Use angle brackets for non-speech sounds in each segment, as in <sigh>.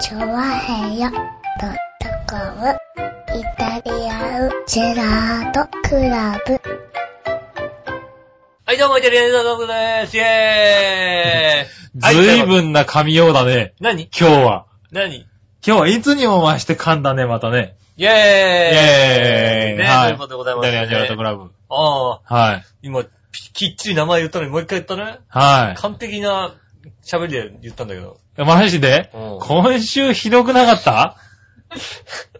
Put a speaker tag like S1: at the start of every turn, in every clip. S1: チョワヘヨドットコムイタリアンジェラートクラブ。
S2: はい、どうも、イタリアンジェラートクラブです。イェーイ
S3: <laughs>
S2: はい
S3: ずいぶんな噛みようだね。
S2: 何
S3: 今日は。
S2: 何
S3: 今日はいつにも増して噛んだね、またね。
S2: イェーイイェー
S3: イェーイ。
S2: ね、
S3: は
S2: ということでございます、
S3: イタ
S2: ね。
S3: リアンジェラートクラブ。
S2: ああ、
S3: はい。
S2: 今、きっちり名前言ったのにもう一回言ったね。
S3: はい
S2: 完璧な喋りで言ったんだけど。。
S3: えマジで
S2: うん
S3: 今週ひどくなかった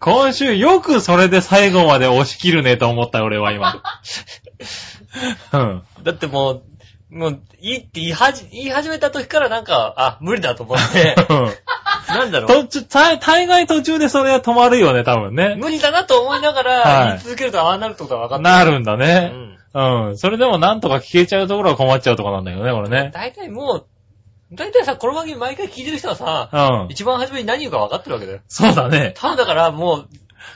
S3: 今週よくそれで最後まで押し切るねと思ったよ俺は今。
S2: <laughs>
S3: うん。
S2: だってもう、もう、いいって言いはじ、言い始めた時からなんか、あ、無理だと思
S3: <laughs>
S2: って、なんだろう。
S3: 途中、大大概途中でそれは止まるよね、多分ね。
S2: 無理だなと思いなが
S3: は
S2: ら、
S3: い
S2: 言い続けるとああなるってことは分かった。
S3: なるんだ
S2: う
S3: ね。
S2: ん。
S3: うん。それでもなんとか消えちゃうところは困っちゃうとこなんだよね、これね。
S2: 大体もう、大体さ、この番組毎回聞いてる人はさ、
S3: うん。
S2: 一番初めに何言うか分かってるわけだよ。
S3: そうだね。
S2: ただだからもう、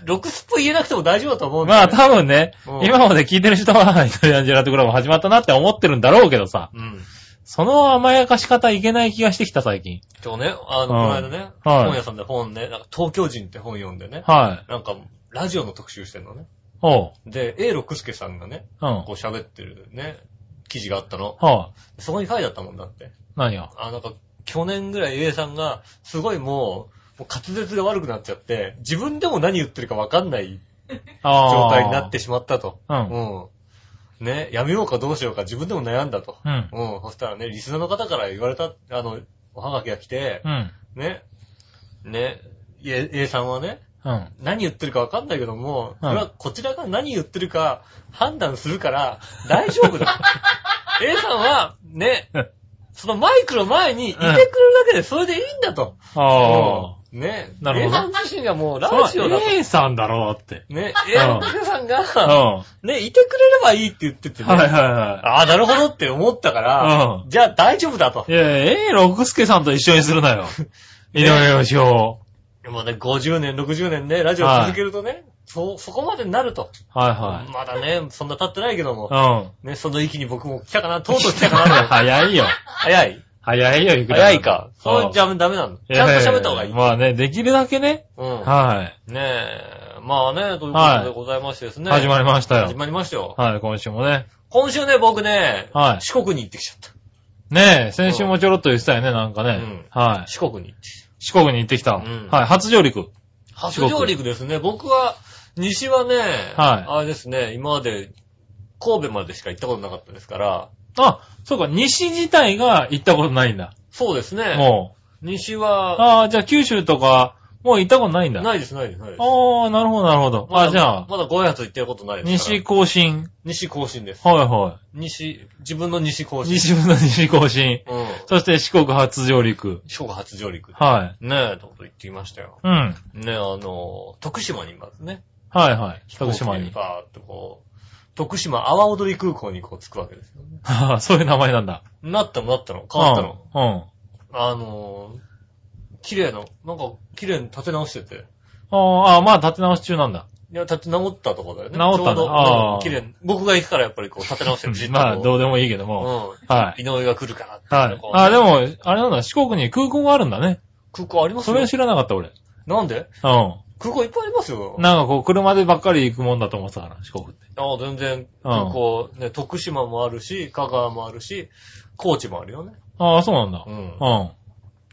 S2: ろくすっぽ言えなくても大丈夫だと思うんだ
S3: ま
S2: よ、
S3: あ
S2: ね。
S3: 多分ね
S2: う、ん
S3: 今まで聞いてる人は、イタリアンジェラートクラブ始まったなって思ってるんだろうけどさ、
S2: うん。
S3: その甘やかし方いけない気がしてきた最近。
S2: 今日ね、あの、こ
S3: うん
S2: の間ね、
S3: はい
S2: 本屋さんで本ね、なんか東京人って本読んでね、
S3: はい。
S2: なんか、ラジオの特集してんのね。
S3: おう。
S2: で、A 六助さんがね、
S3: うん。
S2: こう喋ってるね、記事があったの。
S3: はあ。
S2: そこに書いてあったもんだって。
S3: 何よ。
S2: あ、なんか、去年ぐらい A さんが、すごいもう、もう滑舌が悪くなっちゃって、自分でも何言ってるかわかんない
S3: あ
S2: 状態になって。しまったと。
S3: うん
S2: うん。ね、やめようかどうしようか自分でも悩んだと。
S3: うん。
S2: うん、そしたらね、リスナーの方から言われた、あの、おはがきが来て
S3: う、ん。
S2: ね、ね、A, A さんはね、
S3: うん。
S2: 何言ってるかわかんないけども、
S3: うん
S2: これはこちらが何言ってるか判断するから、大丈夫
S3: <laughs>
S2: だ。A さんは、ね
S3: うん、
S2: そのマイクの前にいてくれるだけでそれでいいんだと。
S3: ああ。
S2: うんね、
S3: な
S2: A
S3: るほど
S2: さん自身がもうラジ
S3: そ
S2: オ
S3: れ
S2: だ
S3: は
S2: と。
S3: A さんだろうって。
S2: ね、
S3: ん
S2: A の竹さん
S3: うん。
S2: が、
S3: は
S2: ね、いてくれればいいって言ってて
S3: い
S2: ね、
S3: はいは
S2: ああ、なるほどって思ったから
S3: う、
S2: じゃあ大丈夫だと <laughs>
S3: い。。いやいや、A 六助さんと一緒にするなよ。井上義雄。
S2: もうね、50年、60年ね、ラジオ続けるとね、そ、そこまでになると。
S3: はい
S2: まだね、そんな経ってないけども、
S3: はい。うん。
S2: ね、その域に僕も来たかな、とうとう来たかなと。
S3: <laughs> 早いよ。
S2: 早い
S3: 早いよ、いくら。
S2: 早いか。そううんじゃダメなの。ちゃんと喋った方がいい。
S3: やややまあね、できるだけね。
S2: う
S3: はい。
S2: ん。ねえ、まあね、ということでございましてですね。
S3: 始まりました
S2: 始
S3: よ。
S2: まりましたよ。
S3: はい、今週もね。
S2: 今週ね、僕ね、
S3: はい
S2: 四国に行ってきちゃっ
S3: ねえ、先週もちょろっと言ってたよね、なんかね。
S2: うん
S3: は
S2: た。
S3: い。
S2: 四国に。
S3: 四国に行ってきた。
S2: ん
S3: はい、初上陸。
S2: 初上陸ですね。僕は、西はね、あれですね、今まで神戸までしか行ったことなかったですから、
S3: あ、そうか、西自体が行ったことないんだ。
S2: そうですね。
S3: もう。
S2: 西は、
S3: ああ、じゃあ九州とか、もう行ったことないんだ。あ
S2: ないです、ないです、ないです。
S3: あ、なるほど、なるほど。
S2: まだ
S3: あじゃあ、
S2: まだご挨拶行ってることないですから。
S3: 西更新。
S2: 西更新です。
S3: はいは
S2: 西、自分の西更
S3: い。
S2: 新。
S3: 西部の西更新。
S2: うん。
S3: そして四国初上陸。
S2: 四国初上陸。
S3: は
S2: ねえ、とこと言ってきましたよ。
S3: い。うん。
S2: ねえ、あの、徳島にいますね。
S3: はいはい。徳島
S2: 飛行機
S3: に
S2: で。
S3: <laughs>
S2: バーっとこう、徳島阿波踊り空港にこう着くわけですよね。
S3: ああそういう名前なんだ。
S2: なったの、なったの、変わったの。
S3: うん。うん。
S2: あのー、綺麗な、なんか綺麗に立て直してて。
S3: あーあー、まあ立て直し中なんだ。
S2: いや、立て直ったとこだよね。
S3: 直ったんだ
S2: ちょうど
S3: あ
S2: うん
S3: あ
S2: 綺麗に。僕が行くからやっぱりこう立て直してる。じっとこ
S3: <laughs> まあど
S2: う
S3: うでもいいけども。
S2: う
S3: はい。
S2: ん。井上が来るからって
S3: は
S2: いう
S3: い
S2: こ。う
S3: あーでも、あれなんだ、四国に空港があるんだね。
S2: 空港あります
S3: そ
S2: よ
S3: れは知らなかった俺。
S2: なんで
S3: う
S2: 空港いっぱいありますよ
S3: ん。。なんかこう、車でばっかり行くもんだと思ってたから、四国って。
S2: ああ、全然、空港、ね、徳島もあるし、香川もあるし、高知もあるよね。
S3: ああ、そうなんだ。
S2: う
S3: うんん。は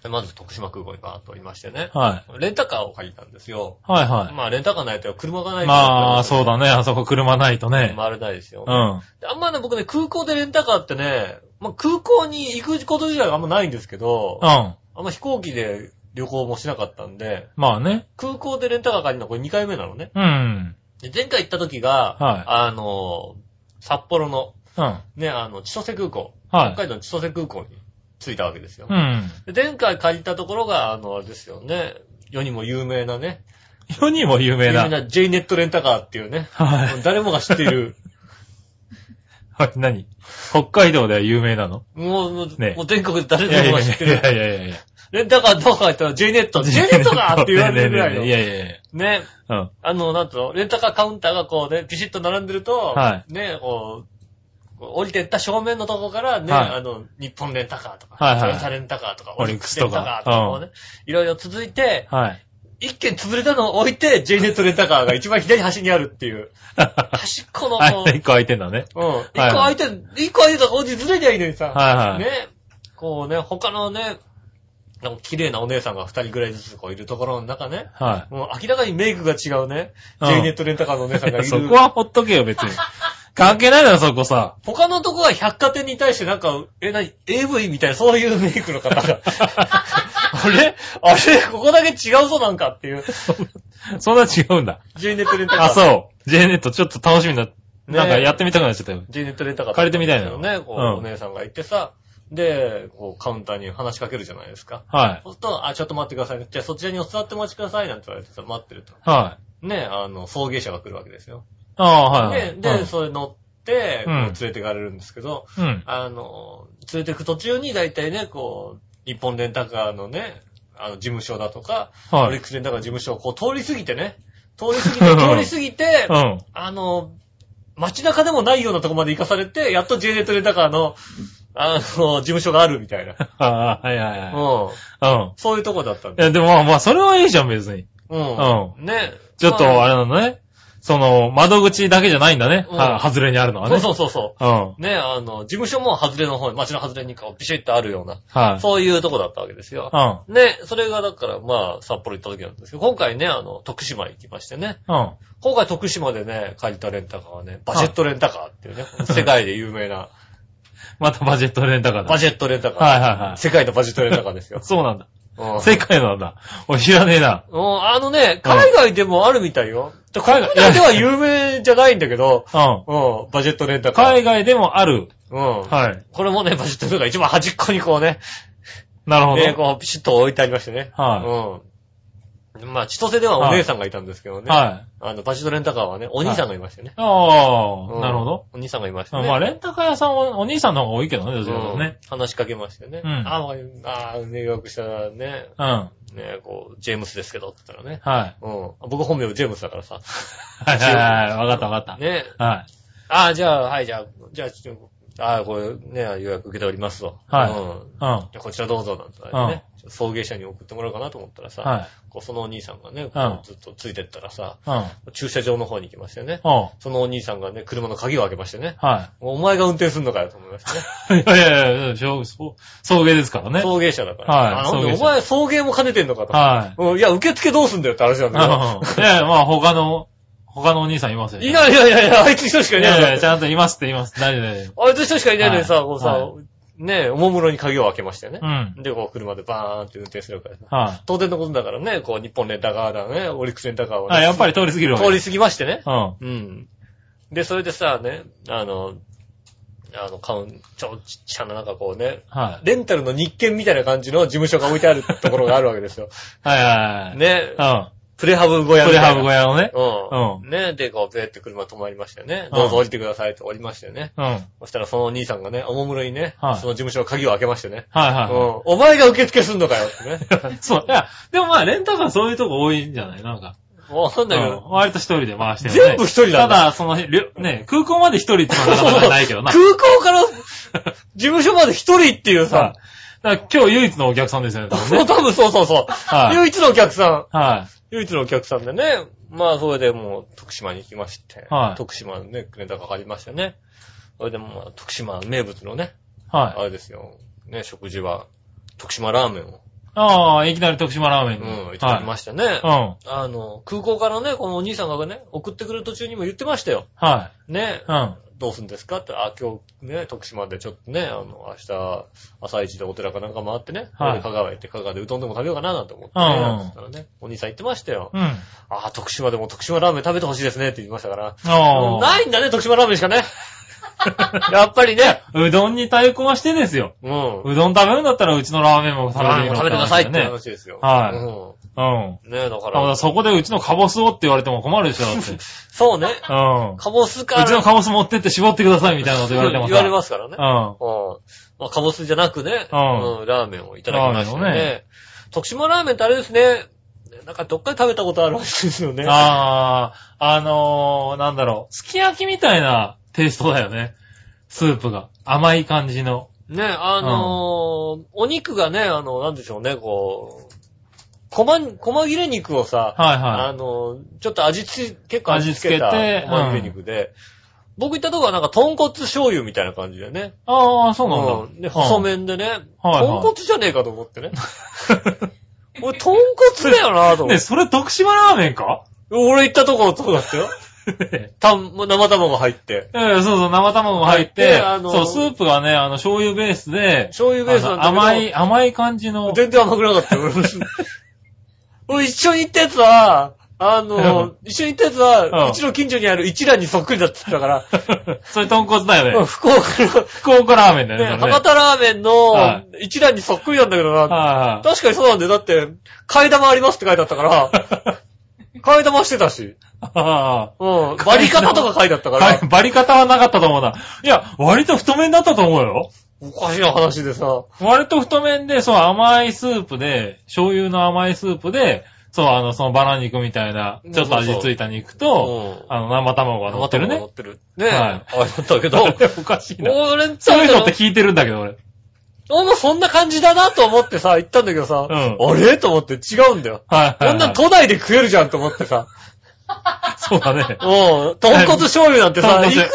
S2: でまず徳島空港にバーッといましてね
S3: い。。はい
S2: レンタカーを借りたんですよ。
S3: は。
S2: まあ、レンタカーないと車がないい
S3: まあ、そう
S2: だ
S3: だね。あそこ車ないとね。
S2: 回れないですよ。
S3: うん。
S2: あんまね、僕ね、空港でレンタカーってね、まあ、空港に行くこと自体があんまないんですけど、
S3: う
S2: あ
S3: ん。
S2: んま飛行機で旅行もしなかったんで、
S3: まあね。
S2: 空港でレンタカー借りるのはこれ2回目なのね。
S3: うん。
S2: で前回行った時が、
S3: はい
S2: あの、札幌の、
S3: うん。
S2: ね、あの、千歳空港、北
S3: は
S2: 海道の千歳空港に着いたわけですよ
S3: い。う。ん。
S2: で前回借りたところが、あの、あれですよね、世にも有名なね、
S3: 世にも有名
S2: 有名
S3: な。
S2: な J ネットレンタカーっていう
S3: <laughs>
S2: ね、
S3: はい。
S2: 誰もが知ってい
S3: <laughs>
S2: る、
S3: はい、 <laughs> 何北海道では有名なの
S2: もう、もう
S3: ね
S2: もう全国で誰
S3: いやい
S2: で
S3: や
S2: もが
S3: い
S2: 知ってる
S3: や。いやいや。
S2: レンタカーどうか言ったら J ネット、J ネットだって言われるぐらいの。
S3: いやいやいや。
S2: ね。
S3: うん。
S2: あの、なんと、レンタカーカウンターがこうね、ピシッと並んでると、
S3: は
S2: ね、こう、こう降りてった正面のとこからね、
S3: はい
S2: あの、日本レンタカーとか、
S3: はいはい
S2: トヨタレンタカーとか、
S3: オリックス
S2: オ
S3: とか
S2: リレンタカーとかもね、いろいろ続いて、
S3: はい。
S2: 一軒潰れたのを置いて、J ネットレンタカーが一番左端にあるっていう、
S3: <laughs>
S2: 端っこの
S3: あ、
S2: もう、
S3: 一個空いてんだね。
S2: うん。一個空いて、一個空いてたおじずれりゃいいのにさ。
S3: はいはい
S2: ね。こうね、他のね、なんか綺麗なお姉さんが二人ぐらいずつこういるところの中ね。
S3: は
S2: もう明らかにメイクが違うね。
S3: うん
S2: J ネットレンタカーのお姉さんがい
S3: い。
S2: る。
S3: そこはほっとけよ、別に。関係ないだろ、そこさ。
S2: 他のとこは百貨店に対してなんか、え、なに、AV みたいなそういうメイクの方
S3: <laughs>
S2: が。あれあれここだけ違うぞなんかっていう。
S3: そんな違うんだ。
S2: J ネットレンタカー。
S3: あ、そう。J ネットちょっと楽しみだ。
S2: ね
S3: なんかやってみたくなっちゃったよ。
S2: ジェネットレンタカー
S3: 借りてみたいな
S2: のね、こう、
S3: うん
S2: お姉さんが行ってさ、で、こう、カウンターに話しかけるじゃないですか。
S3: は
S2: そうすると、あ、ちょっと待ってくださいね。じゃあそちらにお座ってお待ちくださいなんて言われてさ、待ってると。
S3: い。はい。
S2: ね、あの、送迎車が来るわけですよ。
S3: ああ、はいは
S2: で、
S3: い。
S2: で、それ乗って、こ
S3: う
S2: うん連れてかれるんですけど、
S3: うん。うん。
S2: あの、連れてく途中に大体ね、こう、日本レンタカーのね、あの、事務所だとか、オ
S3: は
S2: リッ
S3: い。
S2: クスレンタカーの事務所をこう通り過ぎてね、通り過ぎて、通り過ぎて
S3: う、ん。
S2: あの、街中でもないようなとこまで行かされて、やっと J ネットレンタカーの、あの、事務所があるみたいな。
S3: ああ、はいはいは
S2: うん。
S3: い。うん。
S2: そういうとこだったん
S3: い
S2: だ。
S3: や、でもまあまあ、それはいいじゃん、別に。
S2: うん。ね。
S3: ちょっと、
S2: ま
S3: あれなのね。その、窓口だけじゃないんだね。
S2: うん
S3: は、外れにあるのは
S2: そう
S3: ね。
S2: そううそうそ
S3: ん。
S2: う。ね、あの、事務所も外れの方に、街の外れにこう、ビシッとあるような、
S3: はい。
S2: そういうとこだったわけですよ。
S3: うん。
S2: ね、それがだから、まあ、札幌行った時なんですけど、今回ね、あの、徳島行きましてね。
S3: うん。
S2: 今回徳島でね、借りたレンタカーはね、バジェットレンタカーっていうね、世界で有名な、
S3: またバジェットレンタカーだ。
S2: バジェットレンタカー。
S3: はいはいはい
S2: 世界のバジェットレンタカーですよ。
S3: そうなんだ。
S2: うん
S3: 世界なんだ。俺知らねえな。
S2: うん、あのね、海外でもあるみたいよ。海
S3: 外
S2: 外では有名じゃないんだけど、
S3: うん。
S2: うん、バジェットレンタカー。
S3: 海外でもある。
S2: うん。
S3: はい。
S2: これもね、バジェットレンタカー一番端っこにこうね、
S3: なるほ
S2: ね、
S3: ど。
S2: こう、ピシッと置いてありましてね。
S3: は
S2: うん。まあ、千歳ではお姉さんがいたんですけどね。
S3: はい。
S2: あの、バジェットレンタカーはね、お兄さんがいましてね。
S3: あ
S2: う
S3: あ、
S2: ん
S3: なるほど。。
S2: お兄さんがいましてね。
S3: まあ、レンタカー屋さんはお兄さんの方が多いけどね、どちらかという
S2: う
S3: と
S2: ん
S3: ね。
S2: 話しかけましてね。
S3: うん
S2: あわかりあ、入学したらね、
S3: うん。は
S2: ね、こう、ジェームスですけどって言ったらね
S3: い。。はい
S2: うん。僕本名ジェームスだからさ。
S3: はいはい。わかったわかっ
S2: ね。
S3: た。はい。
S2: ああ、じゃあ、はい、じゃあ、じゃあ、ちょっと、ああ、これね、予約受けておりますと。
S3: はい
S2: うん。
S3: うん。は
S2: じゃあこちらどうぞなんて言われてね、ちょっと送迎車に送ってもらおうかなと思ったらさ、
S3: い。
S2: こうそのお兄さんがね、こ
S3: うん
S2: うずっとついてったらさ、
S3: うん。
S2: 駐車場の方に行きましてね、
S3: うん。
S2: そのお兄さんがね、車の鍵を開けましてね、
S3: は
S2: お前が運転すんのかよと思いましたね。
S3: <laughs> い。いやいやいや、しょうそう送迎ですからね。
S2: 送迎車だから。
S3: はい
S2: あなんでお
S3: 送迎車
S2: 前送迎も兼ねてんのかと。
S3: はい。
S2: うんいや、受付どうすんだよって話なん
S3: うん。い
S2: だ
S3: やいや、まあ他の、他のお兄さんいますよ
S2: け
S3: ね。
S2: ど。いやいやいやいや、あいつ一人しかい
S3: い
S2: ない
S3: や
S2: の
S3: い
S2: だ
S3: や、
S2: よ
S3: ち。ゃんといますって言います。大丈夫大丈
S2: あいつ一人しかいないのにさ、
S3: はい
S2: こうさ
S3: は、
S2: ねえ、おもむろに鍵を開けましてね
S3: 夫。う。ん。
S2: で、こう車でバーンって運転するからさ。
S3: はい。
S2: 当然のことだからね、こう日本レンタカーだね、オリックスレンタカーをね、
S3: あ、やっぱり通り過ぎるわけ。
S2: 通り過ぎましてね。
S3: うん。
S2: うん。で、それでさ、ね、あの、あの、カウン、ちょ、ちっちゃななんかこうね、
S3: はい。
S2: レンタルの日券みたいな感じの事務所が置いてあるところがあるわけ
S3: <laughs>
S2: ですよ。
S3: はいはいはい。
S2: ね、
S3: うん。
S2: プレハブ小屋
S3: プ
S2: み
S3: レ
S2: た
S3: ハ
S2: い
S3: ブ
S2: な。
S3: 小屋のね。
S2: うん。
S3: う
S2: ね、で、こう、べーって車止まりましてね、
S3: うん
S2: どうぞ降りてくださいって降りましてね。
S3: うん。はい
S2: そしたらそのお兄さんがね、おもむろにね、
S3: はい
S2: その事務所の鍵を開けましてね、うん
S3: は
S2: お前が受付すんのかよ
S3: <laughs>
S2: ってね。
S3: いはい。そう。いや、でもまあ、レンタカーそういうとこ多いんじゃないなんか。
S2: わかんないけ
S3: うん
S2: ど、
S3: 割と一人で回してるね。
S2: 全部一人なんだ
S3: ただ、その、りょね、空港まで一人ってのはなかなかないけどな。
S2: 空港から事務所まで一人っていう
S3: は
S2: さ
S3: い、だから今日唯一のお客さんですよね、多分
S2: <laughs> もう
S3: ね。
S2: 多分そうそうそう。
S3: はい
S2: 唯一のお客さん。
S3: は
S2: 唯一のお客さんでね。まあ、それでもう、徳島に行きまして。
S3: はい
S2: 徳島のね、ネタかかりましたね。それでもまあ、徳島名物のね、
S3: い。は
S2: あれですよ。ね、食事は、徳島ラーメンを、
S3: い。ああ、いきなり徳島ラーメンに。
S2: うん、いただきましたね。
S3: はい。
S2: あの、空港からね、このお兄さんがね、送ってくる途中にも言ってましたよ。
S3: うん。は
S2: ね
S3: い。、うん。
S2: どうすんですかって、あ、今日ね、徳島でちょっとね、あの、明日、朝一でお寺かなんか回ってね、
S3: はい
S2: で香川行って香川でうどんでも食べようかななんて思って、
S3: うん
S2: ね、なんつったらね、お兄さん言ってましたよ。
S3: うん。あ
S2: あ、徳島でも徳島ラーメン食べてほしいですねって言いましたから。うん
S3: あ
S2: ないんだね、徳島ラーメンしかね。 <laughs> やっぱりね。
S3: ー。うどんに対抗してですよ。
S2: うん。
S3: うどん食べるんだったらうちのラーメンも食べ
S2: ラー
S3: て
S2: メ
S3: み
S2: ン
S3: ろ
S2: 食べてくださいって
S3: ね。
S2: 話ですよ。
S3: はい
S2: い。
S3: うん。
S2: うん。ねえ、だか
S3: ただ
S2: ら。
S3: そこでうちのカボスをって言われても困るでしょ、だって。
S2: そうね。
S3: うん。
S2: カボスか。
S3: うちのカボス持ってって絞ってくださいみたいなこと言われてもさ。
S2: 言われますからね。うん。
S3: う
S2: まあ、カボスじゃなくね、
S3: うん
S2: うん、ラーメンをいただきました
S3: ラーメンを
S2: ね
S3: ね。
S2: 徳島ラーメンってあれですね、なんかどっかで食べたことあるらしいですよね。
S3: ん。ああ、あのー、なんだろう、すき焼きみたいなテイストだよね。スープが。甘い感じの。
S2: ね、あのーお肉がね、あの、なんでしょうね、こう、こま、細切れ肉をさ、
S3: はい
S2: あ
S3: は
S2: のーちょっと味付け、結構味付けた
S3: 味付けて
S2: 細切れ肉で、僕行ったとこはなんか豚骨醤油みたいな感じでね。
S3: い。ああ、そうなん
S2: で、
S3: だ。はあ
S2: 細麺でね、
S3: はいはい
S2: 豚骨じゃねえかと思って
S3: <laughs>
S2: ね。俺、豚骨だよなと思
S3: ね、
S2: って。
S3: それ徳島ラーメンか <laughs>
S2: 俺行ったとこはそうだったよ。
S3: え
S2: たん生卵入って。
S3: えそうそう、生卵が入っ、
S2: 入っててあの
S3: そう、スープがね、あの、醤油ベースで、
S2: 醤油ベースなんだけど
S3: あの甘い、甘い感じの。
S2: 全然甘くなかったよ。俺俺一緒に行ったやつは、あ
S3: う
S2: の、一緒に行ったやつ
S3: う
S2: は、
S3: ん
S2: うちの近所にある一蘭にそっくりだって言ったから、
S3: <laughs> それ豚骨だよ <laughs> ね。
S2: 福岡の、
S3: 福岡ラーメンだよね
S2: ね、
S3: それね。
S2: 博多ラーメン
S3: は
S2: の一蘭にそっくりなんだけどな。
S3: はいはい
S2: 確かにそうなんだよ。だって、替え玉ありますって書いてあった
S3: <laughs>
S2: から、替え玉してたし、
S3: あ
S2: うん、割り方とか書いてあった
S3: あ。
S2: から
S3: は、い、バリ方はなかったと思うな。いや、割と太麺だったと思うよ。
S2: おかしな話でさ、
S3: 割と太麺で、そう、甘いスープで、醤油の甘いスープで、そう、あの、そのバラ肉みたいな、ちょっと味付いた肉と、
S2: うん
S3: あの、生卵が乗ってる
S2: 乗
S3: ね
S2: っ。てる。ねえ。
S3: は
S2: あ、だったけど、
S3: おかしいな。
S2: 俺んち
S3: そう
S2: ゃ
S3: い
S2: ん
S3: うのっ
S2: と
S3: て、聞いてるんだけど、俺。
S2: 俺もそんな感じだなと思ってさ、行ったんだけどさ、
S3: うん
S2: あれと思って違うんだよ。
S3: はいはい、はい。
S2: こんなん都内で食えるじゃんと思ってさ。
S3: <laughs> そうだね。はい
S2: うん。豚骨醤油なんてさ、
S3: 豚
S2: いく
S3: 骨
S2: らで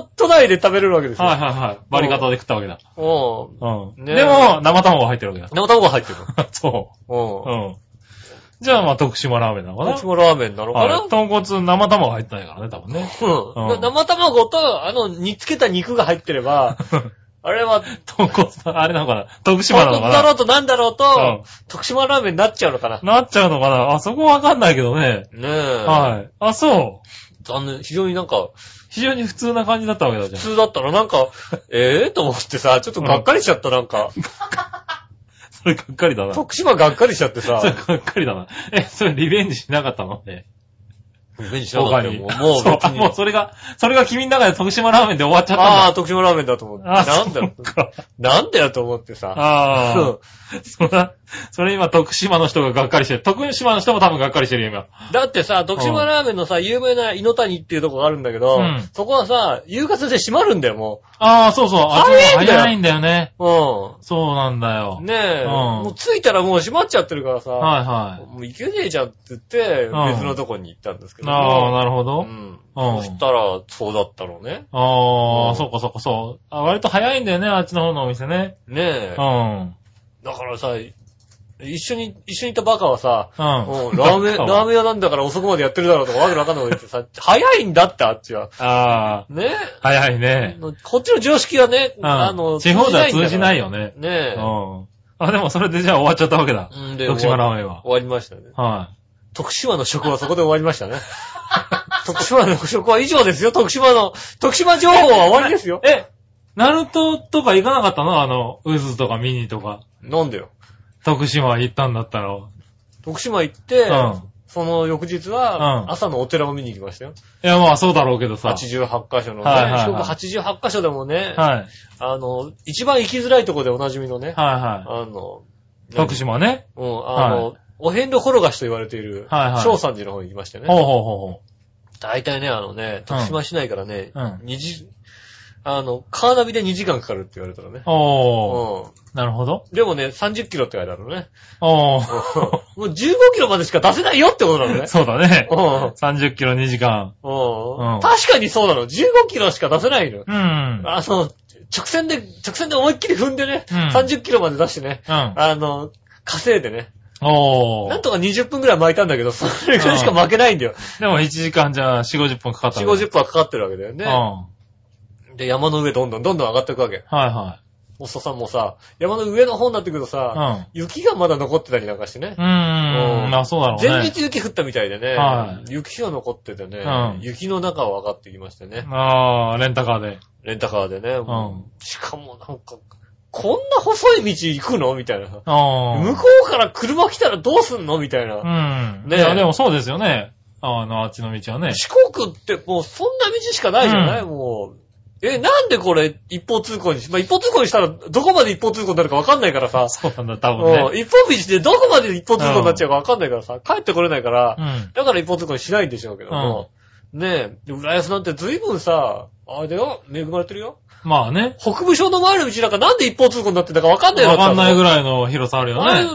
S2: も都内で食べれるわけですよ。
S3: はいはい。バリ方で食ったわけだ。
S2: うん。
S3: うん。
S2: ねえ
S3: でも、生卵が入ってるわけだ。 <laughs>
S2: 生卵が入ってる
S3: そ
S2: の。
S3: う。
S2: う。
S3: うんん。じゃあ、まあ、徳島ラーメンなのか
S2: こ
S3: な
S2: っちもラーメンなのかな、
S3: はい。豚骨、生卵入ってないからね、多分ね。 <laughs>
S2: うん
S3: うん
S2: 生卵と、あの、煮つけた肉が入ってれ
S3: <laughs>
S2: ば、あれは、
S3: 豚骨、あれなのかな徳島
S2: 豚
S3: なの
S2: 骨
S3: か
S2: だろ
S3: な
S2: うとなんだろうと、
S3: うん
S2: 徳島ラーメンになっちゃうのかな。
S3: なっちゃうのかなあそこわかんないけどね。
S2: ねえ。
S3: はい。あ、そう。
S2: 残念。非常になんか、
S3: 非常に普通な感じだったわけだじゃ
S2: 普
S3: ん。 <laughs>
S2: 通だったらなんか、ええと思ってさ、ちょっとがっかりしちゃった、なんか。
S3: それがっかりだな。そ
S2: 徳島がっかりしちゃってさ、
S3: <laughs> れがっかりだな。え、それリベンジしなかったのね。
S2: リベンジしなか
S3: 他
S2: ったよ
S3: に。
S2: もうもう
S3: <laughs> そう
S2: 別に。
S3: もうそれが、それが君の中で徳島ラーメンで終わっちゃったんだ
S2: あ。
S3: <laughs>
S2: あ、徳島ラーメンだと思って。
S3: あ
S2: なんだよ
S3: そっか。
S2: なんだよと思ってさ。
S3: あ
S2: そ
S3: あ。そら、それ今徳島の人ががっかりしてる。徳島の人も多分がっかりしてるよ、
S2: うだってさ、徳島ラーメンのさ、有名な井の谷っていうとこがあるんだけど
S3: うん、
S2: そこはさ、夕方で閉まるんだよ、も
S3: 今。ああ、そうそう。あっち
S2: 早いんだよ
S3: 早いんだよね。
S2: う。
S3: そうなんだよ
S2: うん。。ねえ、
S3: うん
S2: もう着いたらもう閉まっちゃってるからさ、
S3: はいはい。
S2: もう行けねえじゃんって言って、
S3: うん
S2: 別のとこに行ったんですけども。
S3: ああ、なるほど。
S2: うん。
S3: うん
S2: そしたら、そうだったのね。
S3: あ
S2: う
S3: あ、
S2: ん
S3: そうかそうかそう。あ割と早いんだよね、あっちの方のお店ね。
S2: ねえ。
S3: うん。
S2: だからさ、一緒に、一緒にいたバカはさ、
S3: う
S2: も
S3: ん。
S2: うラーメン、
S3: バカは
S2: ラーメン屋なんだから遅くまでやってるだろうとかわけのわかんないこと言ってさ、早いんだってあっちは。
S3: <laughs> ああ、
S2: ね
S3: 早い
S2: え
S3: ね。。
S2: こっちの常識はね、
S3: うん。
S2: あの、
S3: 地方では通じない
S2: よ。
S3: よね。
S2: ね
S3: う
S2: え。
S3: ん。あ、でもそれでじゃあ終わっちゃったわけだ。
S2: うんで
S3: 徳島ラーメンは。
S2: 終わりましたね。
S3: は
S2: 徳島の食はそこで終わりましたね。 <laughs> 徳島の食は以上ですよ。徳島の、徳島情報は終わりですよ
S3: い。。え、ナルトとか行かなかったのあの、ウズとかミニとか。
S2: なんだよ。
S3: 徳島行ったんだったら。うん。
S2: 徳島行って、
S3: い
S2: その翌日
S3: う
S2: は、
S3: ん
S2: 朝のお寺を見に行きましたよ。
S3: や、まあそうだろうけどさ。
S2: 88箇所のね、
S3: はいはいはい
S2: 四国88箇所でもね、
S3: はい。
S2: あの、一番行きづらいとこでおなじみのね、
S3: はいは
S2: あの、
S3: い。徳島ね。
S2: うん、あの、お遍路転がしと言われている、
S3: はいはい
S2: 小三寺の方に行きましてね。
S3: ほうほうほ
S2: 大体ね、あのね、徳島市内からね、
S3: うんうん
S2: 2時、あの、カーナビで2時間かかるって言われたらね
S3: う。。おー。
S2: う
S3: なるほど。
S2: ん。でもね、30キロって書いてあるのね。
S3: おー。
S2: もう15キロまでしか出せないよってことなのね。
S3: そうだね
S2: う。ん
S3: 30キロ2時間。
S2: うん
S3: うん
S2: 確かにそうなの。15キロしか出せないの。
S3: うん。
S2: あの、直線で、直線で思いっきり踏んでね、
S3: うん
S2: 30キロまで出してね、
S3: うん。
S2: あの、稼いでね、
S3: お
S2: なん
S3: ー。
S2: とか20分くらい巻いたんだけど、それぐらいしか巻けないんだよ。
S3: でも1時間じゃあ4、50分かかった
S2: 4、
S3: わけ
S2: 50分はかかってるわけだよ
S3: う
S2: ね
S3: ん。。は
S2: で、山の上どんどんどんどん上がっていくわけ。
S3: いは
S2: おっささんもさ、山の上の方になってくると
S3: い。う
S2: さ、
S3: ん。
S2: 雪がまだ残ってたりなんかしてね
S3: う。ー
S2: うん
S3: ん。まあそうだろうね。
S2: 前日雪降ったみたいでね
S3: は、
S2: 雪が残っててね
S3: うん、
S2: 雪の中を上がってきましてね、
S3: ああ、レンタカーで。
S2: レンタカーでね
S3: う。ん。
S2: しかもなんか、こんな細い道行くのみたいな。
S3: ああ。
S2: 向こうから車来たらどうすんのみたいな。
S3: うん。
S2: ねえ
S3: いや、でもそうですよね。あの、あっちの道は
S2: <laughs>
S3: ね。
S2: 四国ってもうそんな道しかないじゃない、
S3: う
S2: もう。え、なんでこれ一方通行にし、まあ、一方通行にしたらどこまで一方通行になるかわかんないからさ。
S3: そうなんだ、多分
S2: うん
S3: ね。
S2: 一本道でどこまで一方通行になっちゃうかわかんないからさ、帰ってこれないから
S3: う、ん。
S2: だから一方通行にしないんでしょうけども。ねえ、で浦安なんて随分さ、あれだよ、恵まれてるよ。
S3: まあね。
S2: 北部省の周りのうちなんかなんで一方通行になってんだかわかんないよ
S3: わかんないぐ
S2: らい。
S3: らいの広さあるよ
S2: あれ、
S3: ね。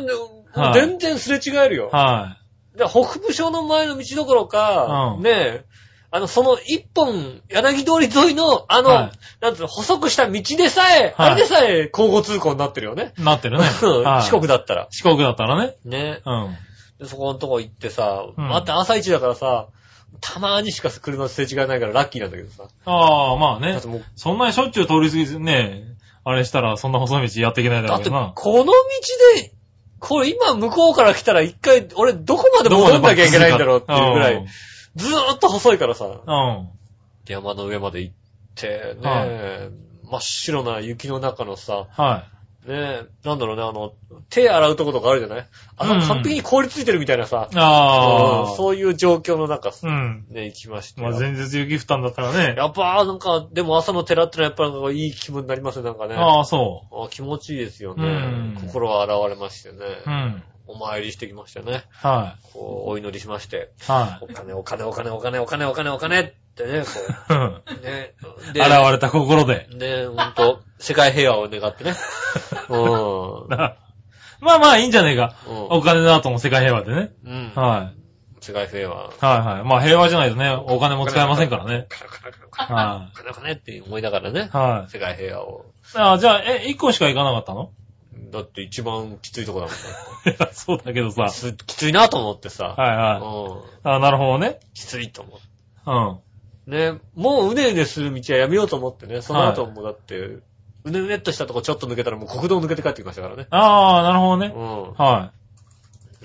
S3: はい
S2: 全然すれ違えるよ。
S3: は
S2: で北部省の前の道どころか、
S3: うん
S2: ねえ、あの、その一本、柳通り沿いの、あの、
S3: はい
S2: なんつうの、細くした道でさえ、
S3: はい
S2: あれでさえ交互通行になってるよね。。
S3: い。なってるね
S2: <laughs> うん
S3: はい
S2: 四国だったら。
S3: 四国だったらね。
S2: ね
S3: うん。
S2: でそこのとこ行ってさ、
S3: うん
S2: また朝一だからさ、たまーにしか車すれ違いないからラッキーなんだけどさ。
S3: ああ、まあ
S2: だ
S3: ね
S2: って。もう
S3: そんなにしょっちゅう通り過ぎずね、あれしたらそんな細い道やっていけないだ
S2: だ
S3: ろ
S2: っ
S3: う
S2: て、
S3: けどな。
S2: この道で、これ今向こうから来たら一回、俺どこまで戻んなきゃいけないんだろうっていうぐらい、ずーっと細いからさ。
S3: うん。
S2: 山の上まで行って、ねえ、真
S3: は
S2: っ白な雪の中のさ、
S3: は
S2: ねえ、なんだろうね、あの、手洗うとことかあるじゃないあの、
S3: うん
S2: 完璧に氷ついてるみたいなさ、
S3: い。あ
S2: うん
S3: あ。
S2: そういう状況の中さ、
S3: うん。
S2: ね、行きまして。
S3: まあ前日雪降ったんだったらね。
S2: <laughs> やっぱ、なんか、でも朝の寺ってのはやっぱなんかいい気分になりますね、なんかね。
S3: ああ、そ
S2: あ気持ちいいですよね。
S3: うん
S2: 心は洗われましてね、
S3: う。うん。
S2: お参りしてきましたね。
S3: は
S2: こう、お祈りしまして。
S3: い。は
S2: お金、お金、お金、お金、お金、お金、お金ってね、こ
S3: い。うん。
S2: う。ね。
S3: <laughs> 現
S2: で
S3: れた心で。
S2: ねえ、ほんと、世界平和を願って
S3: <laughs>
S2: ね。う
S3: なまあまあいいんじゃねえか。
S2: うん
S3: お金の後も世界平和でね。
S2: ん。うん。
S3: はい。
S2: 世界平和。
S3: はいはい。まあ平和じゃないとね、お金も使えませんからね。
S2: カラカラカラカラ。
S3: は
S2: カラカラって思いながらね
S3: い。。はい。
S2: 世界平和を。
S3: あじゃあ、え、一個しか行かなかったの <laughs>
S2: だって一番きついとこだもんね。
S3: そうだけどさ。
S2: すきついなと思ってさ。
S3: はいはい。
S2: う
S3: あなるほどね。
S2: ん。きついと思って。
S3: うん。
S2: ね、もううねうねする道はやめようと思ってね。その後もだって、うねうねっとしたとこちょっと抜けたらもう国道抜けて帰ってきましたからね。
S3: ああ、なるほどね。
S2: う
S3: は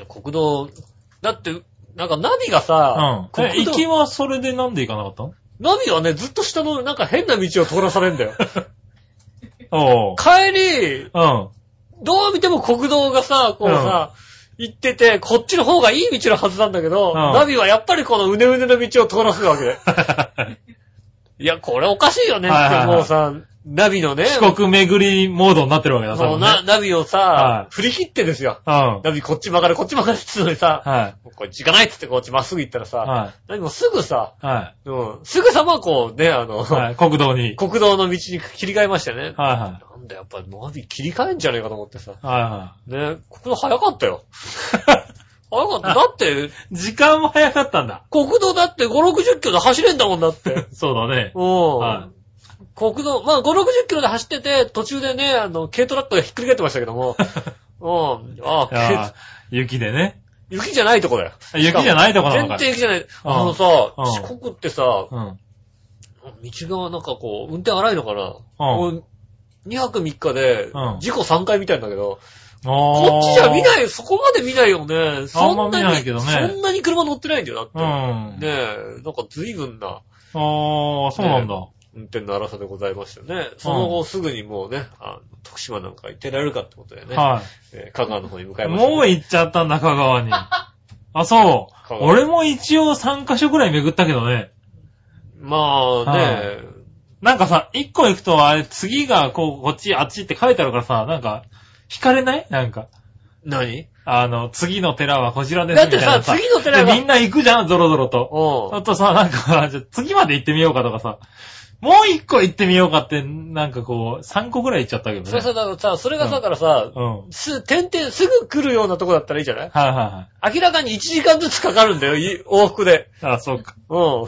S2: ん。国道、だって、なんかナビが
S3: い。うん
S2: さ、。
S3: え
S2: 国道
S3: 行きはそれでなんで行かなかったの
S2: ナビはね、ずっと下のなんか変な道を通らされんだよ。
S3: おう。
S2: 帰り、
S3: うん。 <laughs>
S2: どう見ても国道がさ、こうさ、行ってて、こっちの方がいい道のはずなんだけど、
S3: ん
S2: ナビはやっぱりこのうねうねの道を通らせるわけで。いや、これおかしいよねっ
S3: はいはいは
S2: て、
S3: い
S2: もうさ、ナビのね、
S3: 四国巡りモードになってるわけだ、
S2: そ
S3: 多
S2: う
S3: 分
S2: な、
S3: ね。
S2: ナビを
S3: は
S2: さ、振り切ってですよ。
S3: うん。
S2: ナビこっち曲がる、こっち曲がるって言ってたのにさ、
S3: はい。
S2: こっち行かないって言ってこっちまっすぐ行ったらさ、
S3: は
S2: ナビもすぐさ、
S3: い。は
S2: うん、すぐさまこうね、あの
S3: い。、はい。国道に。
S2: 国道の道に切り替えましたよね。
S3: はいは
S2: なんだやっぱナビ切り替えんじゃねえかと思ってさ。
S3: い。はいは
S2: ね、ここ早かった
S3: <laughs>
S2: よ。早かった。だって、
S3: い。時間も早かったんだ。
S2: 国道だって5、60キロで走れんだもんだ
S3: <laughs>
S2: って。
S3: そうだ
S2: <laughs>
S3: ね。
S2: うん。
S3: は
S2: 国道、まあ5、60キロで走ってて、途中でね、あの、軽トラックがひっくり返ってましたけど
S3: <laughs>
S2: も。うん。あ
S3: いや
S2: あ、
S3: 雪でね。
S2: 雪じゃないとこだよ。
S3: あ雪じゃないとこなのか
S2: 全然雪じゃない。
S3: うん
S2: あのさ、
S3: うん
S2: 四国ってさ、
S3: うん。
S2: 道がなんかこう、運転荒いのかな。
S3: う
S2: うん。2泊3日で
S3: う、ん
S2: 事故3回みたいんだけど、こ
S3: こ
S2: っちじゃ見ない、そこまで見ないよね。そんなに、
S3: あんま見ないけどね
S2: そんなに車乗ってないんだよ、
S3: う
S2: だっ
S3: ん
S2: て。。ねえ、なんか随分な
S3: ああ、そうなんだ。
S2: 運転の荒さでございましたね。その後すぐにもうね、あの徳島なんか行ってられるかってことだよね。
S3: は
S2: えー香川の方に向か
S3: い。
S2: いましたね、
S3: もう行っちゃったんだ、香
S2: <laughs>
S3: 川に。あ、そ
S2: 香
S3: う。
S2: 川
S3: 俺も一応3カ所くらい巡ったけどね。
S2: まあね、
S3: なんかさ、1個行くとあれ、次がこう、こっち、あっちって書いてあるからさ、なんか、惹かれないなんか。
S2: 何
S3: あの、次の寺はこちらです
S2: だっ
S3: みた
S2: て
S3: いな
S2: さ、
S3: さ。
S2: 次の寺が、
S3: でみんな行くじゃん、ゾロゾロと。
S2: う
S3: あとさ、なんか、じゃあ次まで行ってみようかとかさ、もう一個行ってみようかって、なんかこう、3個ぐらい行っちゃったけ
S2: ん。
S3: ど
S2: それ
S3: ね。
S2: さ、だからさ、それがさ、
S3: うん
S2: からさ、
S3: うん。はい
S2: す、点々すぐ来るようなとこだったらいいじゃない
S3: はいは
S2: 明らかに1時間ずつかかるんだよ、い往復で。
S3: い。あ、そうか。 <laughs>
S2: うん。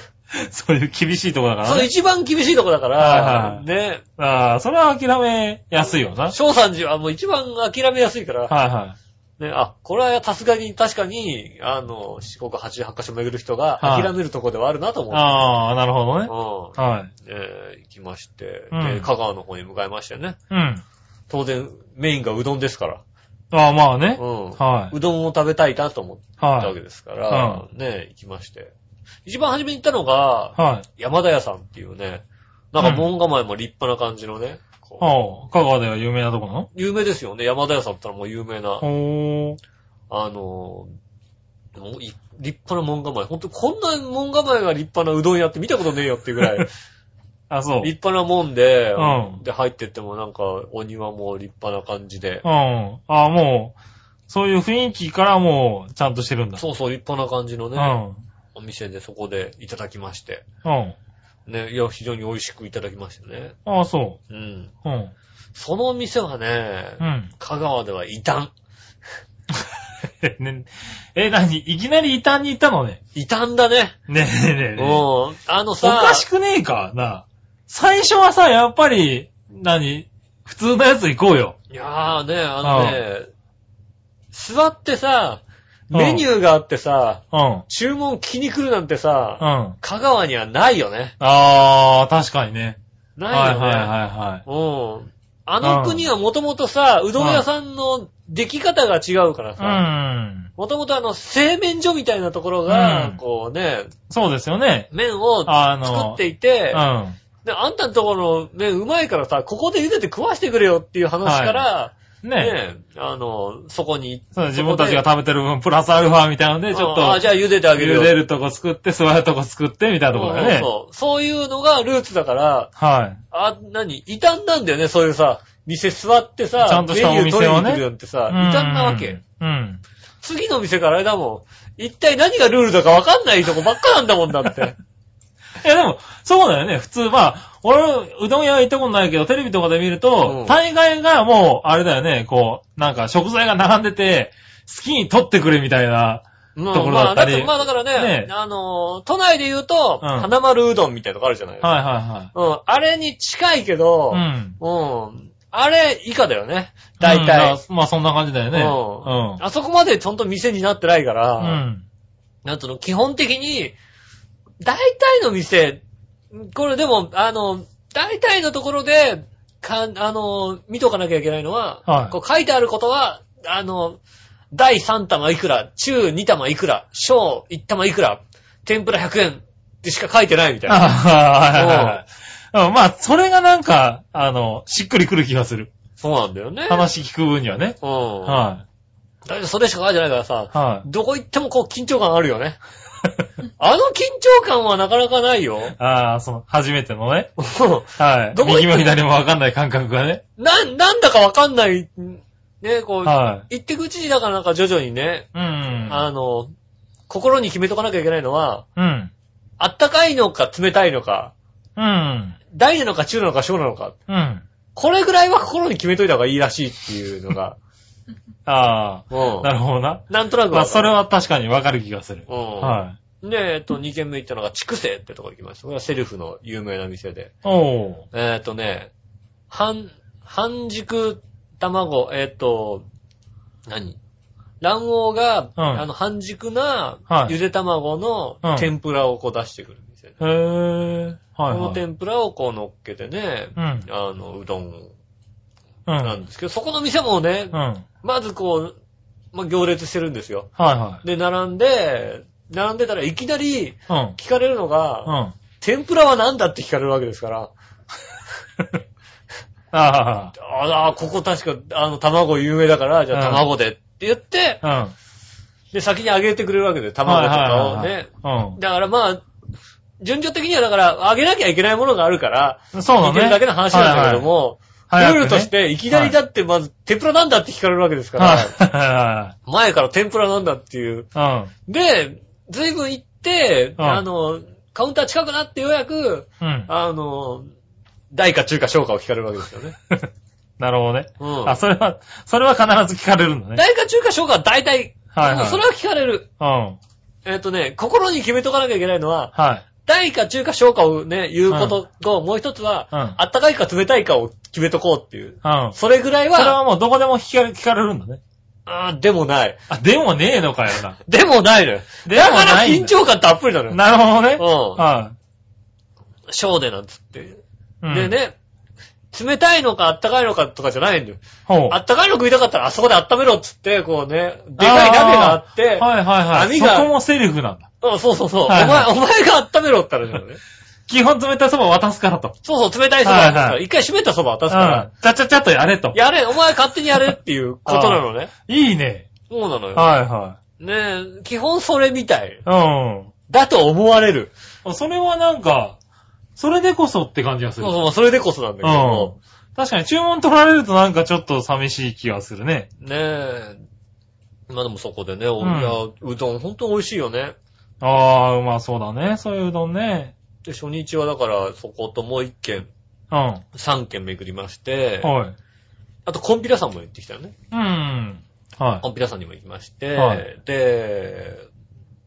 S3: そういう厳しいとこだから
S2: その
S3: ね。
S2: 一番厳しいとこだか
S3: はい
S2: ら
S3: は、い
S2: ね。
S3: ああ、それは諦めやすいよな。はい
S2: 翔さんじはもう一番諦めやすいから、
S3: は
S2: ね、あ、これはさすがに確かに、あの、四国八8箇所巡る人が
S3: はい
S2: 諦めるとこではあるなと
S3: い。
S2: 思
S3: ああ、なるほどね。
S2: う。
S3: はい。
S2: うん。えー行きまして、
S3: うん
S2: で、香川の方に向かいましてね。
S3: うん。
S2: 当然、メインがうどんですから。
S3: ああ、まあね
S2: う。ん。
S3: はいう
S2: どんを食べたいなと思っ
S3: は
S2: たわけ
S3: い。
S2: ですから、ね、行きまして。一番初めに行ったのが、
S3: はい。
S2: 山田屋さんっていうね、なんか門構えも立派な感じのね、こう
S3: ああ、香川では有名なとこなの
S2: 有名ですよね。山田屋さんってのはもう有名な。
S3: ほー。
S2: あのー、もうい立派な門構え。ほんと、こんな門構えが立派なうどん屋って見たことねえよっていうぐらい、
S3: <laughs>
S2: 立
S3: あ、そう。うん。
S2: 派なもんで、
S3: うん
S2: で、入ってってもなんか、お庭も立派な感じで、
S3: ああ、もう、そういう雰囲気からもう、ちゃんとしてるんだ。
S2: そうそう、立派な感じの
S3: う
S2: ね、
S3: ん。
S2: お店でそこでいただきまして、
S3: うん。
S2: ねね、いや、非常に美味しくいただきましたね。
S3: ああ、そ
S2: うん。
S3: う。うん。
S2: その店はね、
S3: うん。
S2: 香川では異端。
S3: ねえ、なに、いきなり異端に行ったのね。
S2: 異端だね。
S3: ねえねえねえ。
S2: うん。あの
S3: お
S2: さ、
S3: かしくねえかな。最初はさ、やっぱり、何普通のやつ行こうよ。
S2: いやーね、あのね、座ってさ、メニューがあってさ、
S3: うん。うん。
S2: 注文聞きに来るなんてさ、
S3: あ
S2: 香川にはないよね。
S3: あ、確かにね。はい
S2: ないよね。
S3: はいは
S2: うん。あの国はもともとさ、うどん屋さんの出来方が違うから
S3: いは
S2: さ、
S3: い。うん。
S2: もともとあの、製麺所みたいなところが
S3: う、ん
S2: こうね、
S3: そうですよね。
S2: 麺を作
S3: あの、
S2: っていて、
S3: うん。
S2: で、あんたのところの麺うまいからさ、ここで茹でて食わしてくれよっていう話から、
S3: ね
S2: ね、あの、そこに行って
S3: そう自分たちが食べてる分、プラスアルファみたいなので、ちょっと、
S2: ああ、じゃあ茹でてあげるよ。
S3: 茹でるとこ作って、座るとこ作って、みたいなところだよ
S2: そ
S3: ね。
S2: うそうそう。そういうのがルーツだから、
S3: はい。
S2: あ、何異端なんだよね、そういうさ、店座ってさ、
S3: ちゃんとしたお店を
S2: メ
S3: ね
S2: ニュー取りに来るなんてさ、異端なわけ。
S3: うん。
S2: 次の店からあれだもん。一体何がルールだかわかんないとこばっかなんだもんだって。
S3: いやでも、そうだよね。普通、まあ、俺、うどん屋は行ったことないけど、テレビとかで見る
S2: う
S3: と、
S2: ん
S3: 大概がもう、あれだよね、こう、なんか食材が並んでて、好きに取ってくれみたいな。
S2: ま
S3: <laughs> と
S2: あ
S3: ころだ
S2: ま
S3: っ
S2: あ、だ
S3: たり
S2: からまあだからね
S3: ね、
S2: あのー、都内で言うと、
S3: うん
S2: 花丸うどんみたいなとこあるじゃない
S3: はいは
S2: うん、あれに近いけ
S3: い
S2: ど、
S3: はい。うん。
S2: うん、あれ以下だよね、大
S3: うん
S2: 体。
S3: まあまあ、そんな感じだよね。
S2: うん
S3: う
S2: あそこまでちゃんと店になってないか
S3: ん。う
S2: ら、
S3: ん。
S2: なんつうの、基本的に、大体の店、これでも、あの、大体のところで、かん、あの、見とかなきゃいけないのは、
S3: はい
S2: こう書いてあることは、あの、第3玉いくら、中2玉いくら、小1玉いくら、天ぷら100円ってしか書いてないみたいな。
S3: あーはいはいはいうんまあ、それがなんか、あの、しっくりくる気がする。
S2: そうなんだよね。
S3: 話聞く分にはね。
S2: うん。
S3: は
S2: だけどそれしか書いてないからさ
S3: い。、はい。
S2: どこ行ってもこう緊張感あるよね。 <laughs> あの緊張感はなかなかないよ。 <laughs>
S3: ああ、その、初めてのね。はい。
S2: どこ行って
S3: 右も左もわかんない感覚がね。
S2: な、なんだかわかんない、ね、こう、
S3: は
S2: 言ってくうちに、だからなんか徐々にね、
S3: い。うん。
S2: あの、心に決めとかなきゃいけないのは、
S3: うん。
S2: あったかいのか冷たいのか、
S3: うん。
S2: 大なのか中なのか小なのか、
S3: うん。
S2: これぐらいは心に決めといた方がいいらしいっていうの
S3: <laughs>
S2: が、
S3: あ
S2: う
S3: あ、
S2: ん
S3: なるほどな。
S2: なんとなく
S3: まあ、それ
S2: は、
S3: は確かにわかる気がする。
S2: うん。
S3: は
S2: で、えっと、2軒目行ったのが、筑西ってとこ行きました。これはセルフの有名な店で。
S3: い。おー。
S2: えっとね、半、半熟卵、えっと、何卵黄が、
S3: うん
S2: あの、半熟な、
S3: はい
S2: ゆで卵
S3: う
S2: の
S3: ん
S2: 天ぷらをこう出してくる店で。
S3: へー。はい、
S2: この
S3: はい。
S2: 天ぷらをこう乗っけてね、
S3: うん。
S2: あの、うどん
S3: うん。う
S2: なんですけど、そこの店もね
S3: ん。、はい
S2: まずこう、まあ、行列してるんですよ。
S3: はい。
S2: で、並んで、並んでたらいきなり
S3: うん。
S2: 聞かれるのが、
S3: うん。あ
S2: 天ぷらは何だって聞かれるわけですから、
S3: あ
S2: ああ、ここ確か、あの、卵有名だから、じゃあ
S3: うん
S2: 卵でって言って、
S3: ー。
S2: で、先に揚げてくれるわけで、
S3: うん。
S2: 卵とかを
S3: はいはい
S2: ね。
S3: はいはい
S2: だからまあ、順序的にはだから、揚げなきゃいけないものがあるから、
S3: うん。そうだ
S2: いけ
S3: ね。
S2: るだけの話なんだけども、
S3: はいはい、
S2: ルールとし
S3: はい
S2: て、いきなりだってまず、天ぷらなんだって聞かれるわけですから、
S3: は
S2: 前から天ぷらなんだっていう。
S3: いはい。
S2: で、随分行って、
S3: うん
S2: あの、カウンター近くなってようやく、
S3: うん。うん。
S2: あの、大か中か小かを聞かれるわけですよね。
S3: なるほどね。
S2: うん。
S3: あ、それは、それは必ず聞かれるんだね。
S2: 大か中か小かは大体、
S3: はいはい
S2: それは聞かれる。
S3: うん。
S2: えっ、とね、心に決めとかなきゃいけないのは、
S3: はい。
S2: 大か中か小かをね、言うことと、もう一つは、
S3: うん
S2: あったかいか冷たいかを決めとこうっていう。
S3: うん。
S2: それぐらい
S3: それは
S2: は、
S3: もうどこでも聞か聞かれるんだね。
S2: あーでもない。
S3: あ、でもねえのかよな。
S2: でもないのよ。
S3: でも
S2: だから
S3: ない
S2: 緊
S3: んだ
S2: 張感たっぷりなのよ。
S3: <laughs> なるほどね。
S2: う
S3: は
S2: ん。小でなんつって。
S3: い。うん
S2: で。ね、冷たいのかあったかいのかとかじゃないんだよ。
S3: ほう。
S2: あったかいの食いたかったらあそこで温めろっつって、こうね、でかい鍋があって、
S3: はいはいは
S2: 網
S3: い。そ
S2: が
S3: こもセリフなんだ。
S2: うん、そうそうそう。お
S3: はい
S2: 前、
S3: はい
S2: お前が温めろって言ったらね。
S3: 基本冷たいそば渡すからと。
S2: そうそう、冷たいそば渡すから
S3: はいはい
S2: 一回湿ったそば渡
S3: うん。
S2: すから。
S3: ちゃちゃちゃっとやれと。
S2: やれ、お前勝手にやれっていうことなのね。
S3: いいね。
S2: そうなのよ。
S3: はいは
S2: ねえ、基本それみたい。
S3: い。
S2: だと思われる。
S3: うん。それはなんか、それでこそって感じがす
S2: そう
S3: る。
S2: そう、それでこそなんだけども。
S3: うん。確かに注文取られるとなんかちょっと寂しい気がするね。
S2: ねえ。まあでもそこでね、お
S3: うん
S2: いやうどん本当美味しいよね。
S3: ああ、うまそうだね。そういううどんね。
S2: で、初日はだから、そこともう一軒、
S3: うん。は
S2: 三軒巡りまして、
S3: い。
S2: あと、コンピラさんも行ってきたよね。
S3: うん。 <laughs> は
S2: コンピラさんにも行きまして、
S3: はい
S2: で、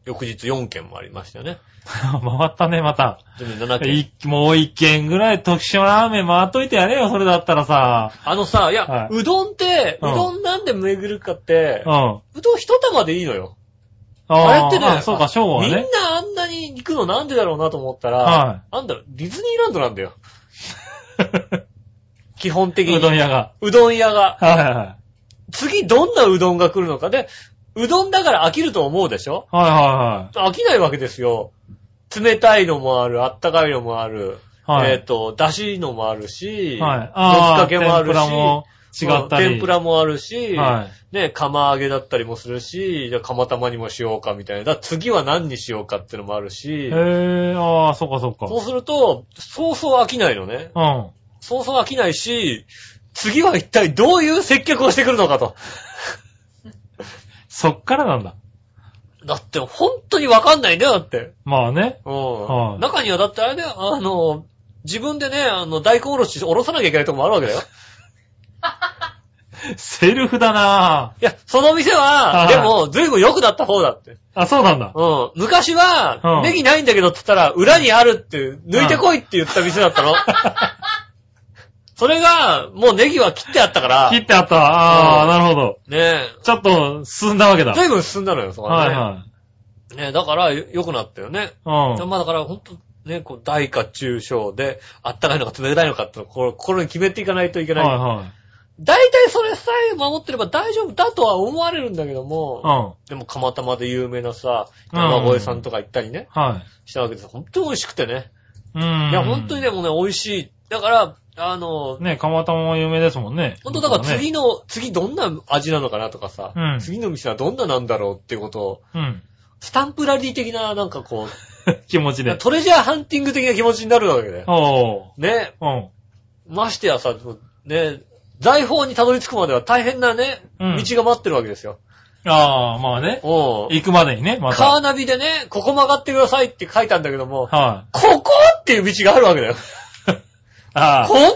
S2: 翌日4件もありましたよね。
S3: い。回ったね、また。
S2: 全部7件。
S3: いもう一軒ぐらい徳島ラーメン回っといてやれよ、それだったらさ。
S2: あのさ、いや、
S3: はいう
S2: どんって、う
S3: うん
S2: どんなんで巡るかって
S3: う、ん。
S2: うどん一玉でいいのよ。
S3: あ
S2: あれってね
S3: あそうか、ショーは
S2: みんな
S3: ね。
S2: あんなに行くのなんでだろうなと思ったら、
S3: は
S2: なんだろう、ディズニーランドなんだよ。基本的に。
S3: <laughs> うどん屋が。
S2: うどん屋が。
S3: はいはいはい。
S2: 次どんなうどんが来るのかで、うどんだから飽きると思うでしょ
S3: はいは
S2: 飽きないわけですよ。冷たいのもある、あったかいのもある、
S3: いはい。
S2: えっ、と、だしのもあるし、
S3: はい。
S2: ぶっ
S3: あ
S2: かけもあるし、
S3: 天ぷらも違ったり。
S2: うん天ぷらもあるし、
S3: はい。
S2: ね、釜揚げだったりもするし、じゃあ釜玉にもしようかみたいな。だから次は何にしようかってのもあるし
S3: へ、え、ああ、そっかそっか。
S2: そうすると、そうそう飽きないのね。
S3: うん。
S2: そうそう飽きないし、次は一体どういう接客をしてくるのかと。
S3: そっからなんだ。
S2: だって本当にわかんないんだよ、だって。
S3: まあね。
S2: う
S3: は
S2: ん。
S3: い
S2: 中にはだってあれだよ、あの、自分でね、あの、大根おろし、おろさなきゃいけないとこもあるわけだよ。
S3: セルフだない
S2: や、その店は、
S3: はい
S2: でも、ずいぶん良くなった方だって。
S3: ぁあ、そうなんだ。
S2: うん。昔は
S3: う、ん
S2: ネギないんだけどって言ったら、裏にあるって、抜いてこいって言った店だった
S3: <laughs>
S2: の。それが、もうネギは切ってあったから、
S3: 切
S2: ね
S3: ってあった。ああ、なるほど。
S2: え、
S3: ちょっと進んだわけだ。
S2: ずいぶん進んだのよ、そこ
S3: はい
S2: は
S3: はい。
S2: ね。ねえ、だから、よ良くなったよね。
S3: うん。
S2: まあだから、ほんと、ね、こう、大か中小で、あったかいのか冷たいのかってのをこれ、これに決めていかないといけない。
S3: は
S2: 大体それさえ守ってれば大丈夫だとは思われるんだけど
S3: い
S2: も、
S3: はい。
S2: でも釜玉で有名なさ、
S3: うん
S2: 山越えさんとか行ったりね、
S3: うん。はい。
S2: したわけです。本当に美味しくてね。
S3: うん。
S2: いや、本当にでもね、美味しい。だから、あの、
S3: ね、かまたも有名ですもんね。
S2: 本当だから
S3: ね。
S2: 次の、次どんな味なのかなとかさ、
S3: うん
S2: 次の店はどんななんだろうっていうことを、
S3: うん。
S2: スタンプラリー的な、なんかこう、
S3: 気持ちで。
S2: トレジャーハンティング的な気持ちになるわけだよ。
S3: おー。
S2: ね。
S3: うん。
S2: ましてやさ、ね、財宝にたどり着くまでは大変なね、
S3: うん
S2: 道が待ってるわけですよ。
S3: ああ、まあね。
S2: おうん。
S3: 行くまでにね、ま
S2: カー
S3: た。
S2: ナビでね、ここ曲がってくださいって書いたんだけども、
S3: はい。
S2: ここっていう道があるわけだよ。
S3: ああ
S2: こ。んな道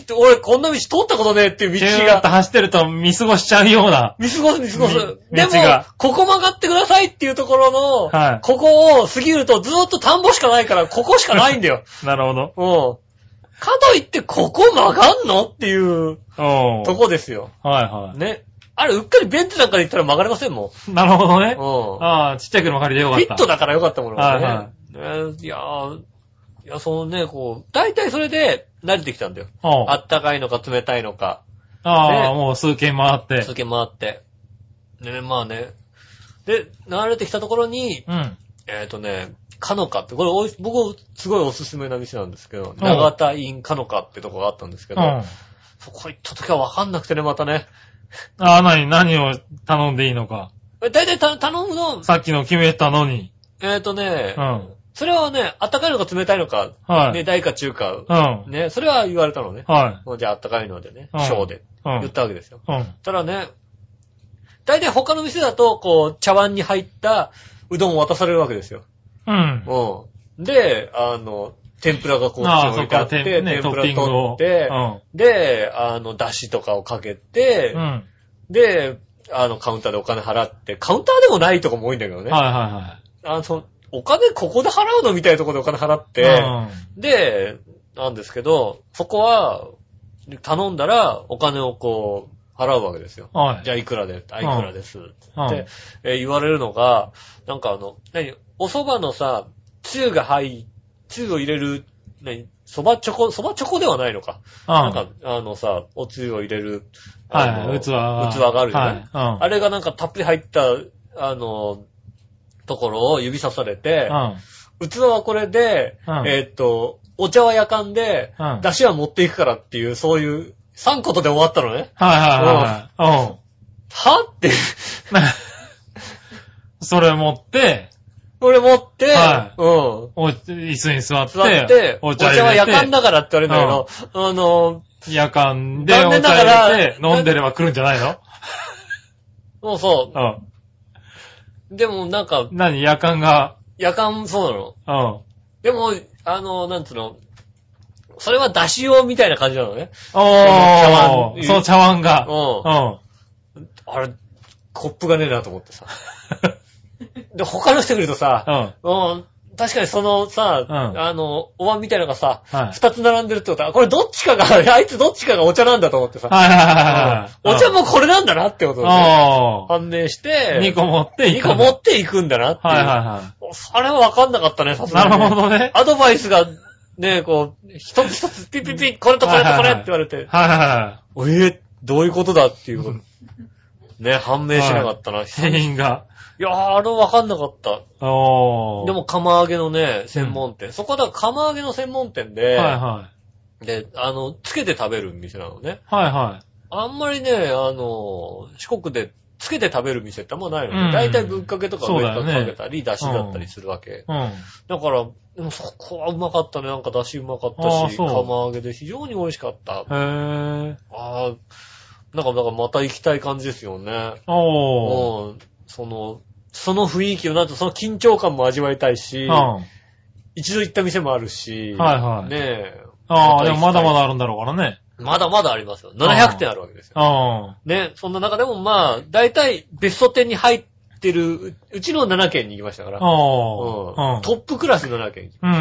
S2: って、俺こんな道通ったことねえっていう
S3: ピ
S2: 道
S3: ューっと
S2: が。
S3: 走ってると見過ごしちゃうような。
S2: 見過ごす見過ごす。
S3: み
S2: でも
S3: 道が、
S2: ここ曲がってくださいっていうところの、
S3: はい
S2: ここを過ぎるとずーっと田んぼしかないから、ここしかないん
S3: <laughs>
S2: だよ。
S3: なるほど。
S2: うん。かといって、ここ曲がんのっていう
S3: お
S2: と
S3: ー。
S2: こですよ。
S3: はいは
S2: ね。あれ、うっかりベンツなんかで行ったら曲がれませんもん。
S3: い。なるほどね。
S2: う
S3: ああ、ちっちゃい車借りてよ
S2: ん。
S3: か
S2: フ
S3: っ
S2: ィ
S3: た。
S2: ットだからよかったもの
S3: はい
S2: ね
S3: は。
S2: ねいやー、いや、そのね、こう、大体それで慣れてきたんだよ。
S3: おう
S2: あったかいのか冷たいのか、
S3: ああ、
S2: ね
S3: もう数軒回って。
S2: 続け回って。ね、まあね。で、慣れてきたところに、
S3: うん。
S2: えっ、とね、かのかって、これおい、僕、すごいおすすめな店なんですけど、
S3: ん
S2: 長田院かのかってとこがあったんですけ
S3: う
S2: ど、
S3: ん。あ
S2: そこ行った時はわかんなくてね、またね。
S3: あ、何、何を頼んでいいのか。
S2: 大体た頼むの、
S3: さっきの決めたのに。
S2: えっ、とね、
S3: うん。
S2: それはね、あったかいのか冷たいのか、
S3: は
S2: ね、
S3: い。
S2: 大か中か、
S3: うん。
S2: ね、それは言われたのね。
S3: は
S2: もうじゃああったかいのでね
S3: う、ん
S2: 小で、
S3: い。う
S2: 言っ
S3: ん。
S2: たわけですよ。
S3: うん。
S2: ただね、大体他の店だと、こう、茶碗に入ったうどんを渡されるわけですよ。
S3: うん。
S2: うん。で、あの、天ぷらがこう、
S3: ああ、
S2: 口
S3: そ
S2: に置
S3: っ
S2: いてあ
S3: か、
S2: って、
S3: てね、
S2: 天
S3: ト
S2: ぷら
S3: ッピング
S2: 取
S3: を
S2: っ。て
S3: う、ん。
S2: で、あの、だしとかをかけて
S3: う、ん。
S2: で、あの、カウンターでお金払って、カウンターでもないとこも多いんだけどね。
S3: はいはいはい。
S2: あの、お金ここで払うのみたいなところでお金払って、
S3: うん
S2: で、なんですけど、そこは、頼んだら、お金をこう、払うわけですよ。
S3: はい。
S2: じゃあ、いくらで、あ、いくらです。
S3: うん
S2: で、えー言われるのが、なんかあの、何、お蕎麦のさ、つゆが入、つゆを入れる、何、蕎麦チョコ、蕎麦チョコではないのか。なん
S3: う
S2: か、あのさ、おつゆを入れる、
S3: ん。はい
S2: あ
S3: は
S2: の
S3: い、器が。
S2: 器があるよね。
S3: はい。うん。
S2: あれがなんかたっぷり入った、あの、ところを指さされて、器はこれで、
S3: うん
S2: えーっと、お茶はやかんで、
S3: うん。うん。
S2: 出汁は持っていくからっていう、そういう、3ことで終わったのね。
S3: はいはいはいはい。うん。 <laughs>
S2: はって、 <laughs>
S3: それ持って、
S2: これ持って、
S3: は
S2: うん。
S3: お、椅子に座って、
S2: 座って、お
S3: お
S2: 茶
S3: 茶
S2: は
S3: 入れ
S2: やかん
S3: て、
S2: だからって言われるんだけど、あの、
S3: 夜間で
S2: 残
S3: お
S2: 念な
S3: 茶
S2: がら
S3: 入れて、飲んでれば来るんじゃないの
S2: そうそうう。でもなんか、
S3: ん。何夜間が、
S2: 夜間、そうなの。
S3: うん。
S2: でも、あの、なんつうの、それは出し用みたいな感じなのね。
S3: おー、
S2: そ
S3: そ
S2: の茶
S3: の茶碗が。
S2: う
S3: うん。
S2: ん。あれ、コップがねえなと思って
S3: <laughs>
S2: さ。で、他の人見るとさ、
S3: うん。
S2: うん、確かにそのさ、
S3: うん
S2: あの、お椀みたいなのがさ、
S3: はい
S2: 二つ並んでるってことは、これどっちかが、 <laughs> あいつどっちかがお茶なんだと思ってさ、
S3: はいはいはいは
S2: お
S3: い。
S2: 茶もこれなんだなってことでね
S3: お
S2: 判明して
S3: ー。、2個持って
S2: 二個持
S3: て。
S2: っていくんだなっていう。
S3: はいは
S2: それは分かんなかったね、さ
S3: いはい。
S2: すがにね。
S3: なるほどね。
S2: <laughs> アドバイスが、ね、こう、一つ一つ、ピッピッピッ、これとこれとこれって言われて、
S3: はいは
S2: おえー、どういうことだっていうこと。ね、判明しなかったな。
S3: いはい。
S2: い
S3: 店員が。
S2: やー、あれ分かんなかった。
S3: おー。
S2: でも、釜揚げのね、専門店。そこはだから釜揚げの専門店で、
S3: はいは
S2: で、あの、つけて食べる店なのね。
S3: い。はいは
S2: あんまりね、あの、四国でつけて食べる店ってあんまないの
S3: う
S2: ね。
S3: ん
S2: 大体ぶっかけとか
S3: そう
S2: 上
S3: だ
S2: か
S3: よね
S2: かけたり、だしだったりするわけ。
S3: い。うん。
S2: だから、でもそこはうまかったね。なんか出汁うまかっ
S3: あ
S2: た
S3: あ
S2: し、
S3: そう
S2: 釜揚げで非常に美味しかった。あ
S3: へぇー。
S2: あ、なんか、なんかまた行きたい感じですよね。
S3: お
S2: う
S3: ー。
S2: ん。その、その雰囲気を、なんとその緊張感も味わいたいし、
S3: うん。はい
S2: 一度行った店もあるし、
S3: はい。
S2: ねえ、
S3: ああ、でもまだまだあるんだろうからね。
S2: まだまだありますよ。700点あるわけですよ。
S3: うん。
S2: ね、そんな中でもまあ、大体ベスト10に入ってる、うちの7軒に行きましたから、うん
S3: ああ。
S2: トップクラスの7軒行き
S3: うん。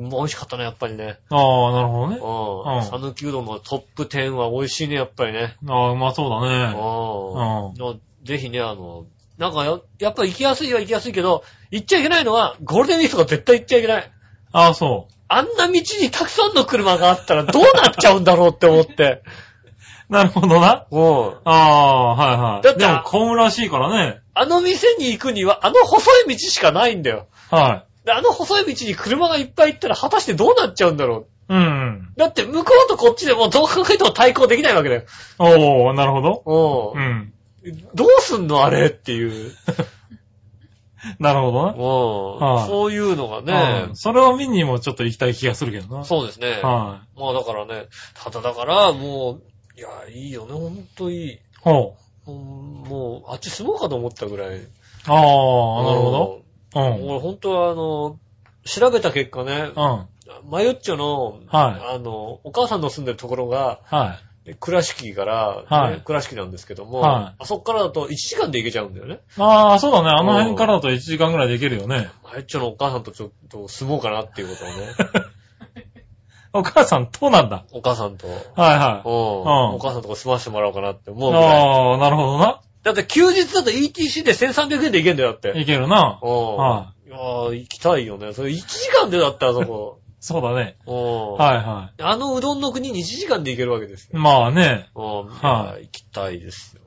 S2: うん美味しかったね、やっぱりね。
S3: ああ、なるほどね。
S2: う。
S3: うんん
S2: さぬきうどんのトップ10は美味しいね、やっぱりね。
S3: ああ、うまそうだね。
S2: うん
S3: うん
S2: の。ぜひね、あの、なんかや、やっぱ行きやすいは行きやすいけど、行っちゃいけないのは、ゴールデンウィークとか絶対行っちゃいけない。
S3: ああ、そ
S2: あんな道にたくさんの車があったらどうなっちゃうんだろうって思
S3: <laughs>
S2: って。
S3: う。なるほどな。
S2: うん。
S3: ああ、はいはい。
S2: だって
S3: でも混むらしいからね。
S2: あの店に行くには、あの細い道しかないんだよ。
S3: は
S2: であの細い道に車がいっぱい行ったら果たしてどうなっちゃうんだろう。
S3: い。うん。
S2: だって向こうとこっちでもうどう考えても対抗できないわけだよ。
S3: おおなるほど。う。
S2: うんん。どうすんのあれっていう。
S3: なるほどな。
S2: う
S3: は
S2: ん。
S3: い
S2: そういうのがね
S3: うん、それを見にもちょっと行きたい気がするけどな。
S2: そうですね。
S3: はい。
S2: まあだからね、ただだから、もう、いや、いいよね、ほんといい。
S3: ほう。
S2: うんもう、あっち住もうかと思ったぐらい。
S3: ああ、なるほど。う。
S2: うんん。俺ほんとは、あの、調べた結果ね、
S3: うん。
S2: マヨッチョの、
S3: は
S2: あの、お母さんの住んでるところが、
S3: は
S2: 倉敷から、
S3: はい
S2: ね倉敷なんですけども、
S3: は
S2: あそこからだと1時間で行けちゃうんだよね。
S3: い。ああ、そうだね。あの辺からだと1時間ぐらいで行けるよね。
S2: マヨッチョのお母さんとちょっと住もうかなっていうことをね、
S3: <laughs> お母さん、となんだ。
S2: お母さんと。
S3: はいはい。
S2: うん。お母さんとか住ませてもらおうかなって思うぐらい。
S3: ああ、なるほどな。
S2: だって休日だと ETC で1300円で行けんだよ、だって。
S3: いけるな。は
S2: うん。いやー行きたいよね。それ1時間でだったらそ
S3: <laughs>
S2: こ。
S3: そうだね。
S2: うん。
S3: はいは
S2: あのうどんの国に1時間で行けるわけです
S3: い。
S2: よ。
S3: まあね。
S2: うん。
S3: はい
S2: やー行きたいですよ。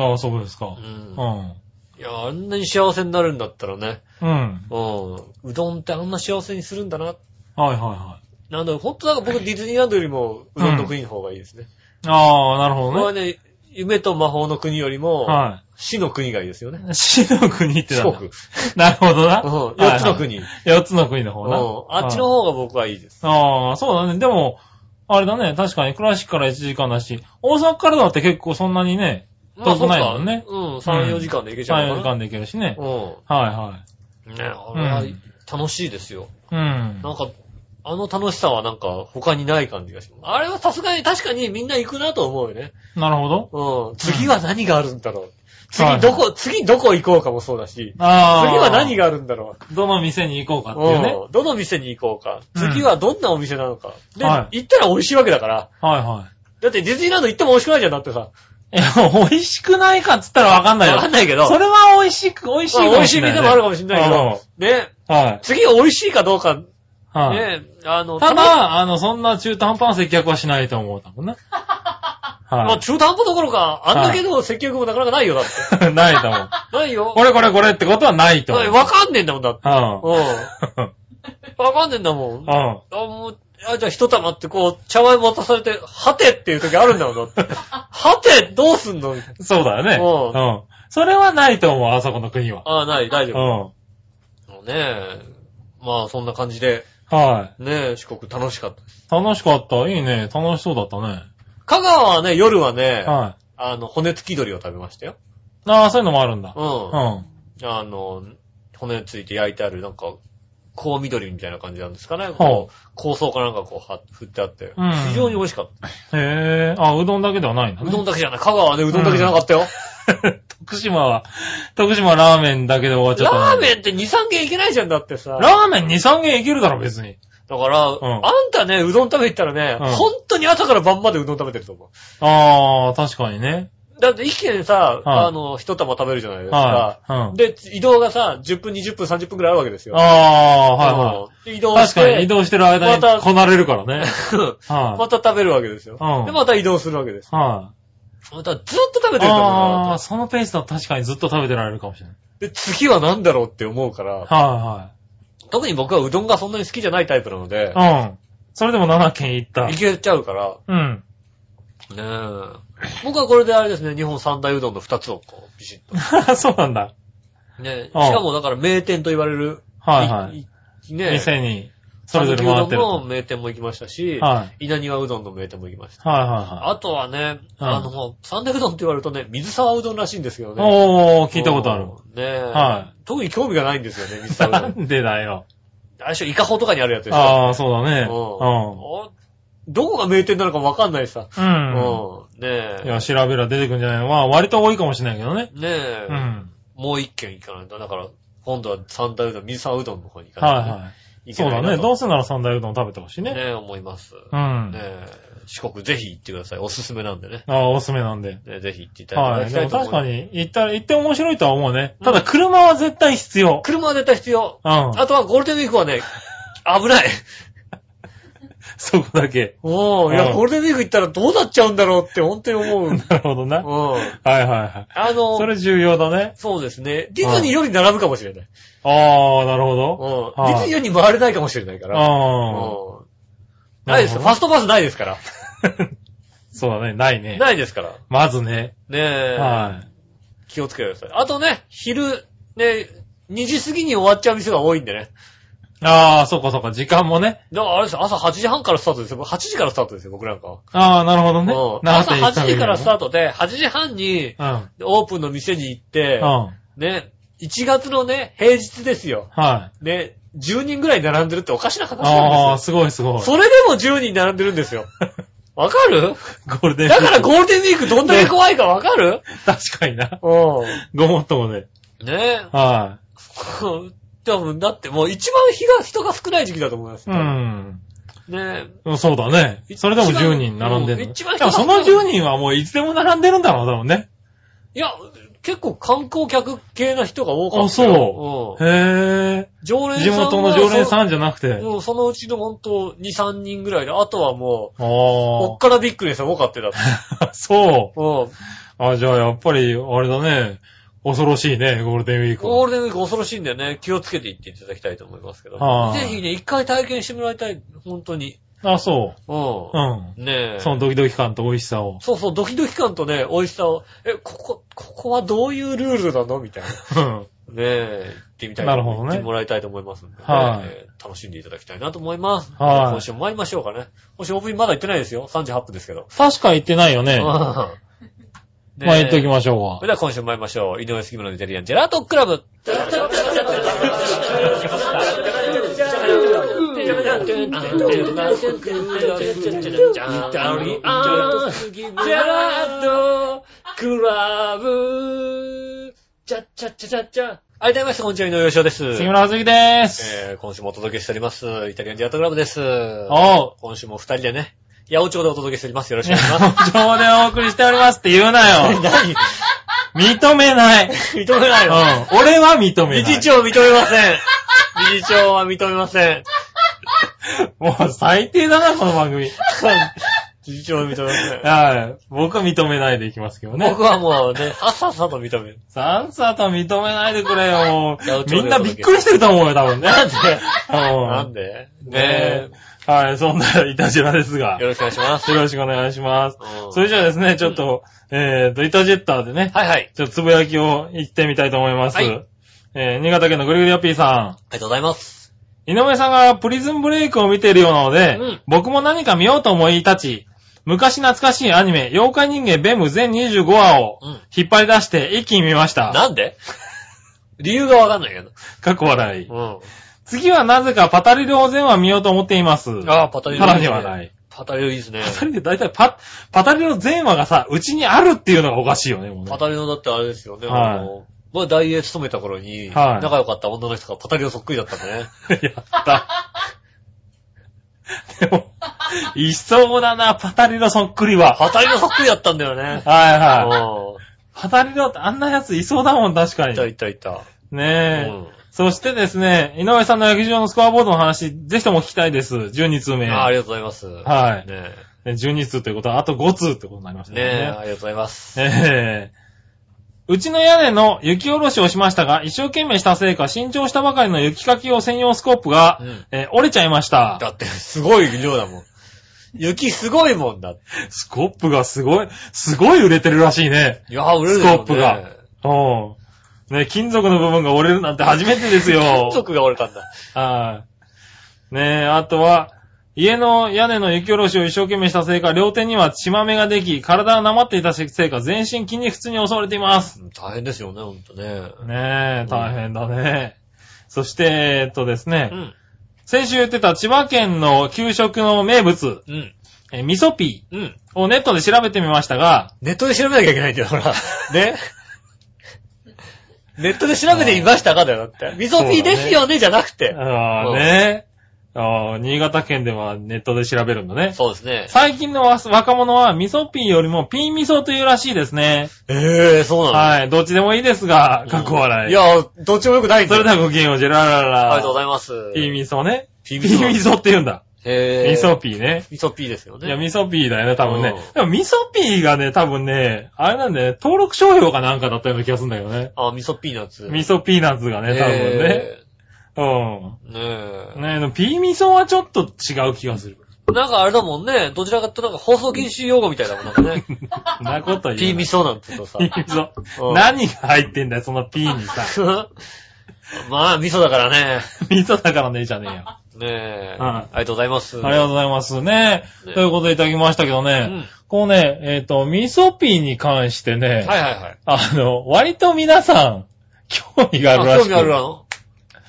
S3: ああ、そうですか
S2: う。。
S3: うんん。
S2: いやーあんなに幸せになるんだったらね。
S3: うん。
S2: うん。うどんってあんな幸せにするんだな。
S3: はいはいは
S2: なんだほんとなんか僕ディズニーランドよりもうどんの国の方がいいですね。
S3: い。ああ、なるほ
S2: これ
S3: ど
S2: は
S3: ね。
S2: ね、夢と魔法の国よりも、
S3: は
S2: 死の国がいいですよね。
S3: い。死の国ってなん
S2: 四
S3: だ
S2: 国。
S3: なるほどな。
S2: うん。四つの
S3: はい
S2: 国。
S3: はい。四つの国の方な。
S2: うんあっちの方が僕はいいです。
S3: ああ、そうだね。でも、あれだね。確かに、クラシックから1時間だし、大阪からだって結構そんなにね、
S2: まあ
S3: 遠くないもんね
S2: そうかうん、3、4時間で行けちゃう
S3: 3、4
S2: の
S3: 時
S2: か
S3: 間で行けるしね
S2: な。。う
S3: はいは
S2: ん。ね、あれは
S3: うん
S2: 楽しいですよ。
S3: い。うん。
S2: なんか、あの楽しさはなんか他にない感じがします。あれはさすがに確かにみんな行くなと思うよね。
S3: なるほど。
S2: うん。次は何があるんだろう。次
S3: はい
S2: どこ、次どこ行こうかもそうだし。
S3: ああ。
S2: 次は何があるんだろう。
S3: どの店に行こうかっていうね。
S2: うんどの店に行こうか。
S3: うん
S2: 次はどんなお店なのか。で、
S3: は
S2: 行ったら美味しいわけだから。
S3: はいは
S2: だってディズニーランド行っても美味しくないじゃん、だってさ。
S3: い。いや、美味しくないかっつったらわかんないよ。
S2: わかんないけど。
S3: それは美味しく、美味しい
S2: まあ
S3: か
S2: 美
S3: も
S2: 味し
S3: し
S2: い
S3: れない、ね。
S2: 店もあるかもしれないけど。ね、
S3: うん。はい。
S2: 次美味しいかどうか、ね、
S3: はい。
S2: あの、
S3: た
S2: ま、
S3: だ、あの、そんな中途半端な接客はしないと思う多分ね。
S2: まあ
S3: は
S2: 中途半端どころか、あんだけの接客もなかなかないよ、だって。
S3: い。 <laughs> ないと思う。
S2: ないよ。
S3: これこれこれってことはないと
S2: だって
S3: 思う。
S2: わかんねえんだもん、だって。
S3: う。
S2: うんん。わかんねえんだもん。あ、
S3: うん。
S2: もう、あ、じゃあ一玉ってこう、茶碗渡されて、はてっていう時あるんだもん、だ
S3: <laughs>
S2: って。はてどうすんの
S3: そうだよね。
S2: う
S3: うん。それはないと思う、あそこの国は。
S2: ああ、ない、大
S3: う
S2: 丈
S3: ん。
S2: 夫。
S3: は
S2: ねえ。まあ、そんな感じで、
S3: い。
S2: ねえ、四国楽しかったです。
S3: 楽しかった。いいね。楽しそうだったね。
S2: 香川はね、夜はね、
S3: はい。
S2: あの、骨付き鳥を食べましたよ。
S3: ああ、そういうのもあるんだ。
S2: うん
S3: う。ん。
S2: あの、骨ついて焼いてある、なんか、こう緑みたいな感じなんですかね。
S3: ほ
S2: こう、香草かなんかこうは、振ってあって
S3: うん。
S2: 非常に美味しかっ
S3: へぇー。あ、うどんだけではないんだ
S2: た。
S3: ね。
S2: うどんだけじゃない。香川はね、うどんだけじゃなかったよ。
S3: <laughs> 徳島は、徳島はラーメンだけで終わっちゃったな。
S2: ラーメンって2、3軒いけないじゃんだってさ。
S3: ラーメン2、3軒いけるだろ、別に。
S2: だから、あ
S3: ん
S2: んたね、うどん食べ行ったらね、
S3: うん
S2: 本当に朝から晩までうどん食べてると思
S3: あー、確かにね。
S2: う。だって一軒でさ、
S3: はい
S2: あの、一玉食べるじゃないですか。
S3: はい。うん。
S2: で、移動がさ、10分、20分、30分くらいあるわけですよ。
S3: あー、はいはい。
S2: い。移動し
S3: 確
S2: て、
S3: かに移動してる間
S2: また
S3: にこなれるからね。
S2: <laughs>
S3: は
S2: また食べるわけですよ。
S3: うん
S2: で、また移動するわけです。
S3: い。は
S2: またずっと食べ
S3: い。
S2: てると思う
S3: あ
S2: な
S3: ー、そのペースだと確かにずっと食べてられるかもしれない。
S2: で、次は何だろうって思うから、
S3: は
S2: 特に僕はうどんがそんなに好きじゃないタイプなの
S3: い
S2: で、
S3: はい。うん。それでも7軒行った
S2: い。けちゃうから、
S3: うん。 <laughs>
S2: ねえ。僕はこれであれですね、日本三大うどんの2つをこう、ビシッと。
S3: そうなんだ。
S2: ねえ。し
S3: ああ
S2: かもだから名店と言われる、
S3: はいはい。
S2: いいねえ。
S3: 店に、それぞれ回っ
S2: 讃岐う
S3: てると。
S2: どん
S3: は
S2: の名店も行きましたし
S3: い。、はい
S2: 稲庭うどんの名店も行きました。
S3: は
S2: あとはね、あの、三大うどんって言われるとね、水沢うどんらしいんですけど
S3: いはい。
S2: ね。
S3: おー、聞いたことある。
S2: ねえ。
S3: は
S2: 特に興味がないんですよね、水沢う
S3: な <laughs>
S2: どん。
S3: んでだよ。
S2: あれしょ、イカホとかにあるやつでしょ。
S3: ああ、そうだね。う。
S2: おどこが名店なのかわかんないしさ。うん
S3: う
S2: ん。ね
S3: ん。い
S2: え。
S3: や、調べら出てくんじゃないのまあ、割と多いかもしれないけどね。
S2: ねえ。
S3: うん。
S2: もう一軒行かないと。だから、今度は三大うどん、水沢うどんの方に行かないと、。
S3: はいい。
S2: け
S3: そう
S2: な
S3: だ
S2: いな
S3: ね。
S2: と
S3: どうせなら三大うどん食べてほしいね。
S2: ねえ、思います。
S3: う
S2: ね
S3: ん。
S2: え。四国ぜひ行ってください。おすすめなんでね。
S3: ああ、おすすめなんで。
S2: ねぜひ行っていた
S3: は
S2: だ
S3: い。
S2: き
S3: で
S2: たい
S3: も
S2: と思い
S3: 確
S2: ます。
S3: かに、行った、行って面白いとは思うね。ただ、車は絶対必要。
S2: 車は絶対必要。
S3: うん。
S2: あとはゴールデンウィークは
S3: <laughs>
S2: ね、危ない。
S3: そこだけ。
S2: おー、いうや、
S3: ん
S2: ゴールデンウィーク行ったらどうなっちゃうんだろうって本当に思う。うん。
S3: なるほどな。はいはいは
S2: あ
S3: い。
S2: の
S3: そ、れ重要だね。
S2: そうですね。ディズニーより並ぶかもしれない。
S3: ああ、なるほど。
S2: うん。
S3: はい
S2: ディズニーより回れないかもしれないから。
S3: ああ。
S2: うんないですよ。ファストパスないですから。
S3: <laughs> そうだね。ないね。
S2: ないですから。
S3: まずね。
S2: ねえ。
S3: はい。
S2: 気をつけてください。あとね、昼、ね、2時過ぎに終わっちゃう店が多いんでね。
S3: ああ、そっかそっか。時間もね。
S2: だからあれですよ、朝8時半からスタートですよ。8時からスタートですよ、僕なんかは。
S3: ああ、なるほどね
S2: う。ん
S3: な
S2: 朝8時からスタートで、8時半に
S3: うん。うん。
S2: オープンの店に行って、
S3: はい。
S2: ね、1月のね、平日ですよ。
S3: あ
S2: ね、10人ぐらい並んでるっておかしな形な
S3: あ
S2: ん
S3: ー、
S2: です
S3: ごいすごい
S2: すよ。。それでも10人並んでるんです
S3: <laughs>
S2: よ。わかる
S3: ゴールデンウィ
S2: だ
S3: ーク
S2: からゴールデンウィークどんだけ怖いかわかる
S3: 確かにな。
S2: う
S3: ごもっともで。
S2: ん。ねえ。
S3: は
S2: <laughs> 多分、だってもう一番日が、人が少ない時期だと思います
S3: い。う
S2: よ。
S3: ん。
S2: ね
S3: うんそうだね。それでも10人並んで
S2: う
S3: る
S2: ん
S3: の。
S2: 一番
S3: でもその10人はもういつでも並んでるんだろう、多分ね。
S2: え。いや、結構観光客系な人が多かった。。
S3: あそう
S2: うん。
S3: へ
S2: 常
S3: え。
S2: 連
S3: 地
S2: さんは。
S3: 元の常連
S2: ん
S3: さんじゃなくて。
S2: うん、そのうちのほんと2、3人ぐらいで、あとはもう、お
S3: あ
S2: っからびっくりした、多かったよだって。 <laughs>
S3: あ、そう。
S2: うん。
S3: あ、じゃあやっぱり、あれだね。恐ろしいね、ゴールデンウィーク
S2: ゴー
S3: は。
S2: ルデンウィーク恐ろしいんだよね。気をつけて行っていただきたいと思いますけど。
S3: はい
S2: ぜひね、一回体験してもらいたい。本当に。。
S3: あ、そうう。うんん。
S2: ねえ。
S3: そのドキドキ感と美味しさを。
S2: そうそう、ドキドキ感とね、美味しさを、え、ここ、ここはどういうルールなのみたいな。ね
S3: うん。
S2: え、行ってみたい。
S3: なるほどね
S2: 行ってもらいたいと思いますんで、ね。
S3: はい
S2: えー楽しんでいただきたいなと思います。
S3: はい
S2: 今週も参りましょうかね。今週オープニングまだ行ってないですよ。38分ですけど。
S3: 確か言ってないよ
S2: <laughs>
S3: ね。
S2: うん
S3: ま
S2: ね
S3: あ言っとき
S2: す。
S3: ましょ
S2: そうれでは今週も参りましょう。井上杉村のイタリアンジェラートクラブ。ジェラートクラブ。チャッチャッチャチャッチャ。ありがとうございました。こんにちは、井上洋です。
S3: か。杉村はずきでーす。
S2: えー、今週もお届けしております。イタリアンジェラートクラブです。
S3: おう。
S2: 今週も二人でね、八百長でお届けしております。よろしくお
S3: 上
S2: 願いし
S3: <laughs>
S2: ます。
S3: でお送りしておりますって言うな <laughs> よ。
S2: 何
S3: 認めない。
S2: 認めない
S3: うん
S2: わ。。
S3: 俺は認めな
S2: 理事。
S3: い
S2: 長認めま
S3: <laughs>
S2: せん。理事長は認めません。
S3: もう最低だな、この番組。
S2: 理事長は認めません。
S3: はい。僕は認めないでいきますけどね。
S2: 僕はもうね、さっさっさと認める。
S3: さんさと認めないでくれよ
S2: いやう。ちも
S3: みんなびっくりしてると思うよ、多分ね。
S2: なんでなん
S3: う
S2: でね
S3: ん。ねえ。はい、そんな、いたじらですが
S2: え。よ。ろしくお願いします。
S3: よろしくお願いします
S2: う。ん
S3: それじゃあですね、ちょっと、えーと、イタジェッターでね、
S2: はいはい。
S3: ちょっとつぶやきを言ってみたいと思います。
S2: はい
S3: えー、新潟県のぐるぐるよっぴー
S2: あ
S3: さ
S2: りがとうございます。
S3: ん。井上さんがプリズンブレイクを見ているようなので、
S2: うん
S3: 僕も何か見ようと思い立ち、昔懐かしいアニメ、妖怪人間ベム全25話を
S2: うん
S3: 引っ張り出して一気に見ました。
S2: なんで理由がわかんないけど。
S3: 過去笑い。
S2: うん。
S3: 次はなぜかパタリローゼンは見ようと思っています。
S2: ああ、パタリロ
S3: た
S2: いいです
S3: だで
S2: ね。
S3: はない。
S2: パタリロいいですね
S3: パ。タリで大体パ、パタリの前話がさ、うちにあるっていうのがおかしいよね、もうね
S2: パタリロだってあれですよね。
S3: はい
S2: あの、僕ダイエー勤めた頃に、
S3: はい
S2: 仲良かった女の人がパタリロそっくりだったんでね。
S3: <laughs> やった。でも、いそうだな、パタリのそっくりは。
S2: パタリロそっくりだったんだよね。
S3: はいは
S2: う
S3: い。パタリの、あんなやついそうだもん、確か
S2: ん。いた
S3: に。
S2: いたいた。
S3: ねえ。
S2: うん
S3: そしてですね、井上さんの野球場のスコアボードの話、ぜひとも聞きたいです。12通目。
S2: あああ
S3: は
S2: りがとうございます。ね
S3: い。
S2: え。
S3: ね12通ということは、あと5通ってことになりました
S2: ね
S3: ね。
S2: え、ありがとうございます。
S3: ええうちの屋根の雪下ろしをしましたが、一生懸命したせいか、新調したばかりの雪かき用専用スコープが、
S2: うん
S3: えー折れちゃいました。
S2: だって、すごい量だもん。雪すごいもんだって。
S3: スコープがすごい、すごい売れてるらしいね。
S2: いやー、売れるでしょうね
S3: スコープが。うん。ね、金属の部分が折れるなんて初めてですよ。
S2: 金属が折れたんだ。
S3: はい。ねえ、あとは、家の屋根の雪下ろしを一生懸命したせいか、両手には血まめができ、体はなまっていたせいか、全身筋肉痛に襲われています。
S2: うん大変ですよね、ほんとね。
S3: ねえ、大変だね。そして、えっとですね、
S2: うん。
S3: 先週言ってた千葉県の給食の名物、
S2: うん。
S3: え味噌ピ
S2: うん。
S3: ーをネットで調べてみましたが、
S2: ネットで調べなきゃいけないんだよ、ほら。 <laughs> ね。ネットで調べてみましたかだよ、だって。みそピーですよね、じゃなくて。
S3: あ
S2: うん
S3: あね、あー新潟県ではネットで調べるんだね。
S2: そうですね。
S3: 最近のわ若者は味噌ピーよりもピー味噌というらしいですね。
S2: ええ、そうな
S3: はい。どっちでもいいですが
S2: の、
S3: かっこ笑い。
S2: いや、どっちもよくないん
S3: そ
S2: だ
S3: れ
S2: よ
S3: ではごきげんよう、ジェラララ。
S2: ありがとうございます。
S3: ピー味噌ね。
S2: ピ
S3: ピ
S2: ー
S3: ー
S2: ミソ
S3: 味噌って言うんだ。
S2: へ
S3: 味
S2: え。
S3: 噌ピーね。
S2: みそピーですよ
S3: いや、
S2: ね。
S3: 味噌ピーだよね、多分ね
S2: うん。
S3: でも味噌ピーがね、多分ね、あれなんだよね、登録商標かなんかだったような気がするんだよね。
S2: あ、みそピーのやつ。
S3: 味噌ピーナッツがね、多分ね。
S2: へ
S3: う
S2: え。ねえ
S3: ん。。ねえ、でもピー味噌はちょっと違う気がする。
S2: なんかあれだもんね、どちらかとなんか放送禁止用語みたい
S3: <laughs>
S2: だもんなんかね。
S3: そんなこと言うな。
S2: ピー味噌なんて言うとさ
S3: ピ。 <laughs> ー味
S2: う
S3: 噌。
S2: ん
S3: 何が入ってんだよ、そのピー
S2: <laughs>
S3: にさ。
S2: まあ、味噌だからね。
S3: 味噌だからね、じゃねえよ。
S2: ねえ。
S3: うん
S2: ありがとうございます。
S3: ありがとうございますね。
S2: ね
S3: ということでいただきましたけどね、
S2: うん
S3: こうね、えっ、と、味噌ピーに関してね、
S2: はいはいはい。
S3: あの、割と皆さん、興味があるら
S2: 興
S3: しく
S2: 味あるわの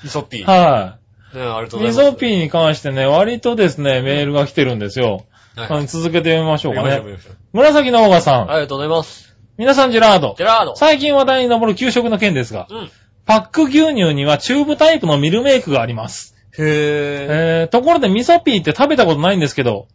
S2: 味噌ピー。ね
S3: は
S2: えありが
S3: い。
S2: とうご
S3: 味
S2: ざいます。
S3: 噌ピーに関してね、割とですね、メールが来てるんですよ。
S2: はい
S3: あの続けてみましょうか
S2: 読み
S3: ね。
S2: ましょう読みましょう
S3: 紫のオーガさん、
S2: ありがとうございます。
S3: 皆さんジェラード
S2: ジ。ェラード。
S3: 最近話題に上る給食の件ですが、
S2: うん。
S3: パック牛乳にはチューブタイプのミルメイクがあります。
S2: へえ。
S3: えー、ところで味噌ピーって食べたことないんですけど、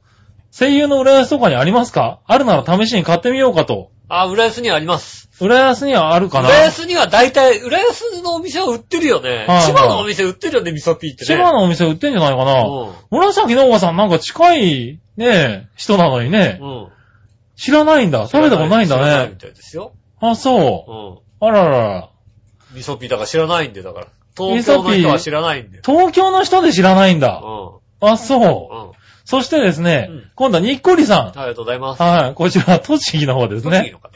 S3: 声優の裏安とかにありますかあるなら試しに買ってみようかと。
S2: あ、浦安にはあります。
S3: 裏安にはあるかな
S2: 浦安には大体、浦安のお店は売ってるよね。
S3: はい
S2: 千葉のお店売ってるよね、味噌ピーってね。
S3: 千葉のお店売ってんじゃないかな
S2: の
S3: 紫のおばさんなんか近い、ね、人なのにね
S2: う、ん。うん。
S3: 知らないんだ。食べたことないん
S2: 知らな
S3: だ
S2: い
S3: ね
S2: み。たいですよ。
S3: あ、そう
S2: ん。
S3: う。あららら。
S2: 味噌ピーだから知らないんで、だから。東京の人は知らないんで。
S3: 東京の人で知らないん
S2: う
S3: だ。
S2: ん。
S3: あ、そう。
S2: うん。
S3: そしてですね
S2: うん、
S3: 今度はにっこりさん。
S2: ありがとうございます。
S3: はい、こちら、栃木の方です
S2: 栃木
S3: ね。
S2: の方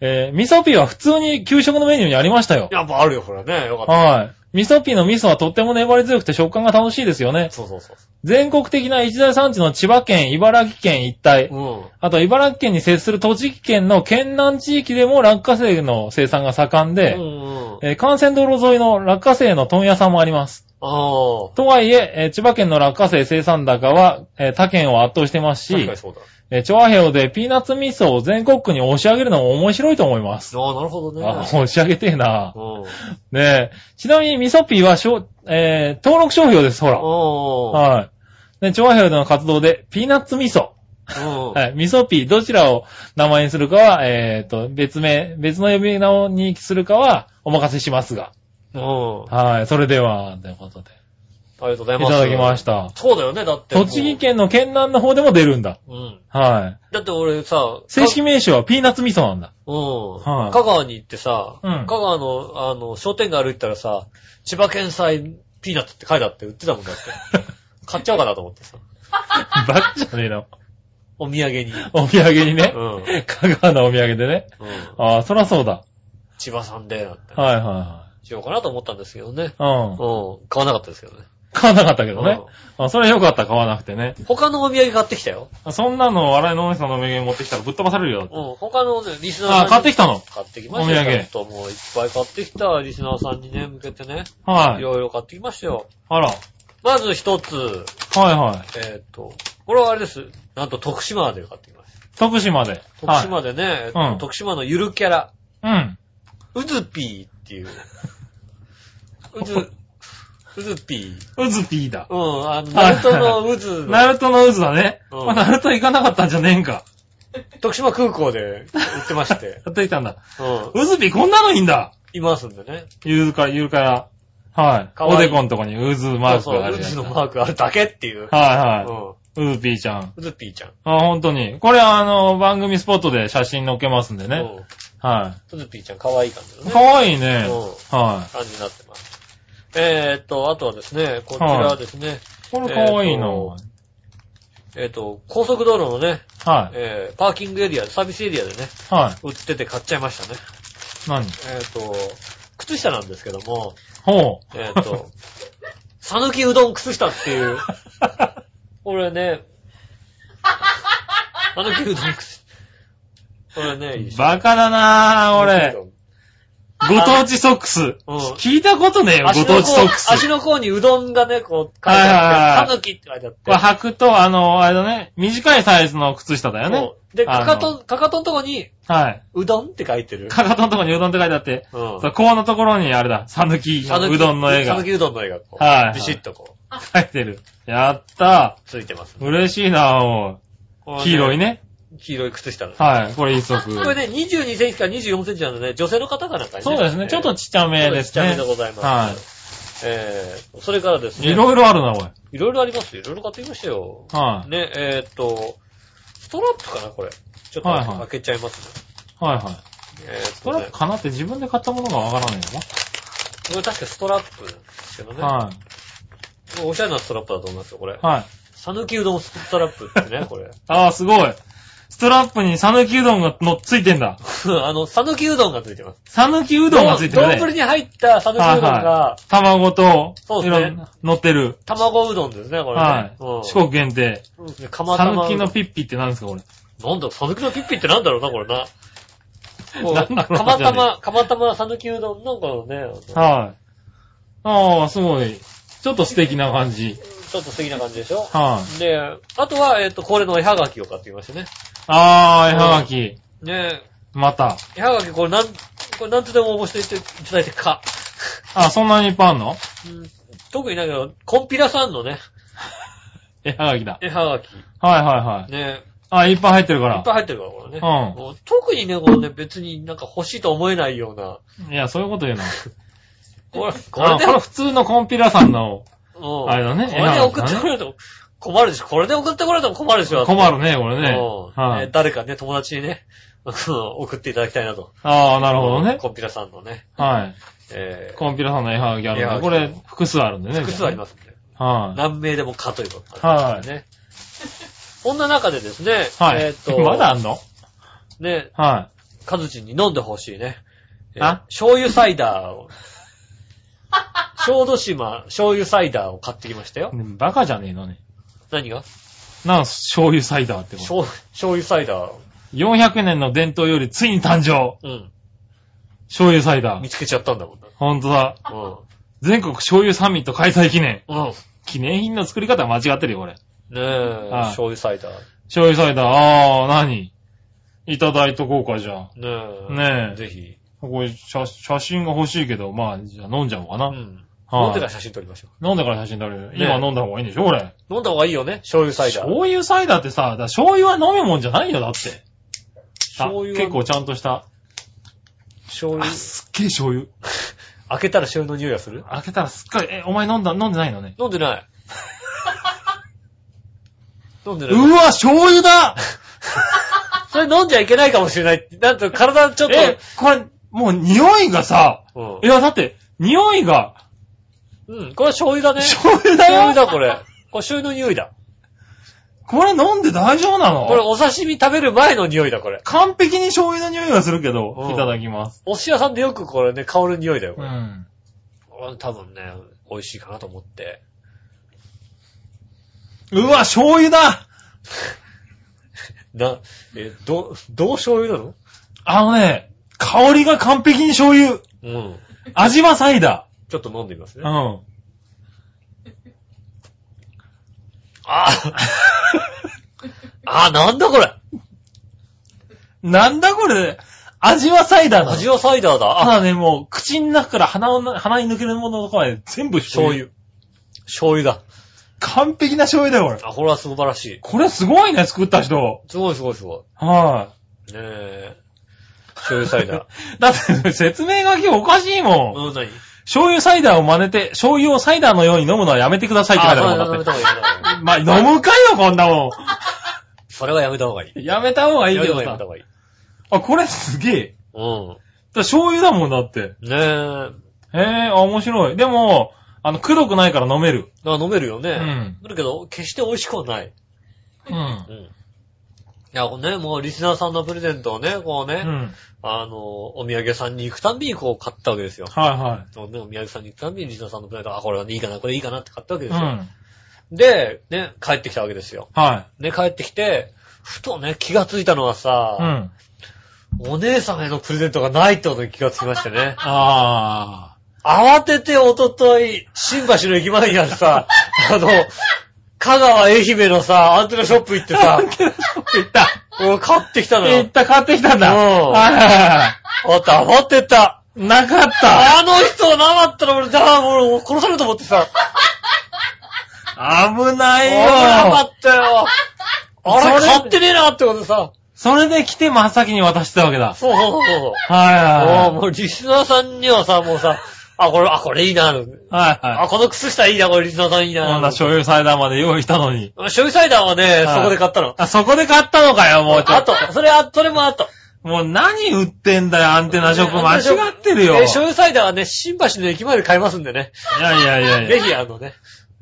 S3: えー、味噌ピーは普通に給食のメニューにありましたよ。
S2: やっぱあるよ、ほらね。よかっ
S3: はい。味噌ピーの味噌はとっても粘り強くて食感が楽しいですよね
S2: た。。そうそうそう。
S3: 全国的な一大産地の千葉県、茨城県一帯、
S2: うん。
S3: あと茨城県に接する栃木県の県南地域でも落花生の生産が盛んで、
S2: うんうん。
S3: えー幹線道路沿いの落花生の問屋さんもあります。
S2: ああ。
S3: とはいえ、えー千葉県の落花生生産高は、えー他県を圧倒してます
S2: 確
S3: し
S2: かに、そうだ。
S3: えー、調和平でピーナッツ味噌を全国区に押し上げるのも面白いと思います。
S2: ああ、なるほどね。
S3: あ、押し上げてえな。
S2: うん。
S3: ねえ。ちなみに、ミソピーはしょ、えー、登録商標です、ほら。
S2: あ
S3: はい。ね、調和平での活動で、ピーナッツ味噌。
S2: あ。うん。
S3: はい。味噌ピー、どちらを名前にするかは、えっ、と、別名、別の呼び名にするかは、お任せしますが。
S2: うん。あ
S3: はい。それでは、ということで。
S2: りがとうござい
S3: い
S2: ます。。
S3: ただきましたた。
S2: そうだよね、だって。
S3: 栃木。県の県南の方でも出るんだ。
S2: うん。
S3: はい。
S2: だって俺さ、
S3: 正式名称はピーナッツ味噌
S2: <laughs>
S3: なんだ。
S2: うん。
S3: はい
S2: 香川に行ってさ、
S3: うん
S2: 香川の、あの、商店街歩いてたらさ、千葉県産ピーナッツって書いてあって売ってたもんだ
S3: <laughs>
S2: って。買っちゃおうかなと思ってさ、
S3: バッじゃねえの。
S2: お土産に。
S3: お土産にね
S2: う。ん。うん。
S3: 香川のお土産でね。ああ、そらそうだ。
S2: 千葉産で、なんて
S3: はいは
S2: しようかなと思ったんですけどね。
S3: いはい。う
S2: う
S3: ん。
S2: ん。買わなかったですけどね。
S3: 買わなかったけどね
S2: う。
S3: あそれよかった、買わなくてね。
S2: 他のお土産買ってきたよ。
S3: あそんなの、笑いのお姉さんの名言持ってきたらぶっ飛ばされる
S2: うん
S3: よ。。
S2: 他のねリスナーさん
S3: あ、
S2: に。
S3: 買ってきたの。
S2: 買ってきました
S3: お土
S2: よ。
S3: 産
S2: ちょっともういっぱい買ってきたリスナーさんにね、向けてね。
S3: はいい。
S2: ろいろ買ってきましたよ。
S3: あら。はい
S2: まず一つ、
S3: は
S2: えーっと、これはあれです。なんと徳島で買ってきました。
S3: い。徳島で。
S2: 徳
S3: はい。
S2: 島でね、えっと
S3: うん
S2: 徳島のゆるキャラ、
S3: うん。
S2: うずぴーっていう。うず、うずぴー。
S3: うずぴーだ。
S2: うん、あの、ナルトのう
S3: <laughs>
S2: ず
S3: ナルトの渦だね。
S2: うん
S3: まあ、ナルト行かなかったんじゃねえんか。
S2: 徳島空港で売ってまして。
S3: 買ってきたんだ。
S2: うん。
S3: うずぴーこんなのいいんだ。
S2: いますんでね。
S3: ゆるか、ゆるから。はい。
S2: かわいい
S3: おでこのとこに渦マーク
S2: そうそ
S3: があ
S2: う、
S3: る
S2: う
S3: やつ
S2: ず
S3: だ
S2: のマークあるだけっていう。
S3: はいは
S2: う
S3: い。うずぴーちゃん。
S2: ん。うずぴーちゃん。
S3: あ、本当に。これあの、番組スポットで写真載っけますんでね。は
S2: うん。うずぴーちゃん可愛い感じの
S3: い。
S2: ね。
S3: かわいいね。
S2: う
S3: は
S2: 感じになってます。えーっと、あとはですね、こちらはですね、
S3: い。これかわいい
S2: え
S3: な。
S2: ーとえーっと、高速道路のね、
S3: はい。
S2: えーパーキングエリア、サービスエリアでね、
S3: はい。
S2: 売ってて買っちゃいましたね。え
S3: 何
S2: ーっと、靴下なんですけども、
S3: ほう。
S2: えーっと、さぬきうどん靴下っていう、これね、さぬきうどん靴下。これね、いいでしょ
S3: バカだなぁ、
S2: 讃岐
S3: 俺。
S2: う
S3: ご当地ソックス。
S2: どんうん。
S3: 聞いたことねえよ、
S2: 足
S3: ご
S2: の
S3: 当地ソック
S2: 甲、足
S3: ス。
S2: の甲にうどんがね、こう、書いてあって、
S3: はいはいはい
S2: さぬきって書いてあって
S3: これ。履くと、あの、あれだね、短いサイズの靴下だよね
S2: そ。うで、
S3: あ
S2: か
S3: の
S2: かと、かかとのとこに、
S3: はい。
S2: うどんって書いてる。
S3: かかとのとこにうどんって書いてあって、
S2: うん
S3: そうこうのところにあれだ、さぬきのうどんの絵
S2: さ
S3: が
S2: ぬきうどんの絵が、こう、
S3: はいはい
S2: ビシッとこう、
S3: 書いてる。やった
S2: ついてます。
S3: ー。嬉しいなぁ、おい黄色い
S2: ね。
S3: ね。
S2: 黄色い靴下だね。
S3: はい、これ一
S2: <laughs>
S3: 足。
S2: これね、22センチから24センチなので、女性の方かなんかに
S3: そうですね。ちょっとちっちゃめです
S2: ちょ
S3: ね
S2: っとちっちゃめで。ございます。
S3: は
S2: えー、それからです
S3: い。
S2: ね。
S3: いろいろあるな、おい。
S2: いろいろありますよ。いろいろ買ってきましたよ。
S3: はい。
S2: ね、えーっと、ストラップかな、これ。ちょっと
S3: はいはい
S2: 開けちゃいますね。
S3: はいはい。
S2: えーっ
S3: ス
S2: と
S3: トラ
S2: ね、
S3: ップかなって自分で買ったものがわからないの
S2: これ確かストラップなんですけどね。
S3: は
S2: おしゃれなストラップだと思いますよ、これ
S3: い。。はい。
S2: さぬきうどんストラップって
S3: <laughs>
S2: ね、これ。 <laughs>
S3: ああ、すごい。ストラップにサヌキうどんがのっついてんだ。
S2: あの、さぬきうどんがついてます。
S3: サヌキうどんがついてる
S2: 丼
S3: ね。
S2: に入ったさぬきうどん
S3: はい
S2: が、
S3: 卵と、
S2: そう
S3: い
S2: ですね
S3: ろんな、乗ってる。
S2: 卵うどんですね、これね。
S3: はい。
S2: うん
S3: 四国限定。
S2: そうですね、釜
S3: サ
S2: 玉
S3: ヌキ
S2: うど
S3: の
S2: ん。
S3: ピッピって何ですか、これ。
S2: なんだ、さぬきのピッピってなんだろうな、これな。こ
S3: なんだろう
S2: う
S3: な
S2: 釜玉、釜玉さぬきうどんなんかのね、
S3: はい。ああ、すごい。ちょっと素敵な感じ。
S2: ちょっと素敵な感じでしょ。
S3: はい。
S2: で、あとは、えっと、恒例の絵はがきを買ってきましたね。
S3: ああ、絵はがき。
S2: ね
S3: また。
S2: え、絵はがきこれなん、これなんとでも応募していただいてか。
S3: あ、そんなにいっぱいあんの
S2: うん特になんか、コンピラさんのね、
S3: 絵はがきだ。
S2: 絵はがき。
S3: はいはいはい。
S2: ね
S3: あ、いっぱい入ってるか
S2: い
S3: ら
S2: っぱ。い入ってるから、これね。
S3: うん
S2: もう特にね、このね、別になんか欲しいと思えないような。
S3: いや、そういうこと言うな。
S2: これ、こ
S3: あ
S2: れ
S3: こ
S2: で、
S3: れ普通のコンピラさん
S2: う
S3: の、
S2: ん
S3: あれだね
S2: これで送ってこられても困るでしょ。これで送ってこられても困るでしょ。
S3: 困るね、これ
S2: うん
S3: ね。は
S2: ね
S3: い。
S2: 誰かね、友達にね、 <laughs> うん送っていただきたいなと。
S3: ああ、なるほどね。
S2: コンピラさんのね、
S3: はい。
S2: えー
S3: コンピラさんの絵はがきあるんで、こ
S2: 絵は
S3: れ
S2: がき
S3: 複数あるんでね。
S2: 複数ありますんで。
S3: す。は
S2: 何名でもかということ
S3: はい <laughs>
S2: ね。そんな中でですね、
S3: い。はい。
S2: えーっと、
S3: まだあんの
S2: ね、
S3: は
S2: カズチンに飲んでほしいね。えー
S3: あ
S2: 醤油サイダーを。 <laughs> 小豆島醤油サイダーを買ってきましたよ
S3: い。。バカじゃねえのね。
S2: 何が
S3: なん、醤油サイダーってこと。
S2: 醤醤油サイダー。
S3: 400年の伝統よりついに誕生
S2: うん。
S3: 醤油サイダ
S2: 見
S3: ー。
S2: つけちゃったんだもんな。
S3: ほんとだ。
S2: う
S3: 全国醤油サミット開催記念。
S2: ん。うん。
S3: 記念品の作り方間違ってるよ、これ。
S2: ねえ、
S3: はい
S2: 醤油サイダー。ね
S3: 醤油サイダー、ああ、何いただいとこうか、じゃあ。
S2: え。
S3: ねえ
S2: ぜひ。
S3: これ、写写真が欲しいけど、まあ、じゃあ飲んじゃおうかな。
S2: うん。
S3: はい
S2: 飲んでから写真撮りましょ
S3: 飲んでから写真撮る。
S2: ね
S3: 今飲んだ方がいいんでしょ、これ。
S2: う。飲んだ方がいいよね、醤油サイダー。
S3: 醤油サイダーってさ、だから醤油は飲み物じゃないよ、だって。あ
S2: 醤油は
S3: 結構ちゃんとした。
S2: 醤油。
S3: すっげえ醤油。
S2: 開けたら醤油の匂いがする
S3: 開けたらすっごい、え、お前飲んだ、飲んでないのね。
S2: 飲んで <laughs> ない。飲んでな
S3: う
S2: い。
S3: わ、醤油だ
S2: それ飲んじゃいけないかもしれない。なんと体ちょっと。
S3: え、これ、もう匂いがさ、
S2: うん
S3: いや、だって、匂いが、
S2: うん。これは醤油だね。
S3: 醤油だ
S2: 醤
S3: よ
S2: 油だ、これ。これ醤油の匂いだ。
S3: これ飲んで大丈夫なの
S2: これお刺身食べる前の匂いだ、これ。
S3: 完璧に醤油の匂いがするけ
S2: う
S3: ど、
S2: ん
S3: いただきます。
S2: お寿司屋さんでよくこれね、香る匂いだよ、こ
S3: う
S2: れ。
S3: ん。
S2: 多分ね、美味しいかなと思って。
S3: うわ、醤油だ
S2: な、え、ど、どう醤油なの
S3: あのね、香りが完璧に醤油。
S2: うん。
S3: 味はサイダ
S2: ちょっと飲んでみます
S3: ー。
S2: ね。
S3: う
S2: あ
S3: ん。 <laughs>
S2: ああ、 <laughs> なんだこれ
S3: なんだこれ味はサイダーなの。
S2: 味はサイダーだ。
S3: た
S2: あ、
S3: だね、もう、口の中から鼻をな、鼻に抜けるものとかまで全部醤
S2: 醤
S3: 油。
S2: 油。醤油だ。
S3: 完璧な醤油だよ、これ。
S2: あ、これは素晴らしい。
S3: これすごいね、作った人。
S2: すごいすごいすご。
S3: はい
S2: ねえ。醤油サイダー。
S3: い。だって、説明書きおかしいもん。
S2: <laughs> うん、何
S3: 醤油サイダーを真似て、醤油をサイダーのように飲むのはやめてくださいって書いてあるもんだって。
S2: あそうやめた方がいい。
S3: まあ、飲むかよ、こんなも
S2: <laughs> それはやめた方がいい。
S3: ん。やめた方がいいけど
S2: やめた
S3: さ。
S2: 方がいい。
S3: あ、これすげえ。
S2: うん。
S3: だ醤油だもんだって。
S2: ねえ。
S3: へえ、あ面白い。でも、あの、くどくないから飲める。
S2: あ飲めるよね。
S3: うん
S2: だけど、決して美味しくはない。
S3: うん
S2: う。ん。いや、こうね、もうリスナーさんのプレゼントをね、こう
S3: う
S2: ね、
S3: ん。
S2: あの、お土産屋さんに行くたんびにこう買ったわけですよ。
S3: はいは
S2: そうね、お土産屋さんに行くたんびにリスナーさんのプレゼント、あ、これはいいかな、これいいかなって買ったわけ
S3: い。
S2: で
S3: う
S2: すよ。
S3: ん。
S2: で、ね、帰ってきたわけですよ。
S3: は
S2: ね、帰ってきて、ふとね、気がついたのはさ
S3: い。う、ん。。
S2: お姉さんへのプレゼントがないってことに気がつきましてね <laughs>
S3: あ
S2: 慌てておととい、新橋の駅前にあるさ、 <laughs> あの、香川愛媛のさ、アンテナショップ行って
S3: <laughs>
S2: さ、
S3: ー。いった。
S2: 俺買ってきたの
S3: い
S2: よ
S3: っ。た、買ってきたんだ。
S2: うん
S3: はいはいは
S2: あ、黙ってた。
S3: い。なかった。
S2: あの人がなかったら俺、じゃあもう殺されると思ってさ、危
S3: 危ない
S2: な
S3: よ。
S2: かったよ。あれ
S3: それ
S2: 買ってねえなってことでさ、
S3: それで来て真っ先に渡してたわけだ。
S2: そうそうそうそう。
S3: はいは
S2: も
S3: い
S2: う、
S3: はい。
S2: もうリスナーさんにはさ、もうさ、あ、これ、あ、これいいな。
S3: はいはい
S2: あ、。この靴下いいな、これリスナーさんいいな。
S3: こんな醤油サイダーまで用意したのに。
S2: 醤油サイダーはね、
S3: はい
S2: そこで買ったの。
S3: あ、そこで買ったのかよ、もうちょ
S2: あ
S3: っと。
S2: と、それ、あ、それもあと。
S3: もう何売ってんだよ、アンテナショップ。間違ってる
S2: えー
S3: よ。い
S2: 醤油サイダーはね、新橋の駅前で買えますんでね。
S3: やいやいやいや。
S2: ぜひ、あのね、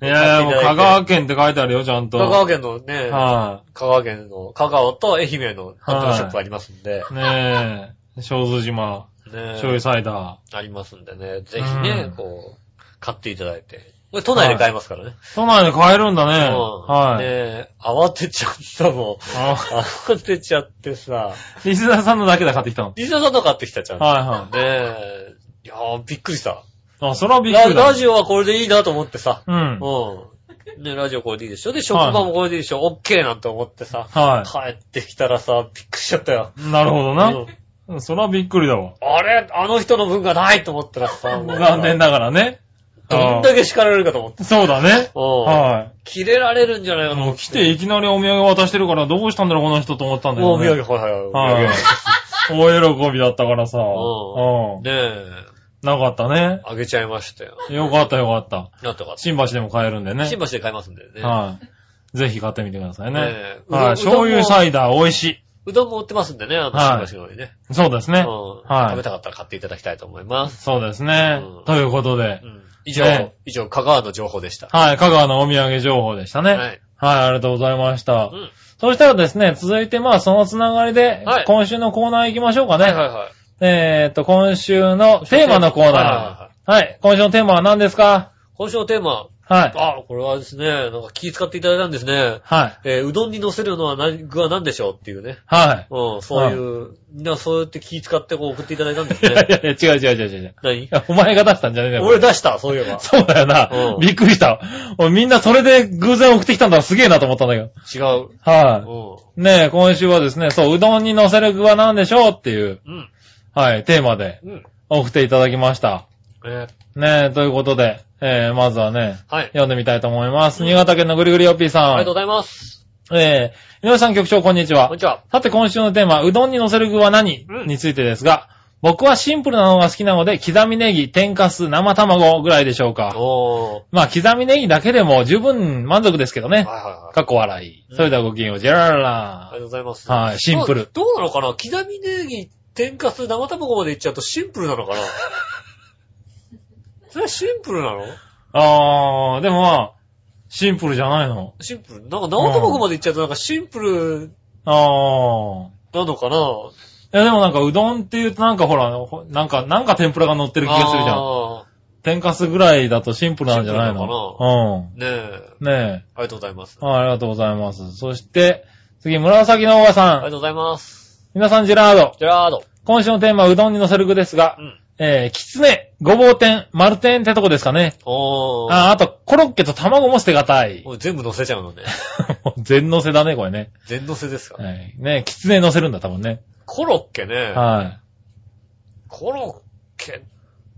S3: いやいや、もう香川県って書いてあるよ、ちゃんと。
S2: 香川県のね、
S3: は
S2: 香川県の、香川と愛媛のハンターショップありますんで、
S3: い。ねえ、小豆島、
S2: ね
S3: 醤油サイダ
S2: ありますんでね、ぜひね
S3: うん、
S2: こう、買っていただいて。これ都内で買えますからね。
S3: ー。都内で買えるんだね。
S2: うんね
S3: はい。
S2: え慌てちゃったもん。
S3: あ
S2: 慌てちゃってさ、
S3: リスナーさんのだけで買ってきたの。
S2: リサさんの買ってきたじゃん。ね
S3: はいは
S2: え、いやー、びっくりした。
S3: い。あ、それはびっく
S2: ラ
S3: りだ。
S2: ラジオはこれでいいなと思ってさ。
S3: うん。
S2: うん。ね、ラジオこれでいいでしょで、職場もこれでいいでしょオッケーなんて思ってさ、
S3: は
S2: 帰ってきたらさ、びっくりしちゃったよ。
S3: い。なるほど
S2: うん
S3: な。それはびっくりだわ。
S2: あれあの人の分がないと思ったらさ、もう
S3: <laughs> 残念ながらね。
S2: どんだけ叱られるかと思って。
S3: そうだね。
S2: うん。
S3: は
S2: 切れられるんじゃないか
S3: い。
S2: と
S3: も
S2: 思
S3: う
S2: っ
S3: 来ていきなりお土産渡してるからどうしたんだろうこの人と思ったんだけ
S2: も
S3: ど
S2: う
S3: ね。
S2: 宮城、はいはいはい。
S3: はい
S2: 宮。
S3: 大喜びだったからさ。
S2: うん
S3: う
S2: 城
S3: ん
S2: ねえ、
S3: なかったね。
S2: あげちゃいましたよ。
S3: よかったよかった。
S2: なんとか。
S3: 新橋でも買えるんでね。
S2: 新橋で買いますんでね。
S3: はい。ぜひ買ってみてください
S2: ね
S3: ね。
S2: え
S3: はい。
S2: うどんも
S3: 醤油サイダー美味し
S2: うどんも売ってますんでね、あ
S3: は
S2: の
S3: い
S2: 新橋の方にね。
S3: い。そうです
S2: うん
S3: ね。
S2: 食
S3: は
S2: べ
S3: い。
S2: たかったら買っていただきたいと思います。
S3: そうですね
S2: う。ん
S3: ということで
S2: う。ん以上
S3: ね、
S2: 以上、香川の情報でした。
S3: はい。香川のお土産情報でしたね。
S2: は
S3: はい。
S2: い。
S3: ありがとうございました
S2: う。ん
S3: そしたらですね、続いてまあそのつながりで
S2: はい、
S3: 今週のコーナー行きましょうかね。
S2: はいはいはい。
S3: えーっと、今週のテーマのコー
S2: はいはい
S3: ナ
S2: はい
S3: ー。はい。今週のテーマは何ですか
S2: 今週のテーマ、
S3: はい。
S2: あ、これはですね、なんか気遣っていただいたんですね。
S3: はい。
S2: えーうどんに乗せるのは何、具は何でしょうっていうね。
S3: はい。
S2: うん、そういう、みんなそうやって気遣ってこう送っていただいたんです
S3: いや
S2: <laughs> ね。
S3: いやいや違う違う違う違う違う。
S2: 何
S3: お前が出したんじゃねえんだよ。これ
S2: 俺出した、そういえば。
S3: そうだよな
S2: う。ん
S3: びっくりした。俺みんなそれで偶然送ってきたんだからすげえなと思ったんだけど。
S2: 違う。
S3: は
S2: う
S3: い。ねえ、今週はですね、そう、うどんに乗せる具は何でしょうってい
S2: ん。
S3: う、
S2: うん。
S3: はい、テーマで
S2: うん。
S3: 送っていただきました。
S2: え
S3: ねえ、ということで、えー、まずはね、
S2: ーはい。
S3: 読んでみたいと思います。新潟県のぐりぐりよっぴーさん。
S2: ありがとうございます。
S3: えー、井上さん局長、こんにちは
S2: こんに。ちは。
S3: さて今週のテーマ、うどんに乗せる具は何、
S2: うん
S3: についてですが、僕はシンプルなのが好きなので、刻みネギ、天かす、生卵ぐらいでしょうか。
S2: おー。
S3: まあ、刻みネギだけでも十分満足ですけど
S2: は
S3: ね。
S2: いはいはい。
S3: かっこ笑い。それではごきげんよう、ジェララ
S2: あり
S3: ラ
S2: がとうございます。
S3: はいシンプル
S2: どうどうなのかな刻みネギ、天かす、生卵までいっちゃうとシンプルなのかなそれはシンプルなの
S3: あー、でもまあ、シンプルじゃないの。
S2: シンプル。なんか生卵までいっちゃうとなんかシンプル
S3: あー。
S2: なのかない
S3: やでもなんかうどんって言うとなんかほら、ほなんか、なんか天ぷらが乗ってる気がするじゃん。
S2: あ
S3: 天かすぐらいだとシンプルなんじゃないの
S2: シンプルなのねえ。
S3: うん。ね
S2: ありがとうございます。
S3: え。はいありがとうございます。そして、次、紫のおば
S2: あり
S3: さ
S2: がとう
S3: ん。
S2: ございます。
S3: 皆さん、ジェラード。
S2: ジェラード。
S3: 今週のテーマはうどんにのせる具ですが
S2: う、ん。
S3: えー、きつね、ごぼう天、丸天ってとこですかね。
S2: おー。
S3: あ、あと、コロッケと卵も捨てがたい。 <laughs>
S2: もう全部乗せちゃうのね。
S3: 全乗せだね、これね。
S2: 全乗せですか、
S3: はい。ね、きつね乗せるんだ、多分ね。
S2: コロッケね。
S3: は
S2: コロッケっ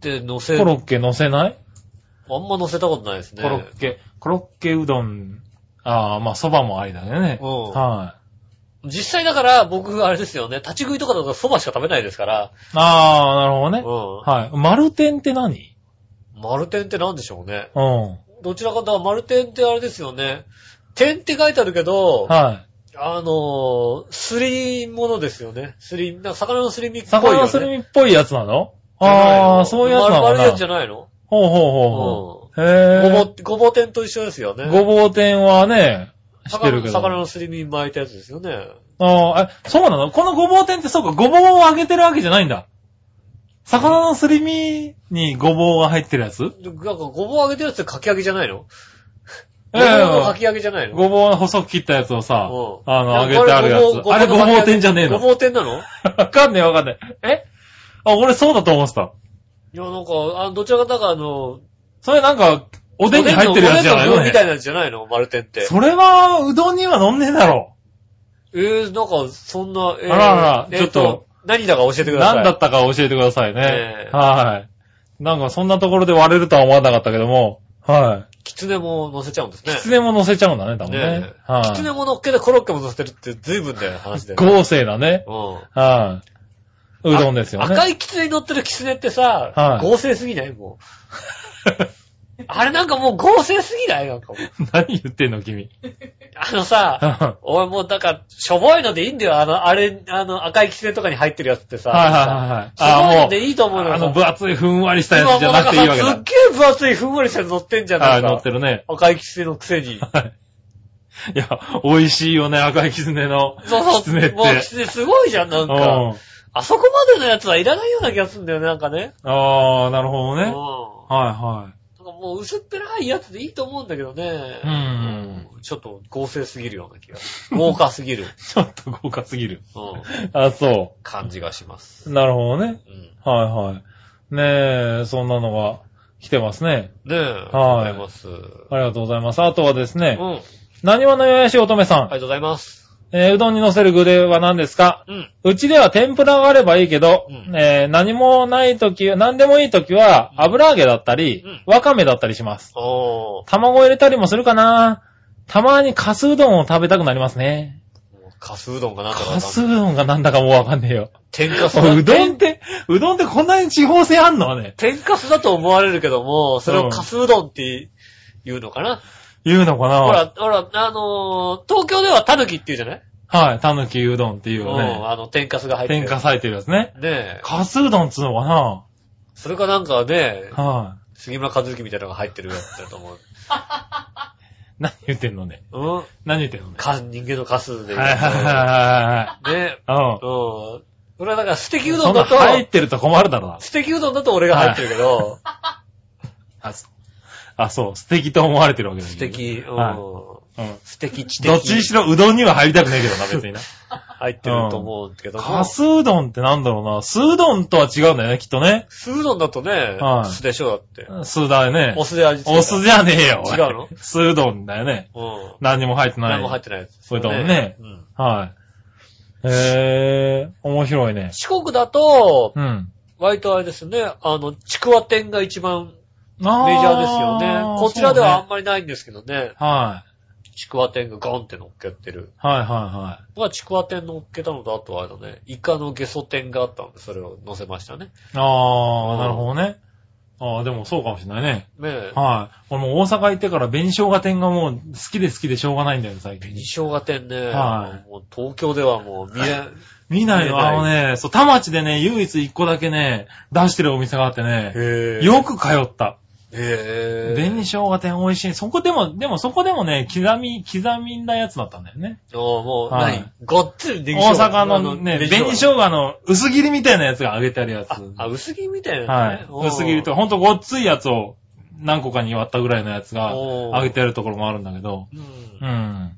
S2: て乗
S3: い。
S2: せ、
S3: コロ
S2: あ
S3: ッケ乗せない
S2: んま乗せたことないですね。
S3: コロッケ、コロッケうどん、ああ、まあ、蕎麦もありだね。
S2: うん
S3: はい。
S2: 実際だから僕、あれですよね、立ち食いとかだとそばしか食べないですから。
S3: ああ、なるほどね。
S2: う
S3: はい。丸天って何
S2: ん。丸天って何でしょうね。
S3: うん。
S2: どちらかというと丸天ってあれですよね。天って書いてあるけど、
S3: はい。
S2: あのー、すり物ですよね。すり、なんか魚のすり身っぽいよ、ね。
S3: 魚のすり身っぽいやつなの
S2: じゃないの
S3: ああ、そういうやつ
S2: 丸
S3: なの
S2: 丸いやつじ
S3: か
S2: ゃ
S3: な
S2: ないの
S3: ほうほうほうほう。
S2: ご
S3: へ
S2: ぼ
S3: え。
S2: う、ごぼう天と一緒ですよね。
S3: ごぼう天はね、知ってるけど。
S2: 魚魚のすり身巻いたやつですよね。
S3: ああ、え、そうなのこのごぼう天ってそうか、ごぼうを揚げてるわけじゃないんだ。魚のすり身にごぼうが入ってるやつ
S2: なんか、ごぼう揚げてるやつってかき揚げじゃないの
S3: え
S2: ご
S3: え
S2: ぼうのかき揚げじゃないの
S3: ごぼうの細く切ったやつをさ、
S2: うん
S3: あの、揚げてあるやつ。あれごぼう天じゃねえ
S2: ご
S3: の
S2: ぼう天なのい
S3: わかんねえわかんねえ。えあ、俺そうだと思ってた。
S2: や、なんか、あどちらかというとあの、
S3: それなんか、おでんに入ってるやつじゃない
S2: おでんの
S3: の
S2: 具
S3: ね
S2: みたいなやつじゃないの丸天って。
S3: それは、うどんには飲んねえだろ。
S2: えー、なんか、そんな、えー、
S3: あらあら
S2: えー
S3: ちょっと、
S2: 何だか教えてください。
S3: 何だったか教えてくださいね
S2: え。え
S3: はい。なんかそんなところで割れるとは思わなかったけども、は
S2: キツネも乗せちゃうんです
S3: い。
S2: ね。
S3: きつねも乗せちゃうんだね、多分ね
S2: ね。
S3: は
S2: キツネ
S3: い。
S2: も乗っけてコロッケも乗せてるって随分だよ、話で。
S3: 豪勢だね。
S2: うん。
S3: はい。うどんですよね。
S2: 赤いキツネに乗ってるキツネってさ、
S3: はい
S2: 合成すぎないもう。あれなんかもう合成すぎないなんかもう。
S3: <laughs> 何言ってんの、君。
S2: あのさ、
S3: は
S2: おいもうなんか、しょぼいのでいいんだよ。あの、あれ、あの、赤いキツネとかに入ってるやつって
S3: い
S2: さ。
S3: はいはい
S2: しょ
S3: はい。
S2: ぼい
S3: あ
S2: のでいいと思うの
S3: あ
S2: よ。
S3: の分厚いふんわりした
S2: 今
S3: や
S2: も
S3: つ
S2: う
S3: じゃ
S2: な
S3: なんく
S2: か
S3: ていい
S2: さ、
S3: わけ
S2: すっ
S3: だ。
S2: げえ分厚いふんわりしたやつ乗ってんじゃん。
S3: はい、
S2: なんか
S3: 乗ってるね。
S2: 赤いキツネのくせ
S3: <laughs>
S2: に。
S3: はい。いや、美味しいよね、赤いキツネの。
S2: そうそう、
S3: キツネって。
S2: もうキツネすごいじゃん、なん
S3: う
S2: か。
S3: ん。
S2: あそこまでのやつはいらないような気がするんだよね、なんかね。
S3: ああ、なるほど
S2: う
S3: ね。
S2: ん
S3: はいは
S2: なんかもう薄っぺらいやつでいいと思うんだけどね。
S3: うん
S2: うん。ちょっと合成すぎるような気が。豪華すぎる。
S3: い。ちょっと豪華すぎる。
S2: うん。
S3: あ、そ
S2: 感じがします。
S3: う。なるほどね。
S2: うん。ね
S3: はいはい。ねえ、そんなのが来てますね。
S2: え。
S3: はい
S2: ありがとうございます。う
S3: ありがとうございます。あとはですね、
S2: ん。あり
S3: 何話のよやし乙女さん
S2: が、とうございます。
S3: えーうどんに乗せる具では何ですか
S2: うん。
S3: うちでは天ぷらがあればいいけど、
S2: うん
S3: えー何もないとき、何でもいいときは
S2: うん
S3: 油揚げだったり、
S2: うん
S3: わかめだったりします。
S2: おー。
S3: 卵入れたりもするかなたまにカスうどんを食べたくなりますね。
S2: もうカスうどんがなんだか
S3: カ
S2: わ
S3: ス
S2: か
S3: うん
S2: ない。
S3: どんがなんだかもうわかんねえよ。
S2: 天かすだ。
S3: うどんって、うどんってこんなに地方性あんのね。
S2: 天かすだと思われるけども、それをカスうどんって言うのかな。
S3: 言うのかな
S2: ほら、ほら、あのー、東京ではタヌキって言うじゃない
S3: はい。たぬきうどんっていうよ
S2: うん。
S3: ね。
S2: あの、天かすが入ってる。
S3: 天かされてるやつね。
S2: ねえ。
S3: カスうどんっつうのかな
S2: それかなんかね、
S3: は
S2: 杉村和之みたいなのが入ってるやつだと思う。
S3: い。何言ってんのね。
S2: うん
S3: 何言ってんのね。
S2: か、人間のカスで。
S3: はいはいはいは
S2: ね。
S3: いはい。うん
S2: うん。。これはだから、ステーキうど
S3: そ
S2: ん
S3: んな
S2: だと、
S3: 入ってると困るだろうな。
S2: ステーキうどんだと俺が入ってるけ
S3: <laughs>
S2: ど、
S3: あ、そう。あ、そう。素敵と思われてるわけだけ
S2: ス
S3: ど
S2: テーキ、う
S3: はい
S2: ん。
S3: うん。
S2: ステーキ、知的。
S3: どっちにしろうどんには入りたくないけどな、別にな。
S2: 入ってると思うけ <laughs> ども。
S3: カスうどんってなんだろうな。酢うどんとは違うんだよね、きっとね。
S2: 酢うどんだとね
S3: はい、
S2: 酢でしょ、だって。
S3: 酢だよね。
S2: お酢で味付けた。
S3: お酢じゃねえよ。おい
S2: 違うの
S3: 酢うどんだよね。
S2: うん。
S3: 何にも入ってない。
S2: 何も入ってないやつです
S3: う
S2: よ
S3: ど
S2: ね。
S3: んね
S2: うん。
S3: はい。へえ、面白いね。
S2: 四国だと、
S3: うん。
S2: 割とあれですよね、あの、ちくわ店が一番
S3: あ
S2: メジャーですよね。こちらではあ
S3: そ
S2: んまりないんですけどね。
S3: うねは
S2: ちくわ天がゴンって乗っけてる。
S3: い。はいはいは
S2: 僕はちくわ天乗っけたのと、あとはあのね、イカのゲソ天があったので、それを乗せましたね。
S3: い。ああ、なるほどね。ああ、でもそうかもしれないね。
S2: ねえ。
S3: はい。俺も大阪行ってから紅生姜店がもう好きで好きでしょうがないんだよね、最近
S2: 紅。生姜天ね、
S3: は
S2: もう東京ではもう見え、
S3: 見ない
S2: 見れ
S3: の、
S2: な
S3: あ
S2: い
S3: のね、そう、田町でね、唯一一個だけね、出してるお店があってね、
S2: へ
S3: よく通った。
S2: ええ。
S3: 紅生姜店美味しい。そこでも、でもそこでもね、刻み、刻みなやつだったんだよね。
S2: おーもう、
S3: はい
S2: 何ごっつりでき
S3: 大阪のね、紅生
S2: 姜。
S3: 姜の薄切りみたいなやつが揚げてあるやつ。
S2: あ、あ薄切りみたいな
S3: は
S2: やつ
S3: い。
S2: ね。おー
S3: 薄切りと。か、ほんとごっついやつを何個かに割ったぐらいのやつが
S2: おー
S3: 揚げてあるところもあるんだけど。
S2: うん。
S3: うん。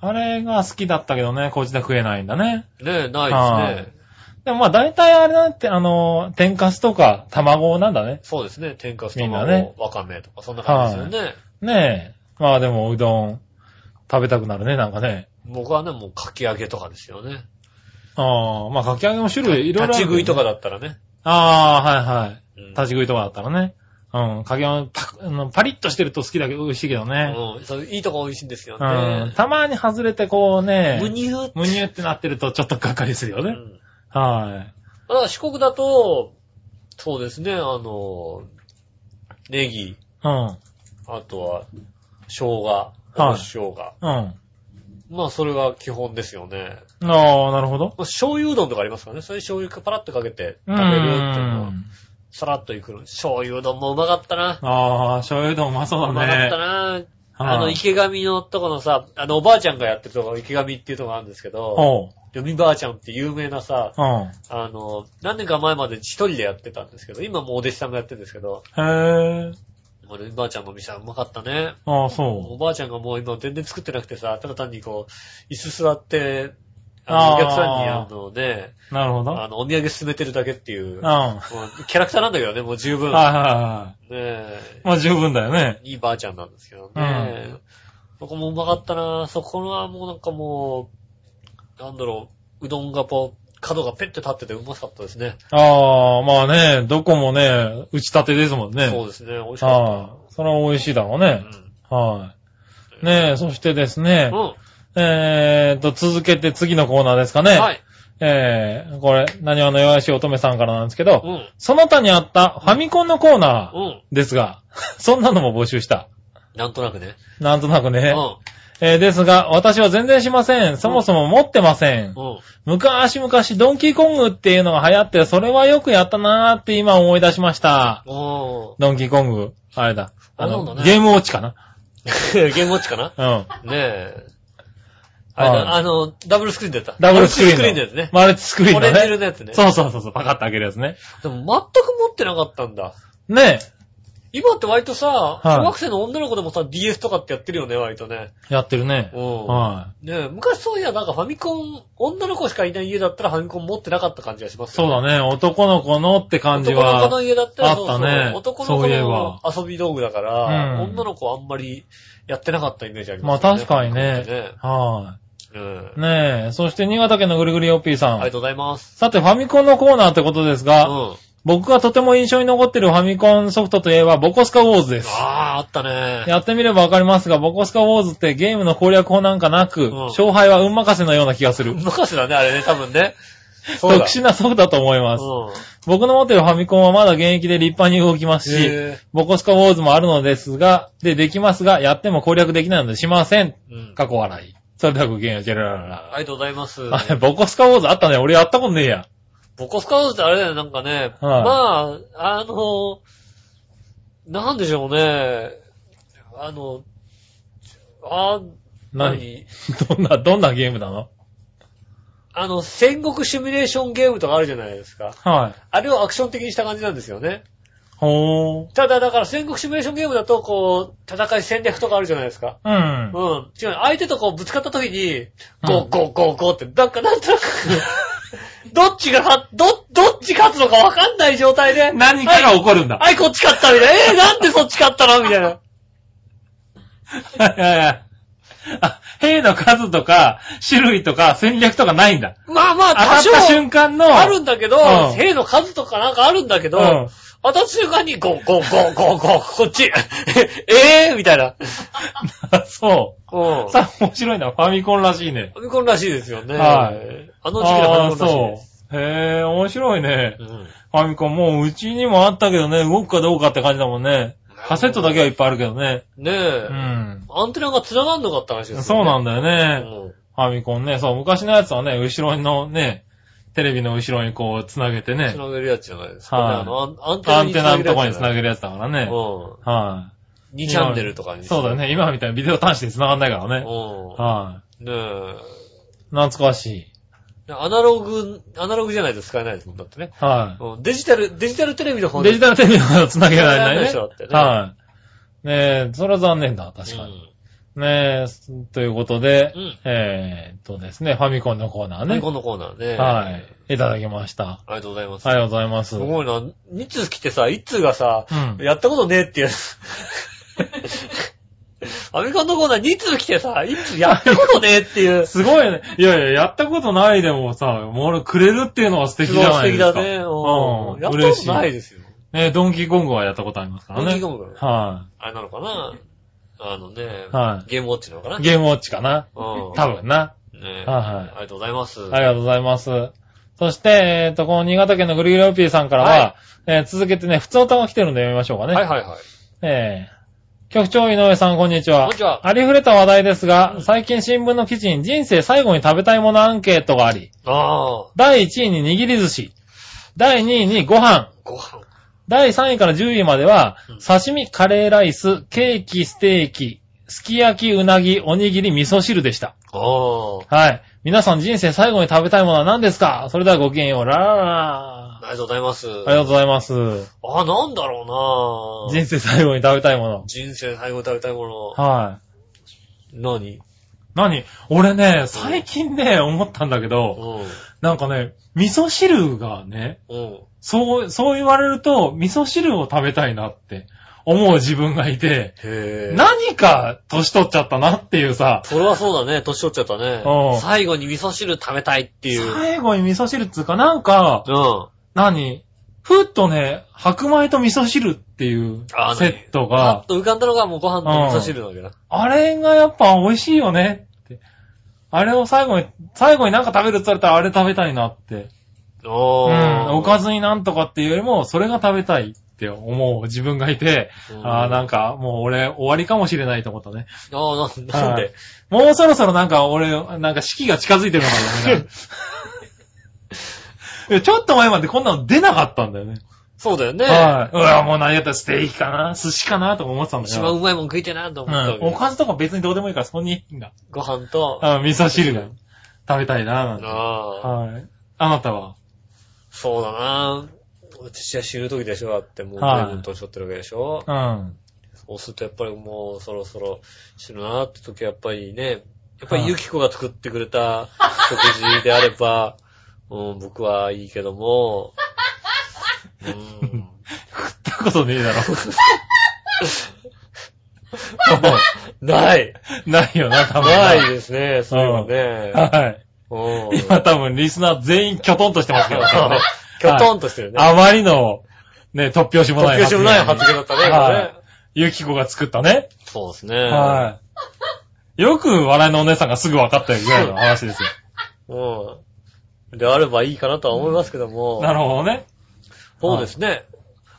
S3: あれが好きだったけどね、こっちで食えないんだね。
S2: ねえ、な
S3: はいい
S2: ですね。
S3: でもまあ大体あれなんて、あの、天かすとか卵なんだね。
S2: そうですね。天かす
S3: みんな
S2: 卵
S3: ね、
S2: わかめとか、そんな感じですよね。
S3: ねえ。まあでもうどん食べたくなるね、なんかね。
S2: 僕はね、もうかき揚げとかですよね。
S3: ああ、まあかき揚げも種類いろいろある
S2: 立ち
S3: けどね、
S2: 食いとかだったらね。
S3: ああ、はいはい。
S2: うん
S3: 立ち食いとかだったらね。うん。かき揚げパ <laughs> クあのパリッとしてると好きだけど美味しいけどね。
S2: うん。そういいとこ美味しいんですよ
S3: う
S2: ね
S3: ん。。たまに外れてこうね、
S2: むにゅーって
S3: むにゅってなってるとちょっとがっかりするよ
S2: う
S3: ね。
S2: ん
S3: はい。
S2: だから四国だと、そうですね、あの、ネギ、
S3: うん。
S2: あとは、生姜、
S3: い
S2: おろし生姜。
S3: うん。あ
S2: まあ、それが基本ですよね。
S3: あ、なるほど。
S2: まあ、醤油うどんとかありますからね。それ醤油パラッとかけて
S3: う
S2: 食べる
S3: ん。
S2: っていうのは、さらっといくの。醤油うどんもうまかったな。
S3: ああ、醤油うどんうまそうう
S2: ま
S3: だ
S2: かっ
S3: ね
S2: た。な。
S3: はい
S2: あの、池上のとこのさ、あの、おばあちゃんがやってるとこ、池上っていうとこがあるんですけど、
S3: おう。
S2: 読みばあちゃんって有名なさ、
S3: うん。
S2: あの、何年か前まで一人でやってたんですけど、今もうお弟子さんがやってるんですけど、
S3: へえ。
S2: おばあちゃんのお店はうまかったね。
S3: ああ、そ
S2: おばあちゃんがもう今全然作ってなくてさ、ただ単にこう、椅子座って、あの
S3: あー
S2: お客さんにあのね、
S3: う。なるほど。
S2: あの、お土産進めてるだけっていう、
S3: うん。
S2: も
S3: は
S2: うキャラクターなんだけどね、もう十
S3: い
S2: 分。ね
S3: はいは
S2: え
S3: い。まあ十分だよね。
S2: いいばあちゃんなんですけどね。そこもうまかったなそこはもうなんかもう、なんだろう、うどんがこう、角がペッて立っててうまかったですね。
S3: ああ、まあね、どこもね、打ち立てですもんね。
S2: そうですね、美味し
S3: は
S2: か
S3: い。それは美味しいだろう
S2: った。
S3: ね
S2: う。ん。
S3: はい。ねえ、そしてですね、
S2: うん。
S3: えーっと、続けて次のコーナーですかね。
S2: はい。
S3: えー、これ、何話の弱いし乙女さんからなんですけど、
S2: うん。
S3: その他にあったファミコンのコーナ
S2: う
S3: ー
S2: ん。
S3: ですが、 <laughs> そんなのも募集した。
S2: なんとなくね。
S3: なんとなく
S2: う
S3: ね。
S2: ん。
S3: えーですが、私は全然しません。そもそも持ってません。
S2: うん。
S3: 昔々ドンキーコングっていうのが流行って、それはよくやったなーって今思い出しました。
S2: お
S3: ドンキーコング、あれだ。あ
S2: あな
S3: の、
S2: んだね
S3: ゲームウォッチかな。
S2: ー。ゲームウォッチかな
S3: うん。
S2: ねえ。あれだ
S3: は
S2: あの、ダブルスクリーンだった。
S3: ダブルスクリ
S2: マルチスクリー
S3: ーンの。
S2: ンだよね。
S3: マルチスクリーン
S2: オ
S3: の
S2: レン
S3: ね。
S2: ジ色のやつね。
S3: そうそうそうそう、パカッと開けるやつね。
S2: でも全く持ってなかったんだ。
S3: ね
S2: 今って割とさ、
S3: い
S2: 小学生の女の子でもさ、DS とかってやってるよね、割とね。
S3: え、やってるね
S2: う。ん。
S3: はい。
S2: ねえ、昔そういや、なんかファミコン、女の子しかいない家だったらファミコン持ってなかった感じがします
S3: そう
S2: だ
S3: だね、男の子のって感じ
S2: 男の子の
S3: は。
S2: 家だったらそうそう
S3: あったね
S2: 男の子
S3: そういえば
S2: の遊び道具だから、
S3: うん
S2: 女の子はあんまりやってなかったイメージあり
S3: ま
S2: ま
S3: あ
S2: すよね。
S3: 確かにね
S2: ファミコンって。
S3: は
S2: うん。
S3: い。ねえ、そして新潟県のぐるぐるよっぴーさ
S2: ありが
S3: ん。
S2: とうございます。
S3: さて、ファミコンのコーナーってことです
S2: うん。
S3: が、
S2: あ
S3: 僕がとても印象に残ってるファミコンソフトといえば、ボコスカウォーズです。
S2: あー、あったね。
S3: やってみればわかりますが、ボコスカウォーズってゲームの攻略法なんかなく、
S2: ん
S3: 勝敗は運任せのような気がする。
S2: 任せだね、あれね、多分ね。そう
S3: <laughs> 特
S2: だ。
S3: 殊なソフトだと思います。僕の持ってるファミコンはまだ現役で立派に動きます
S2: うん。
S3: し、
S2: へ
S3: ボコスカウォーズもあるのですが、で、できますが、やっても攻略できないのでしません。
S2: ーうん。
S3: 過去笑い。それではごきげんよう、ジェラララ。
S2: ありがとうございます。
S3: あれ、ボコスカウォーズあったね。俺やったことねえや。
S2: ボコスカウォーズってあれだよね、なんかね。まあ、あの、なんでしょうね。あの、あ、何
S3: どんな、どんなゲームなの
S2: あの、戦国シミュレーションゲームとかあるじゃないですか。
S3: はい。
S2: あれをアクション的にした感じなんですよね。
S3: ほー。
S2: ただ、だから戦国シミュレーションゲームだと、こう、戦い戦略とかあるじゃないですか。
S3: うん。
S2: うん。違う。相手とこうぶつかった時に、ゴーゴーゴーゴーって、なんかなんと
S3: <laughs>
S2: なく、どっちが勝、ど、どっち勝つのかわかんない状態で、
S3: 何かが起こるんだ。
S2: はい、こっち勝ったみたいな。えー、なんでそっち勝ったのみたいな。
S3: はいはいはい。あ、兵の数とか、種類とか、戦略とかないんだ。
S2: まあまあ、
S3: 当た
S2: 多
S3: っ
S2: 少
S3: た瞬間の、
S2: あるんだけど
S3: うん、
S2: 兵の数とかなんかあるんだけ
S3: う
S2: ど、
S3: ん。 <laughs>
S2: 当たった瞬間にゴーゴーゴーゴーゴー、こっち、ええー、みたいな。
S3: そ
S2: うん
S3: う。。さ、面白いな。ファミコンらしいね。
S2: ファミコンらしいですよね。
S3: はい。
S2: あの時期のファミコンらしい
S3: あー
S2: で
S3: そ
S2: す。
S3: う。へえ、面白いね。
S2: うん
S3: ファミコン、もううちにもあったけどね、動くかどうかって感じだもんね。カセットだけはいっぱいあるけどね。
S2: ね
S3: う
S2: え。
S3: ん。
S2: アンテナが繋がんのかった話ですよね。
S3: そうなんだよね。
S2: うん
S3: ファミコンね。そう、昔のやつはね、後ろのね、テレビの後ろにこう、つなげてね
S2: つ。なげるやつじゃないですか、ね。
S3: はい
S2: あの、アン
S3: アン
S2: につ
S3: テ
S2: な
S3: ナ
S2: げるやつ
S3: のと
S2: じ
S3: こ
S2: ゃない
S3: に繋げるやつだからね。
S2: う
S3: は
S2: ん。2チャンネルとか
S3: い。
S2: に。
S3: そうだよね。今みたいにビデオ端子で繋がんないからね。
S2: う
S3: は
S2: ん。ねえ。
S3: い。懐かしい。
S2: アナログ、アナログじゃないと使えないですもん、だってね。
S3: は
S2: うんデジタル、デジタルテレビの方
S3: い。デジタルテレビは繋げられな
S2: 繋げられな
S3: い
S2: い
S3: ね
S2: でしょだって。ね
S3: はい。ねえ、それは残念だ、確かに。ねえ、ということで
S2: うん、
S3: えーっとですね、ファミコンのコーナー
S2: うん。ね、
S3: ね
S2: こ。のコーナーね。
S3: はい。いただきました。
S2: ありがとうございます。
S3: ありがとうございます。
S2: すごいな。2通来てさ、1通がさ、
S3: うん
S2: やったことねえ
S3: <laughs>
S2: っていう。アメコンのコーナー2通来てさ、1通やったことねえって
S3: <laughs>
S2: いう。
S3: すごいね。いやいや、やったことないでもさ、もう俺くれるっていうのは素敵じゃないですか。
S2: すごい素敵だね。うんん。や
S3: う。
S2: ったことない
S3: 嬉し
S2: ですよ。
S3: い。ね、ドンキーコングはやったことありますからね。
S2: ドンキーコング
S3: は
S2: あれなのかなあのね、
S3: はい。
S2: ゲームウォッチなのかない
S3: ゲームウォッチかな。
S2: うん。
S3: 多分な。
S2: ね
S3: はい
S2: あ
S3: はい
S2: りがとうございます。
S3: ありがとうございます。そして、えっと、この新潟県のぐるぐるおぴーさんからは、えー続けてね、普通の歌が来てるんで読みましょうかね。
S2: はいはいはい。
S3: えー局長井上さん、こんにちは。
S2: こんにちは
S3: ありふれた話題ですが、最近新聞の記事に人生最後に食べたいものアンケートがあり、
S2: ああ、
S3: 第1位に握り寿司、第2位にご飯、
S2: ご飯。
S3: 第3位から10位までは
S2: うん、
S3: 刺身、カレーライス、ケーキ、ステーキ、すき焼き、うなぎ、おにぎり、味噌汁でした。
S2: ああ、
S3: はい。皆さん人生最後に食べたいものは何ですかそれではごきげんよう。ラララ
S2: あ
S3: ラ。
S2: りがとうございます。
S3: ありがとうございます。
S2: あ、なんだろうな
S3: 人生最後に食べたいもの。
S2: 人生最後に食べたいもの。
S3: はい。
S2: 何
S3: 何俺ね、最近ね、思ったんだけ
S2: う
S3: ど、
S2: ん。
S3: なんかね、味噌汁がね、
S2: うん。
S3: そう、そう言われると、味噌汁を食べたいなって思う自分がいて、
S2: へえ。
S3: 何か年取っちゃったなっていうさ、
S2: それはそうだね。年取っちゃった
S3: う
S2: ね
S3: ん。
S2: 最後に味噌汁食べたいっていう。うん。
S3: 最後に味噌汁っつうか、なんか、
S2: あ
S3: 何ふっとね、白米と味噌汁っていう
S2: あ
S3: セット
S2: パ
S3: が
S2: ッ、と浮かんだのがもうご飯と味噌汁なわけだ。
S3: あれがやっぱ美味しいよねって。あれを最後に、最後になんか食べるって言われたらあれ食べたいなって。う
S2: お
S3: ん。おか
S2: ず。
S3: ずになんとかっていうよりも、それが食べたいって思う自分がいて、
S2: うん
S3: ああ、なんかもう俺終わりかもしれないと思ったね。
S2: ああ、ななん
S3: は
S2: で
S3: いもうそろそろなんか俺、なんか式が近づいてるのかな
S2: <laughs>
S3: みたいないや。ちょっと前までこんなの出なかったんだよね。
S2: そうだよね。
S3: はい。うわ、もう何やったらステーキかな寿司かなとか思ってたんだ
S2: 一
S3: け
S2: 番
S3: ど。
S2: うまいもん食いてえなと
S3: う
S2: 思ったわ
S3: ん。
S2: け
S3: おかずとか別にどうでもいいから、そこにいいんだ。
S2: ご飯と。
S3: あ味噌汁が食べたいな、なんて。
S2: ああ、
S3: はい。あなたは
S2: そうだな。私は死ぬ時でしょだってもう
S3: はい
S2: 随分年取ってるわけでしょ
S3: うん。
S2: そうするとやっぱりもうそろそろ死ぬなって時はやっぱりね、やっぱりユキコが作ってくれた <laughs> 食事であれば、うん、僕はいいけども、う
S3: <laughs>
S2: ん、
S3: 食ったことねえ <laughs> だろ。
S2: ない
S3: ないよな、多分。
S2: ないですね、そういうのね。
S3: はい。
S2: うん。
S3: <laughs> 今多分リスナー全員キョトンとしてます <laughs> けど。
S2: きょとんとしてるね。
S3: あまりの、ね、突拍子も
S2: 突
S3: ない
S2: 拍子もない発言だったね、今
S3: はい
S2: ね。
S3: ゆきこが作ったね。
S2: そうですね。
S3: はい。よく笑いのお姉さんがすぐ分かったよぐらいの話ですよ。
S2: うん。であればいいかなとは思いますけども。
S3: <laughs> なるほどね。
S2: そうですね。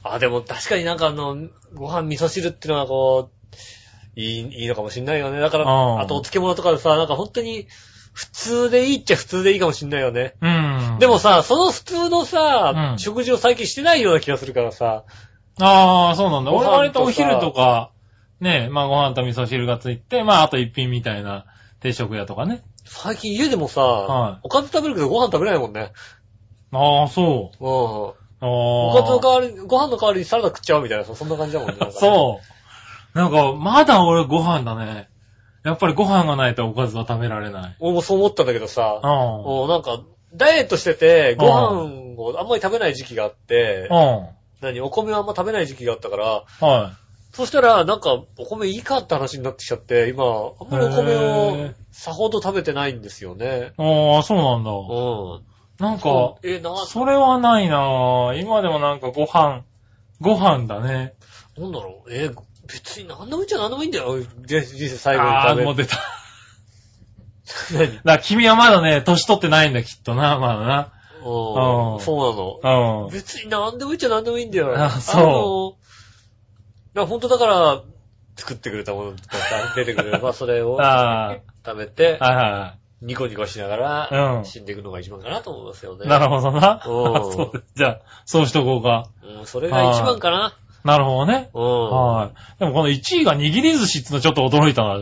S2: あ、でも確かになんかあの、ご飯味噌汁っていうのはこう、いい、いいのかもしんないよね。だから、
S3: うん
S2: あとお漬物とかでさ、なんか本当に、普通でいいっちゃ普通でいいかもしんないよね。
S3: うん。
S2: でもさ、その普通のさ、
S3: うん
S2: 食事を最近してないような気がするからさ、
S3: ああ、そうなんだ。
S2: ご飯
S3: 俺
S2: と
S3: 割とお昼とか、ね、まあご飯と味噌汁がついて、まああと一品みたいな定食屋とかね。
S2: 最近家でもさ、
S3: はい
S2: おかず食べるけどご飯食べないもんね。
S3: ああ、そう。
S2: うん。お
S3: ああ。
S2: かずの代わり、ご飯の代わりにサラダ食っちゃうみたいな、そんな感じだもんね。なんかね
S3: <laughs> そう。なんか、まだ俺ご飯だね。やっぱりご飯がないとおかずは食べられない。
S2: 俺もそう思ったんだけどさ、
S3: うん。
S2: もうなんか、ダイエットしてて、ご飯をあんまり食べない時期があって
S3: う、ん。
S2: 何、お米をあんま食べない時期があったから、
S3: は
S2: そしたら、なんか、お米いいかって話になってきちゃって、今、あんまりお米
S3: へ
S2: を
S3: ー
S2: さほど食べてないんですよね。
S3: い。ああ、そうなんだ。
S2: うん。
S3: なんか、
S2: え、な、
S3: それはないなぁ。今でもなんかご飯、ご飯だね。
S2: なんだろう。え、別に何でもいいっちゃ何でもいいんだよ。人生最後
S3: ああ、もう
S2: に
S3: 出た。
S2: 食べ。何
S3: だから君はまだね、年取ってないんだ、きっとな、まだな。
S2: う <laughs>
S3: うん
S2: ん。そう
S3: う
S2: なの。
S3: ん。
S2: 別に何でもいいっちゃ何でもいいんだよ。。
S3: あそう
S2: ほんとだから、
S3: <laughs>
S2: 作ってくれたものとか出てくれば、それを
S3: あ
S2: 食べて
S3: あ、、はいはい。
S2: ニコニコしなが
S3: う
S2: ら
S3: ん、
S2: 死んでいくのが一番かなと思いますよね。
S3: なるほどな。
S2: うん
S3: そうですじゃあ、そうしとこうか。
S2: うんそれが一番かな。
S3: なるほどね。
S2: うん。
S3: はい。でもこの1位が握り寿司ってのはちょっと驚いたな。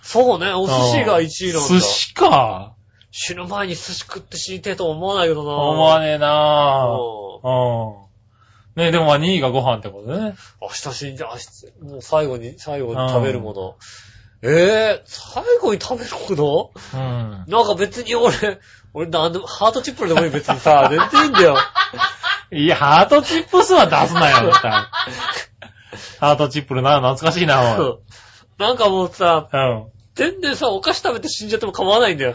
S2: そうね、お寿司が1位なんだ。
S3: 寿司か。
S2: 死ぬ前に寿司食って死にてえとは思わないけどな。
S3: 思わねえなぁ。
S2: うん
S3: うん。ねえ、でもまあ2位がご飯ってことね。
S2: 明日死んで、明日、もう最後に、最後に食べるもの。ええ最後に食べるも
S3: うん。
S2: のなんか別に俺、俺なんでも、ハートチップルでもいい別に
S3: <laughs>
S2: さ、全然いいんだよ。
S3: いや、ハートチップスは出すなよ、
S2: <laughs>
S3: 絶対。ハートチップルな、懐かしいな、おい。
S2: なんかもうさ、
S3: う
S2: 全然さ、お菓子食べて死んじゃっても構わないんだよ。
S3: ん。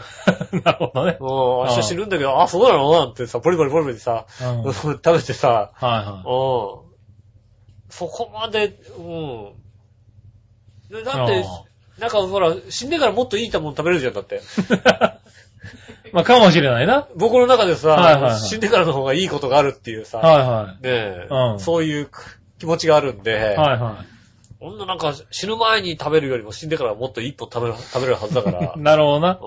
S3: <laughs> なるほどね。
S2: もう
S3: うん
S2: 明日死ぬんだけど、あ、そうなのなんてさ、ボリボリボリボリさ、
S3: うん。はい
S2: 食べてさ、うん
S3: は
S2: そこまで、うん。で
S3: い。
S2: だって、なんかほら、死んでからもっといいもの食べれるじゃん、だって。
S3: うん <laughs> まあ、かもしれないな。
S2: 僕の中でさ、
S3: はいはいはい
S2: 死んでからの方がいいことがあるっていうさ、
S3: はいは
S2: ねえ、
S3: うん
S2: そういう気持ちがあるんで、
S3: い。はいは
S2: こんななんか死ぬ前に食べるよりも死んでからもっと一歩食べる食べれるはずだ
S3: <laughs>
S2: から
S3: い。、なるほどな。
S2: う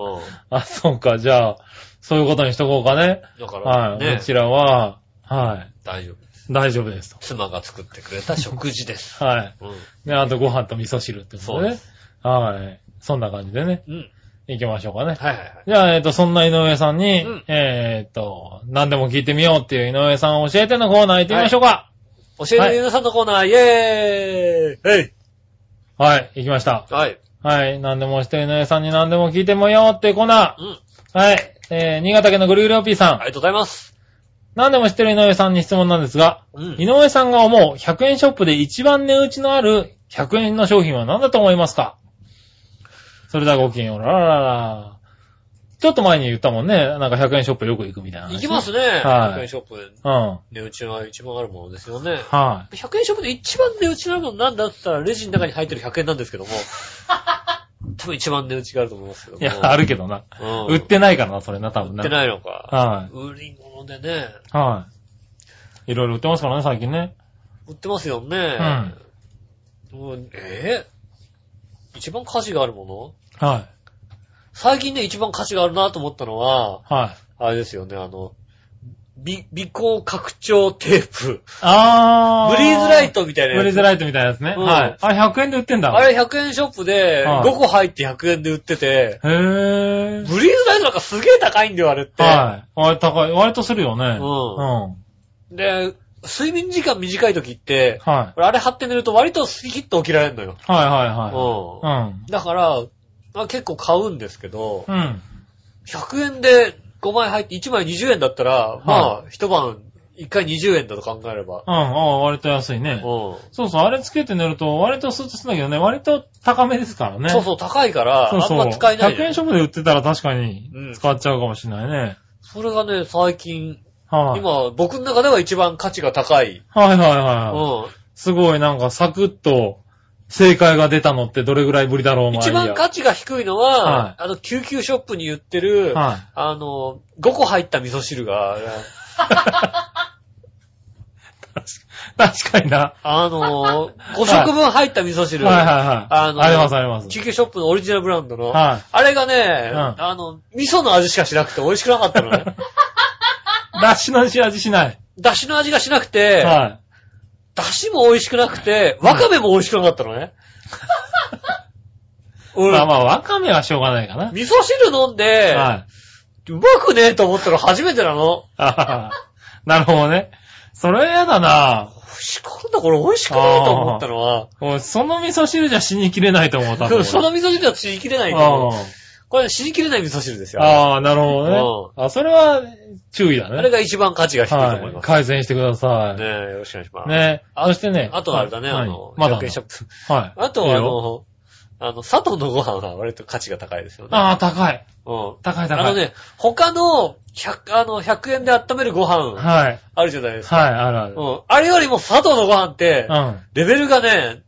S3: あ、そうか、じゃあ、そういうことにしとこうかね。
S2: ん。だから
S3: は
S2: ね、
S3: い。こちらは、はい。
S2: 大丈夫。
S3: 大丈夫ですと。
S2: 妻が作ってくれた食事です。
S3: はい。
S2: うん。
S3: ね、あとご飯と味噌汁ってこと
S2: そう
S3: で
S2: で
S3: ね。はい。そんな感じでね、
S2: うん。
S3: 行きましょうか
S2: は
S3: ね。
S2: いはいはい。
S3: じゃあ、えっ、と、そんな井上さんに、
S2: うん
S3: えっ、と、何でも聞いてみようっていう井上さんを教えてのコーナー行ってみましょうか。
S2: 教えて皆さんのコーナー、イェーイはい。
S3: はい、行きました。
S2: はい。
S3: はい、何でもして井上さんに何でも聞いてみようっていうコーナ
S2: うん。
S3: ー。はい、えー、新潟県のぐるぐるおっぴーさん、
S2: ありがとうございます。
S3: 何でも知ってる井上さんに質問なんですが、
S2: うん
S3: 井上さんが思う100円ショップで一番値打ちのある100円の商品は何だと思いますかそれではごきげんよう。ララララ。ちょっと前に言ったもんね。なんか100円ショップよく行くみたいな
S2: 行
S3: 話。
S2: きますね。
S3: はい
S2: 100円ショップ。
S3: うん。は
S2: 値打ちは一番あるものですよね。
S3: い。
S2: 100円ショップで一番値打ちなものなんだって言ったら、レジの中に入ってる100円なんですけ <laughs> ども、多分一番値打ちがあると思いますけども。
S3: いや、あるけどな。
S2: うん。
S3: 売ってないからな、それな、多分
S2: 売
S3: な。
S2: ってないのか。
S3: は
S2: 売り物でね、
S3: い。はい。いろいろ売ってますからね、最近ね。
S2: 売ってますよね。うん。えー一番価値があるもの
S3: は
S2: 最近ね、一番価値があるなと思ったのは、
S3: い。はい。
S2: あれですよね、あの、び微光拡張テープ。
S3: あー。
S2: ブリーズライ。トみたいなやつ。
S3: ブリーズライトみたいなやつね。
S2: うん
S3: はい。あれ100円で売ってんだ。
S2: あれ100円ショップで
S3: は
S2: 5
S3: い
S2: 個入って100円で売ってて、
S3: へー。
S2: ブリーズライトなんかすげえ高いんだよ、あれって。
S3: はい。割と高い。割とするよね。うん。
S2: で、睡眠時間短い時って、
S3: はい。
S2: 俺あれ貼って寝ると割とスキッと起きられるのよ。
S3: はいはいうはい。
S2: ん。だから、まあ、結構買うんですけど、
S3: うん。うん。
S2: 100円で5枚入って1枚20円だったら、まあ、一晩1回20円だと考えれば。
S3: うん。あ割と安いうね。
S2: ん。
S3: そうそう、あれつけて寝ると割とスッとするんだけどね、割と高めですからね。
S2: そうそう、高いから、
S3: そう
S2: あん
S3: そう。
S2: ま使えない
S3: 100
S2: じゃん。
S3: 円ショップで売ってたら確かに
S2: うん
S3: 使っちゃうかもしれないね。
S2: それがね、最近、
S3: はい。
S2: 今、僕の中では一番価値が高い。
S3: はいはいうは
S2: ん。
S3: い。すごいなんかサクッと正解が出たのってどれぐらいぶりだろう
S2: 一番
S3: か
S2: 価値が低いの
S3: はい
S2: は、あの、救急ショップに売ってる、
S3: はい
S2: あの、5個入った味噌汁が、
S3: 確か
S2: <laughs>
S3: にな。
S2: あ
S3: <laughs>
S2: の、5食分入った味噌汁。
S3: はいはいはい。
S2: あの
S3: ありますあります。
S2: 救急ショップのオリジナルブランドの。
S3: はい。
S2: あれがね、
S3: ん
S2: あの、味噌の味しかしなくて美味しくなかった
S3: <laughs>
S2: のね。
S3: だしの味しない。
S2: だしの味がしなくて、
S3: はい。
S2: だしも美味しくなくて、わかめも美味しくなかったの
S3: <laughs>
S2: ね。俺、
S3: まあまあ、わかめはしょうがないかな。
S2: 味噌汁飲んで、
S3: はい。
S2: うまくねえと思ったの初めてなの。
S3: あー <laughs> なるほどね。それやだな
S2: 美味しかった、これ美味しくないと思ったのは、
S3: もうその味噌汁じゃ死にきれないと思う、多
S2: <laughs>
S3: 分。
S2: その味噌汁は死にきれないと思う。これ死にきれない味噌汁です
S3: うん
S2: よ。あ
S3: あー、なるほどね。あ、それは注意だね。
S2: れが一番価値が低いと思い
S3: はい。
S2: ます。
S3: 改善してくださ
S2: ねえ、よろしくお願いしま
S3: い。
S2: す。
S3: ね。
S2: あ
S3: そしてね。
S2: あとはあれだね、
S3: はい
S2: あの、
S3: まだ
S2: 100円ショ
S3: だ。
S2: ップ。
S3: はい。
S2: あと
S3: いい
S2: はあ
S3: よ
S2: の、あの、佐藤のご飯は割と価値が高いですよね。
S3: ああ、高い。
S2: うん。
S3: 高い
S2: あ
S3: 高い。
S2: のね、他の100、あの、100円で温めるご飯、
S3: はい。
S2: あるじゃないですか。
S3: はい、あるある。
S2: うん。あれよりも佐藤のご飯って
S3: うん。、あ
S2: レベルがね、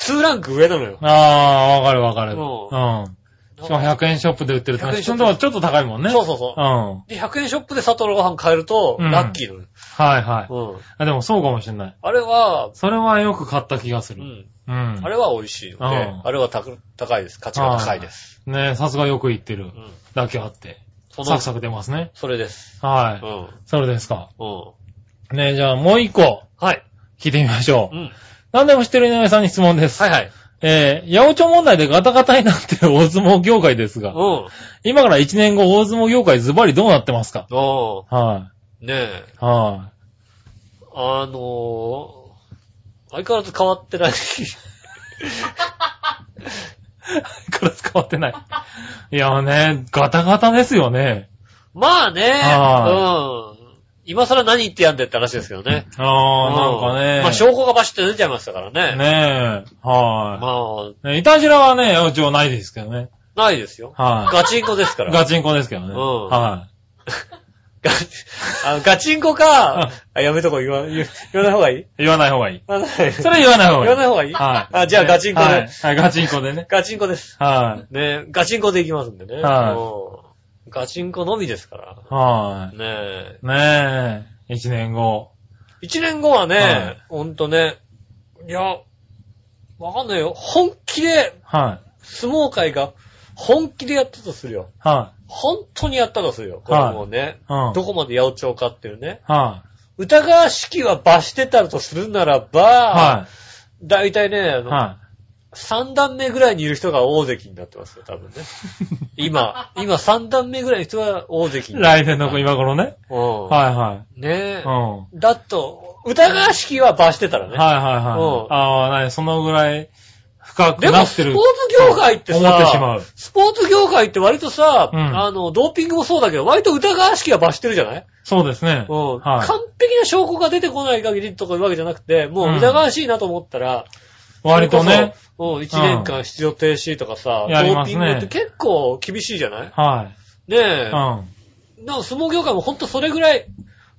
S2: 2ランク上なのよ。
S3: あー、わかるわかる。
S2: う
S3: うん。しかも100円ショップで売ってると
S2: 100円シ
S3: ち
S2: ョ
S3: ょ
S2: ッ
S3: っ
S2: プ
S3: とちょっと高いもんね。
S2: そう
S3: う
S2: そうそう。
S3: ん。
S2: で、100円ショップで佐藤のご飯買えると、
S3: うん
S2: ラッキーなのよ。
S3: はいはい。
S2: うん。
S3: あ、でもそうかもしれない。
S2: あれは、
S3: それはよく買った気がす
S2: う
S3: る。
S2: ん。
S3: うん。
S2: あれは美味しいので、
S3: うん
S2: あれはたく高いです。価値が高いです。
S3: ねえ、さすがよく言って
S2: う
S3: る
S2: ん。
S3: だけあって。
S2: その
S3: サクサク出ますね。
S2: それです。
S3: は
S2: う
S3: い。
S2: ん。
S3: それですか。
S2: うん。
S3: ねえ、じゃあもう一個
S2: はい。
S3: 聞いてみましょ
S2: う
S3: う。
S2: ん。
S3: 何でも知ってる井上さんに質問です。
S2: はいはい。
S3: えー、八百長問題でガタガタになってる大相撲業界ですが、
S2: うん。
S3: 今から1年後大相撲業界ズバリどうなってますか
S2: あ
S3: は
S2: あ、ねえ。
S3: い。は
S2: <laughs> あのー、相変わらず変わってない。 <laughs>
S3: い。から変わってない。いやーね、ガタガタですよね。
S2: まあね、
S3: は
S2: うん。今更何言ってやんでって話ですけどね。
S3: あー、
S2: う
S3: なんかね。
S2: まあ証拠がバシッと出ちゃいましたからね。
S3: ねえ、は
S2: ま
S3: い。ねいたじらはね、八百長ないですけどね。
S2: あ、ないですよ。
S3: は
S2: ガチンコですか
S3: い。
S2: ら。
S3: ガチンコですけどね。
S2: うん
S3: は
S2: ガチ <laughs> あのガチンコか
S3: うん、
S2: あやめとこう言わ、言言わない方がいい
S3: い。言わない
S2: <laughs>
S3: 方がいい。
S2: 言わない
S3: それ言わない方がい
S2: 言わ
S3: い。
S2: ない方がいい
S3: はい。
S2: あじゃあガチンコで
S3: はいはい、ガチンコでね。
S2: ガチンコです。
S3: は
S2: ねガチンコでいきますんでね。
S3: はい
S2: うんガチンコのみですから。
S3: い。は
S2: ねえ。
S3: い。ねえ、一年後。
S2: 一年後はね、
S3: はい
S2: ほんとね、いや、わかんないよ。本気で、
S3: はい。
S2: 相撲界が本気でやったとするよ。
S3: は
S2: 本当にやったとするよ。これもうね、
S3: い。うん。
S2: どこまで八百長かっていうね。
S3: は
S2: 疑わしきは罰してたとするならば、
S3: い。は
S2: だいたいね、あ
S3: い。
S2: の
S3: は
S2: 三段目ぐらいにいる人が大関になってますよ、多
S3: <laughs>
S2: 分ね。今、今三段目ぐらいの人が大関
S3: い。
S2: になって
S3: 来年の今頃ね。
S2: うん。
S3: はいは
S2: ね
S3: い。
S2: え
S3: うん。。は
S2: だと、疑わしきは罰してたら
S3: いはい
S2: ね。
S3: はい。
S2: うん
S3: ああ、なに、そのぐらい深く
S2: で
S3: な
S2: も、
S3: って
S2: スポ
S3: る。
S2: ーツ業界ってさ、
S3: 思ってしまう。
S2: スポーツ業界って割とさ、
S3: うん
S2: あの、ドーピングもそうだけど、割と疑わしきは罰してるじゃない
S3: そうですね。
S2: うん、
S3: はい
S2: 完璧な証拠が出てこない限りとかいうわけじゃなくて、もう疑わしいなと思ったら、
S3: 割とね。
S2: それこそ。うん、1年間出場停止とかさ、
S3: やり
S2: ドー
S3: ます
S2: ピ
S3: ね
S2: ングって結構厳しいじゃない
S3: は
S2: ね
S3: い。
S2: え
S3: う、ん。
S2: なんか相撲業界もほんとそれぐらい、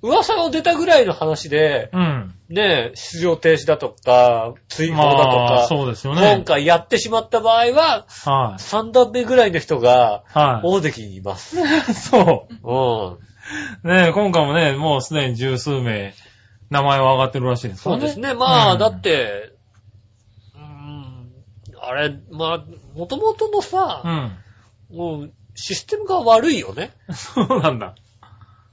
S2: 噂が出たぐらいの話で、
S3: うん。
S2: ねえ、出場停止だとか、追放だと
S3: まあ、
S2: か、
S3: そうですよ
S2: 今
S3: ね。
S2: 回やってしまった場合は、
S3: はい。
S2: 3段目ぐらいの人が、
S3: は
S2: 大関にいます。
S3: い。そ
S2: うん。
S3: う。ねえ今回もね、もうすでに十数名、名前は上がってるらしいですか
S2: そ
S3: ら
S2: う
S3: ね。
S2: ですね。まあ、
S3: うん
S2: だって、うーん、あれ、まあ、もともとの
S3: う
S2: さ、
S3: ん。
S2: もう、システムが悪いよね。
S3: そうなんだ。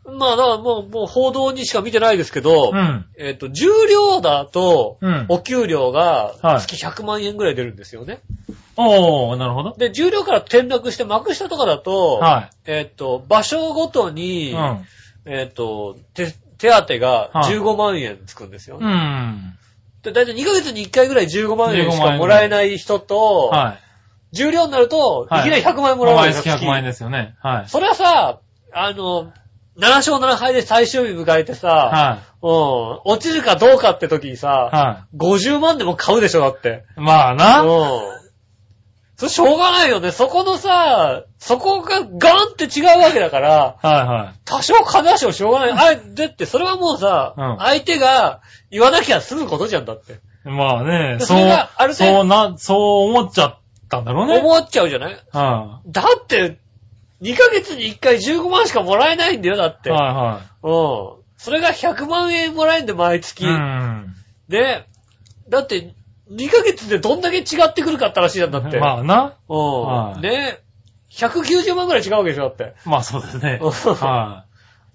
S2: まあ、だからもう、もう報道にしか見てないですけど、
S3: うん。
S2: えっ、と、重量だと、
S3: うん。
S2: お給料が
S3: はい
S2: 月100万円ぐらい出るんですよね。
S3: おー、なるほど。
S2: で、重量から転落して幕下とかだと、
S3: は
S2: えっ、と、場所ごと
S3: い。
S2: に、
S3: うん。
S2: えっ、と、手、手当てが15万円つくんですよね。
S3: うん。
S2: で、だいたい2ヶ月に1回ぐらい15万円し
S3: 15万
S2: か
S3: 円
S2: もらえない人と、
S3: はい。
S2: 重量になると、い
S3: はい
S2: きなり100万円もらうわけ
S3: 毎
S2: です
S3: 月
S2: よ
S3: 100万円ですよね。はい。
S2: それはさ、あの、7勝7敗で最終日迎えてさ、
S3: は
S2: うん、落ちるかどうかって時に
S3: い。
S2: さ、
S3: は
S2: 50万でも買うでしょ、だって。
S3: い。まあ
S2: うん
S3: な。。
S2: それしょうがないよね。そこのさ、そこがガンって違うわけだから、
S3: はいはい。
S2: 多少金足をしょうがない。あれ、だってそれはもうさ、
S3: うん
S2: 相手が言わなきゃ済むことじゃんだって。
S3: まあね、
S2: で
S3: そ
S2: それがあ
S3: う、
S2: る程度
S3: そうな、そう思っちゃったんだろうね。
S2: 思っちゃうじゃない
S3: は
S2: だって、2ヶ月に1回15万しかもらえないんだよ、だっ
S3: い。
S2: て。
S3: は
S2: うん。それが100万円もらえんで、毎
S3: い
S2: 月。
S3: はい。うん。
S2: で、だって、2ヶ月でどんだけ違ってくるかって話なんだって。
S3: まあな。
S2: う
S3: はい
S2: ん。ね190万ぐらい違うわけでしょ、だって。
S3: まあそうです
S2: <laughs>
S3: ね。
S2: うん
S3: は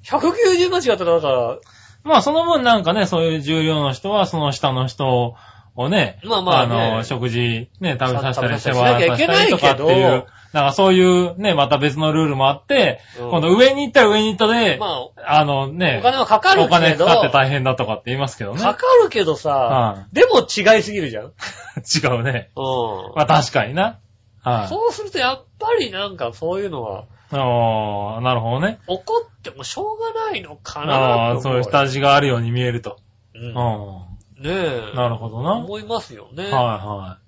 S2: 190万違ったら、だから、
S3: い。まあその分なんかね、そういう重量の人は、その下の人をね、
S2: まあまあね
S3: の、食事ね、食べさせたりして
S2: 食べさせなきゃいけないけど
S3: とかっていう、なんかそういうね、また別のルールもあって、
S2: うん
S3: 今度上に行ったら上に行ったで、
S2: まあ、お
S3: あのね、
S2: 金はかかる
S3: お金
S2: けど、
S3: 使って
S2: か
S3: 大変だとかって言いますけどね。
S2: かるけど
S3: は
S2: さ、でも違いすぎるじゃん。うん。
S3: <laughs> 違うね。まあ確かにな。はい。
S2: そうすると、やっぱりなんかそういうのは、
S3: ああ、なるほどね。
S2: 怒ってもしょうがないのか
S3: あ
S2: な
S3: あ、
S2: と
S3: そう
S2: 思。
S3: いうう下地があるように見えると。
S2: う
S3: うんん。。
S2: ねえ。
S3: なるほどな。はい
S2: 思いますよね。
S3: は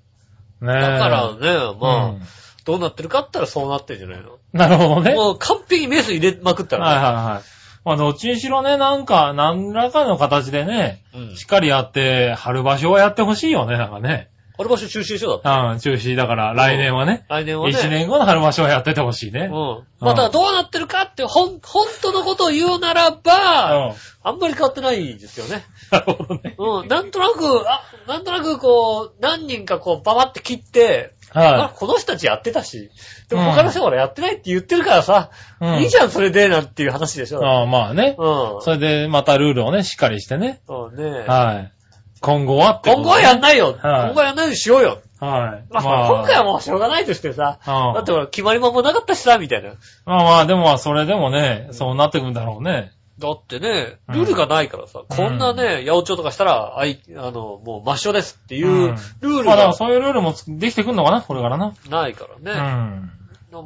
S3: い。ねえ。
S2: だからね、まあ、
S3: うん
S2: どうなってるかって言ったらそうなってるんじゃないの
S3: なるほどね。はい
S2: もう完璧にメス入れまくった
S3: はい
S2: らね。
S3: はい。まあどっちにしろね、なんか、何らかの形でね、
S2: うん
S3: しっかりやって、春場所はやってほしいよね、なんかね。
S2: 春場所中止でしょだって。
S3: うん、中止だから、来年はね。
S2: 来年はね。
S3: 一年後の春場所はやっててほしいね。
S2: うん。またどうなってるかって、ほん、本当のことを言うならば、
S3: うん
S2: あんまり変わってないですよね。
S3: なるほどね。
S2: うん。なんとなく、あ、なんとなくこう、何人かこう、ババって切って、あ
S3: は
S2: この人たちやってたし、で
S3: うん
S2: も他の人ほらやってないって言ってるからさ、
S3: い。うん。
S2: いいじゃん、それで、なんていう話でしょ。
S3: ああ、まあね。
S2: うん。
S3: それで、またルールをね、しっかりしてね。
S2: そうね。
S3: はい。今後はってこ
S2: 今
S3: と
S2: 後はやんないよ。
S3: はい
S2: 今後はやんないようにしようよ。
S3: はい。
S2: まあ、今回はもうしょうがないとしてさ、
S3: うん
S2: だってほら、決まりもんもなかったしさ、みたいな。
S3: まあまあ、でもまあ、それでもね、そうなってくんだろうね。
S2: だってね、ルールがないからさ、こんなね、八百長とかしたら、あい、あの、もう抹消ですっていううんルール
S3: まあ、だから
S2: が
S3: そういうルールもつできてくんのかな、これからな。
S2: ないから
S3: う
S2: ね。
S3: ん。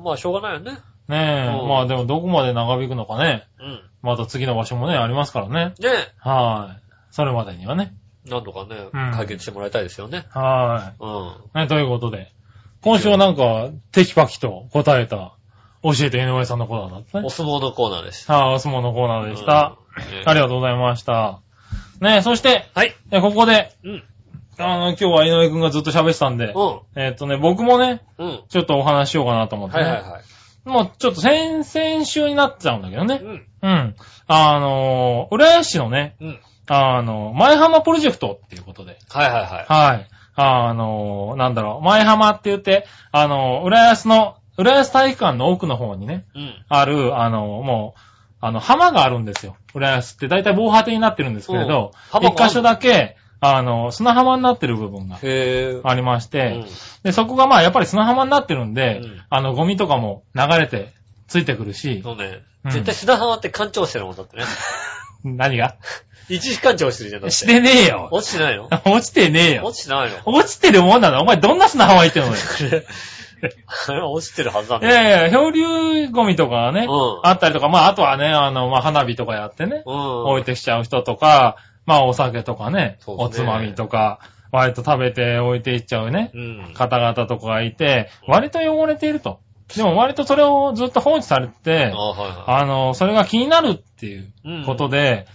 S2: まあ、しょうがないよね。
S3: ねえ、
S2: うん
S3: まあでもどこまで長引くのかね。
S2: うん。
S3: また次の場所もね、ありますからね。
S2: ね
S3: はい。それまでにはね。
S2: なんとかね、
S3: うん
S2: 解決してもらいたいですよね。
S3: は
S2: うん。
S3: い。ね、ということで。今週はなんか、テキパキと答えた、教えて井上さんのコーナーだったね
S2: お。相撲のコーナーでした。
S3: はい、お相撲のコーナーでした。
S2: うん。ね
S3: ありがとうございました。ねえ、そして、
S2: はい。
S3: えここで、
S2: うん。
S3: あの、今日は井上くんがずっと喋ってたんで、えっとね、僕もね、
S2: うん。うん。
S3: ちょっとお話ししようかなと思って
S2: はい
S3: ね。
S2: はいはい。
S3: もうちょっと先々週になっちゃうんだけどね
S2: う。ん。
S3: うん。あのー、浦安市のね、
S2: うん。
S3: あの、前浜プロジェクトっていうことで。
S2: はいはいはい。
S3: はい。あのー、なんだろう、前浜って言って、あのー、浦安の、浦安体育館の奥の方にね、
S2: うん。
S3: ある、あのー、もう、あの、浜があるんですよ。浦安って大体防波堤になってるんですけ
S2: う
S3: れど
S2: ん、浜がある
S3: 一箇所だけ、あのー、砂浜になってる部分が
S2: へぇー。
S3: ありまして、
S2: うん
S3: で、そこがまあやっぱり砂浜になってるんで、
S2: うん
S3: あの、ゴミとかも流れてついてくるし、
S2: そうね
S3: う。ん
S2: 絶対砂浜って干潮してるもんだ
S3: <laughs>
S2: ってね。
S3: 何が
S2: 一時干潮してるじゃん、だっ。
S3: しててねえよ
S2: 落ちてないの
S3: 落ちてねえよ
S2: 落ちてないの
S3: <laughs> 落ちてるもんなのお前どんな砂浜行ってんのよ。
S2: あれは <laughs> 落ちてるはずなん
S3: い
S2: だよ。
S3: やいや、漂流ゴミとかね、
S2: うん
S3: あったりとか、まああとはね、あの、まあ花火とかやってね、
S2: うん。
S3: 置いてきちゃう人とか、まあお酒とかね、
S2: そうね
S3: おつまみとか、割と食べて置いていっちゃうね
S2: う、ん。
S3: 方々とかがいて、割と汚れていると。でも割とそれをずっと放置されてて、
S2: あは
S3: あの、それが気になるっていう
S2: いはい。
S3: ことで、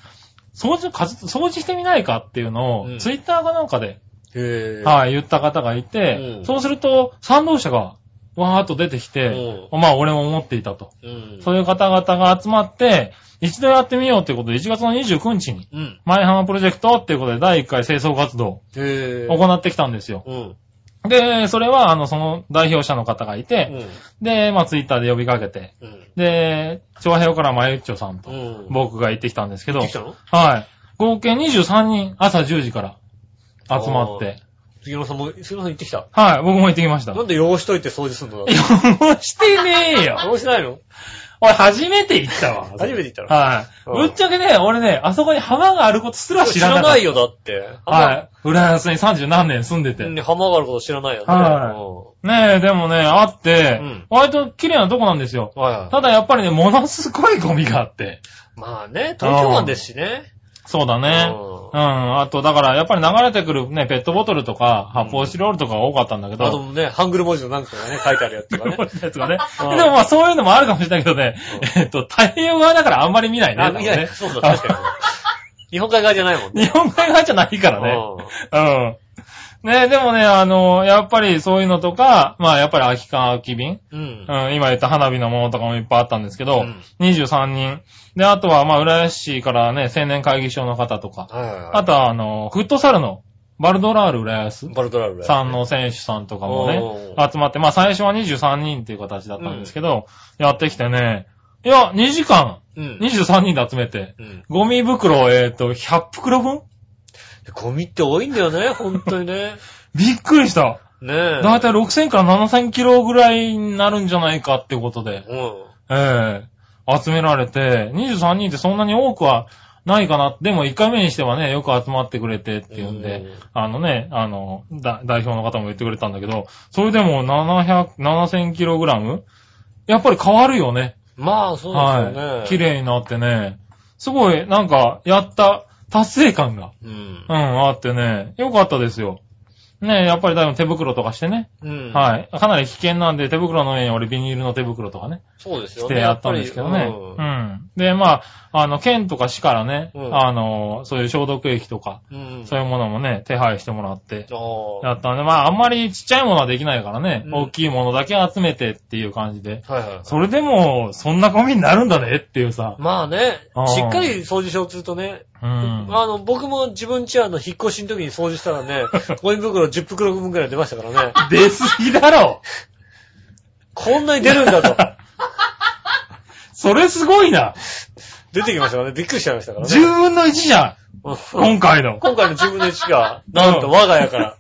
S3: 掃除、かず掃除してみないかっていうのを、
S2: うん
S3: ツイッターかなんかで、
S2: うん。へぇー。
S3: はい、言った方がいて、
S2: うん
S3: そうすると、賛同者が、わーっと出てきて、まあ、俺も思っていたと。
S2: うん。
S3: そういう方々が集まって、一度やってみようということで、1月の29日に、
S2: うん。
S3: 前浜プロジェクトっていうことで、第1回清掃活動
S2: へぇ
S3: を
S2: ー。
S3: 行ってきたんですよ。
S2: うん。
S3: で、それは、あの、その代表者の方がいうて、
S2: ん。
S3: で、まあ、ツイッターで呼びかけて、
S2: うん。
S3: で、長平からまゆっちょさんと
S2: う、ん。
S3: 僕が行ってきたんですけど
S2: でき、たの
S3: はい。合計23人、朝10時から集まって、
S2: 杉野さんも、杉野さん行ってきた。
S3: はい、僕も行ってきました。
S2: なんで汚しといて掃除すんのだ
S3: 汚してねえよ。
S2: 汚しないの
S3: 俺初めて行ったわ。
S2: 初めて行ったの
S3: はい。
S2: うん
S3: ぶっちゃけね、俺ね、あそこに浜があることすら知
S2: 知
S3: らなかっ
S2: ら
S3: た。
S2: ないよ、だって。
S3: はい。浦安に30何年住んでて。
S2: うん。
S3: ね
S2: 浜があること知らないよね。
S3: はえ、でもね、あって
S2: うん、
S3: 割と綺麗なとこなんですよ。
S2: うん。はいは
S3: ただやっぱりね、ものすごいゴミがあって。
S2: い。まあね、東京湾ですしね。
S3: そうだね。
S2: う
S3: うん。あと、だから、やっぱり流れてくるね、ペットボトルとか、発泡スチロールとかが多かったんだけど。
S2: あとね、ハングル文字のなんかがね、書いてあるやつ
S3: <laughs>
S2: とかね。
S3: やつがね。で
S2: うん
S3: もまあそういうのもあるかもしれないけどね、えっと、太平洋側だからあんまり見ないね。
S2: あ、いや、そうだ、確かに。
S3: <laughs>
S2: 日本海側じゃないもんね。
S3: に。日本海側じゃないからね。うん。ねでもね、あの、やっぱりそういうのとか、まあやっぱり空き缶、空き瓶、
S2: うん。うん
S3: う。ん、今言った花火のものとかもいっぱいあったんですけど、
S2: うん
S3: 23人。で、あとは、まあ、浦安市からね、青年会議所の方とか、
S2: はいはい
S3: あとは、あの、フットサルの、バルドラール浦安
S2: バルドラルだよね
S3: さんの選手さんとかもね
S2: お、ー
S3: 集まって、まあ最初は23人っていう形だったんですけど、やってきてね、いや、2時間、
S2: うん。
S3: 23人で集めて、
S2: うん。
S3: ゴミ袋を、えっ、と、100袋分
S2: ゴミって多いんだよね、本当に
S3: <laughs>
S2: ね。
S3: びっくりした。
S2: ねえ。
S3: だいたい6000から7000キロぐらいになるんじゃないかってことで、
S2: うん。
S3: ええ集められて、23人ってそんなに多くはないかな。でも1回目にしてはね、よく集まってくれてっていうんで、
S2: うん
S3: あのね、あの、だ代表の方も言ってくれたんだけど、それでも700、7000キログラムやっぱり変わるよね。
S2: まあ、そうですよ
S3: は
S2: ね。
S3: い。綺。麗になってね。すごい、なんか、やった達成感が、
S2: うん
S3: う。ん、あってね、よかったですよ。ねえ、やっぱり多分手袋とかしてね。
S2: うん。い。
S3: はい。かなり危険なんで、手袋の上に俺ビニールの手袋とかね、
S2: そうです
S3: し
S2: よ
S3: て
S2: ね。
S3: やったんですけど
S2: や
S3: ね。
S2: っぱり
S3: う。ん。で、まあ、あの、県とか市からね、
S2: うん
S3: あの、そういう消毒液とか、
S2: うん。
S3: そういうものもね、手配してもらって、
S2: あ
S3: やったんで、まあ、あんまりちっちゃいものはできないからね、
S2: うん
S3: 大きいものだけ集めてっていう感じで。
S2: あ。はいはいはい。
S3: それでも、そんなゴミになるんだねっていうさ。
S2: まあね
S3: あ、ー
S2: しっかり掃除しようとするとね、
S3: うん。
S2: あの、僕も自分家の引っ越しの時に掃除したら
S3: <laughs>
S2: ね、ゴミ袋10袋分くらい出ましたからね、
S3: 出すぎだろ
S2: こんなに出るんだと。
S3: <laughs> それすごいな
S2: 出てきましたからね、びっくりしちゃいましたから
S3: !10
S2: ね。
S3: 分の1じゃん
S2: うん
S3: 今回の。
S2: 今回の10分の1が、なんと我が家から。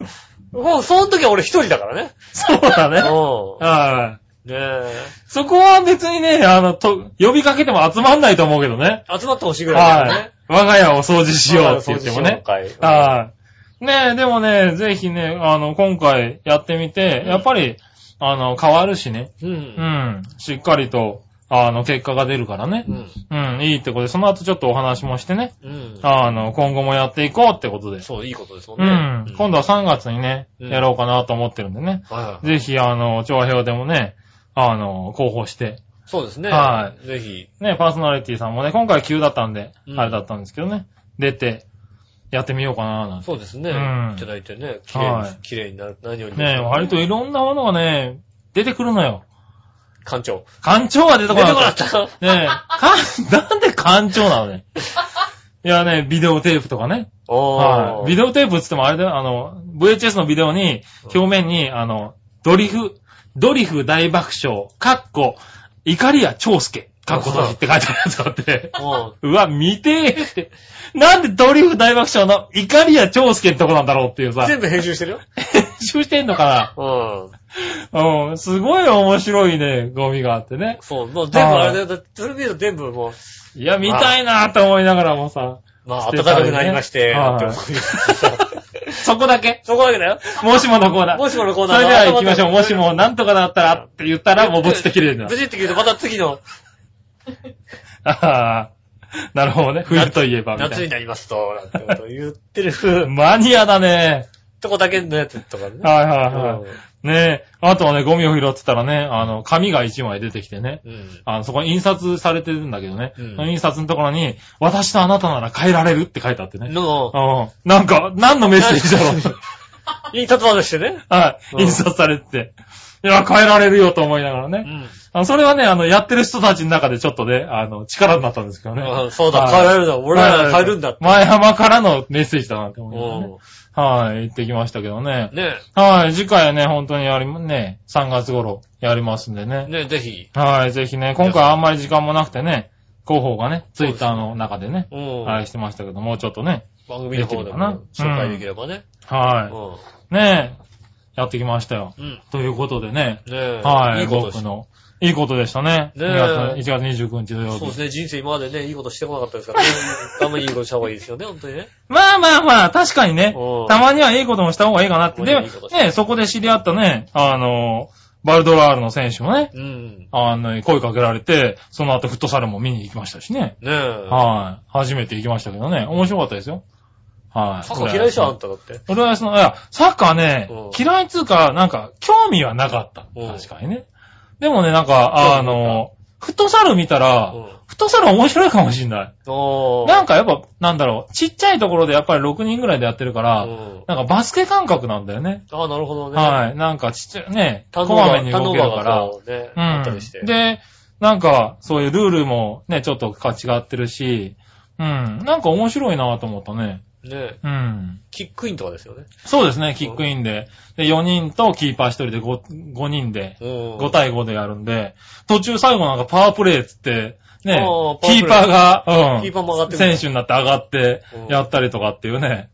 S2: もう、その時は俺一人だからね。
S3: そうだね。
S2: う
S3: <laughs> はい。
S2: ん。ねえ。
S3: そこは別にね、あの、と、呼びかけても集まんないと思うけどね。
S2: 集まってほしいぐらいだよ
S3: はい
S2: ね。。
S3: 我が家を掃除しようって言ってもね。
S2: ああ。
S3: はい。ねえ、でもね、ぜひね、あの、今回やってみて、やっぱり、あの、変わるしね。
S2: う。
S3: うんん。しっかりと、あの、結果が出るからね
S2: う。ん。
S3: うん、いいってことで、その後ちょっとお話もしてね。
S2: うん。
S3: あの、今後もやっていこうってことで。
S2: そう、いいことですもん
S3: う
S2: ね。
S3: ん。今度は3月にね、
S2: うん
S3: やろうかなと思ってるんでね。
S2: はいはい。
S3: ぜひ、あの、調和表でもね、あの、広報して、
S2: そうですね。。
S3: はい
S2: ぜひ。
S3: ね、パーソナリティさんもね、今回急だったんで、
S2: うん
S3: あれだったんですけどね、出て、やってみようかななんて。
S2: そうですね。
S3: うん
S2: いただいてね、綺
S3: は
S2: 麗
S3: い
S2: に、綺麗になる、何より
S3: ね、割といろんなものがね、出てくるのよ。
S2: 館長。
S3: 館長は出て
S2: 出
S3: こ
S2: て
S3: な
S2: こな
S3: か
S2: かっ
S3: った。
S2: た。
S3: ねか、 <laughs> なんで館長なのね。いやね、ビデオテープとかね。
S2: <laughs> お
S3: は
S2: ー。
S3: い。ビデオテープっつってもあれだよ、あの、VHS のビデオに、表面に、あの、ドリフ、ドリフ大爆笑、カッコ、怒りや長介、カッコ閉じって書いてあるやつがあって。
S2: うん。
S3: うわ、見てーって。なんでドリフ大爆笑の怒りや長介ってとこなんだろうって <laughs> いうさ、
S2: 全部編集してるよ。
S3: 編集してんのか
S2: うん。
S3: なうん、すごい面白いね、ゴミがあってね。
S2: そう、もう全部あれだよ。だってそれ見ると全部も
S3: いや、見たいなーって思いながらもさ、
S2: う、ま
S3: 捨
S2: あ、
S3: て
S2: 暖
S3: た
S2: か
S3: りね
S2: くなりまして、
S3: はい
S2: って思いつつさ
S3: そこだけ
S2: そこだけだよ。
S3: もしものコーナー。
S2: もしものコー
S3: そ
S2: ナー
S3: れでは行きましょう。もしも、なんとかだったらって言ったら、もうブチって切れるんだ
S2: 無。事って言うとまた次の
S3: あーなるほどね。冬といえば、みた
S2: 夏に
S3: い
S2: なりますと、なんてことを言ってる
S3: な。マニアだね。
S2: とこだけのやつとかね。
S3: はいはいはい。ねえ。あとはね、ゴミを拾ってたらね、あの、紙が1枚出てきてね。
S2: うん。
S3: あの、そこに印刷されてるんだけどね。
S2: うん
S3: その印刷のところに、私とあなたなら変えられるって書いてあってね。
S2: の、
S3: うん。なんか、何のメッセージだろう。
S2: <laughs> 印刷技してね。
S3: <laughs> はい。
S2: うん
S3: 印刷されてて。いや、変えられるよと思いながら
S2: う
S3: ね。
S2: ん。
S3: あのそれはね、あの、やってる人たちの中でちょっとね、あの、力になったんですけどね。
S2: あそうだ、
S3: はい
S2: 変えられるんだ。俺らが変えるんだって。
S3: 前浜からのメッセージだなって思いながらね。
S2: う
S3: はい、言ってきましたけどね
S2: ん。。ね
S3: はい、次回はね、本当にやりま、ね、3月頃やりますんでね。
S2: ねぜひ。
S3: はい、ぜひね、今回あんまり時間もなくてね、広報がね、ツイッターの中でね、
S2: うん。
S3: あれしてましたけど、もうちょっとね、
S2: 番組の方でもね
S3: でき
S2: 紹
S3: るかな
S2: 介できればね。
S3: は
S2: う
S3: い、ねえ、やってきましたよ。
S2: ん。うん。
S3: ということでね、
S2: ねえ。
S3: はい、
S2: いいことし
S3: 僕の、いいことでしたね。
S2: ねえ
S3: 2月1月29日土曜
S2: そうです
S3: 日。
S2: ね、人生今までね、いいことしてこなかったですからね。
S3: <laughs>
S2: あんまりいいことした方がいいですよね、本当にね。
S3: まあまあまあ、確かにね
S2: うん、
S3: たまにはいいこともした方がいいかなって。
S2: た
S3: で
S2: ま
S3: も
S2: にはいいこと、した
S3: ね、そこで知り合ったね、あの、バルドラールの選手もね、
S2: うん。
S3: あの、声かけられて、その後フットサルも見に行きましたしね。
S2: ねえ。
S3: はい。初めて行きましたけどね。面白かったですよ。はい。
S2: サッカー嫌いでしょ、あん
S3: ん
S2: ただって。
S3: 俺はその、いや、サッカーね
S2: うん、
S3: 嫌いっつうか、なんか、興味はなかった。
S2: うん
S3: 確かにね。でもね、なんか、あ
S2: 興味な
S3: の、フットサル見たら
S2: う、ん。
S3: フットサル面白いかもしんない。
S2: おー。
S3: なんかやっぱ、なんだろう、ちっちゃいところでやっぱり6人ぐらいでやってるか
S2: う
S3: ら、
S2: ん。
S3: なんかバスケ感覚なんだよね。
S2: ああ、なるほどね。
S3: はい。なんかちっちゃい、ね、
S2: ター
S3: こ
S2: ンオー
S3: ま
S2: バ
S3: めに
S2: ー、ターン
S3: 動
S2: オー
S3: ける
S2: バ
S3: か
S2: ーが
S3: ら、
S2: こうね、
S3: う
S2: あったりして。
S3: ん。で、なんか、そういうルールもね、ちょっと違ってるし、うん。なんか面白いなと思ったね。
S2: ね、
S3: うん。
S2: キックインとかですよね。
S3: そうですね、キックインで。で、4人とキーパー1人で 5, 5人で、
S2: うん。
S3: 5対5でやるんで、途中最後なんかパワープレイっつって、ね
S2: あー、パワープレイ
S3: キーパーが、うん。
S2: キーパーも上がってくる
S3: 選手になって上がって
S2: うん、
S3: やったりとかっていうね。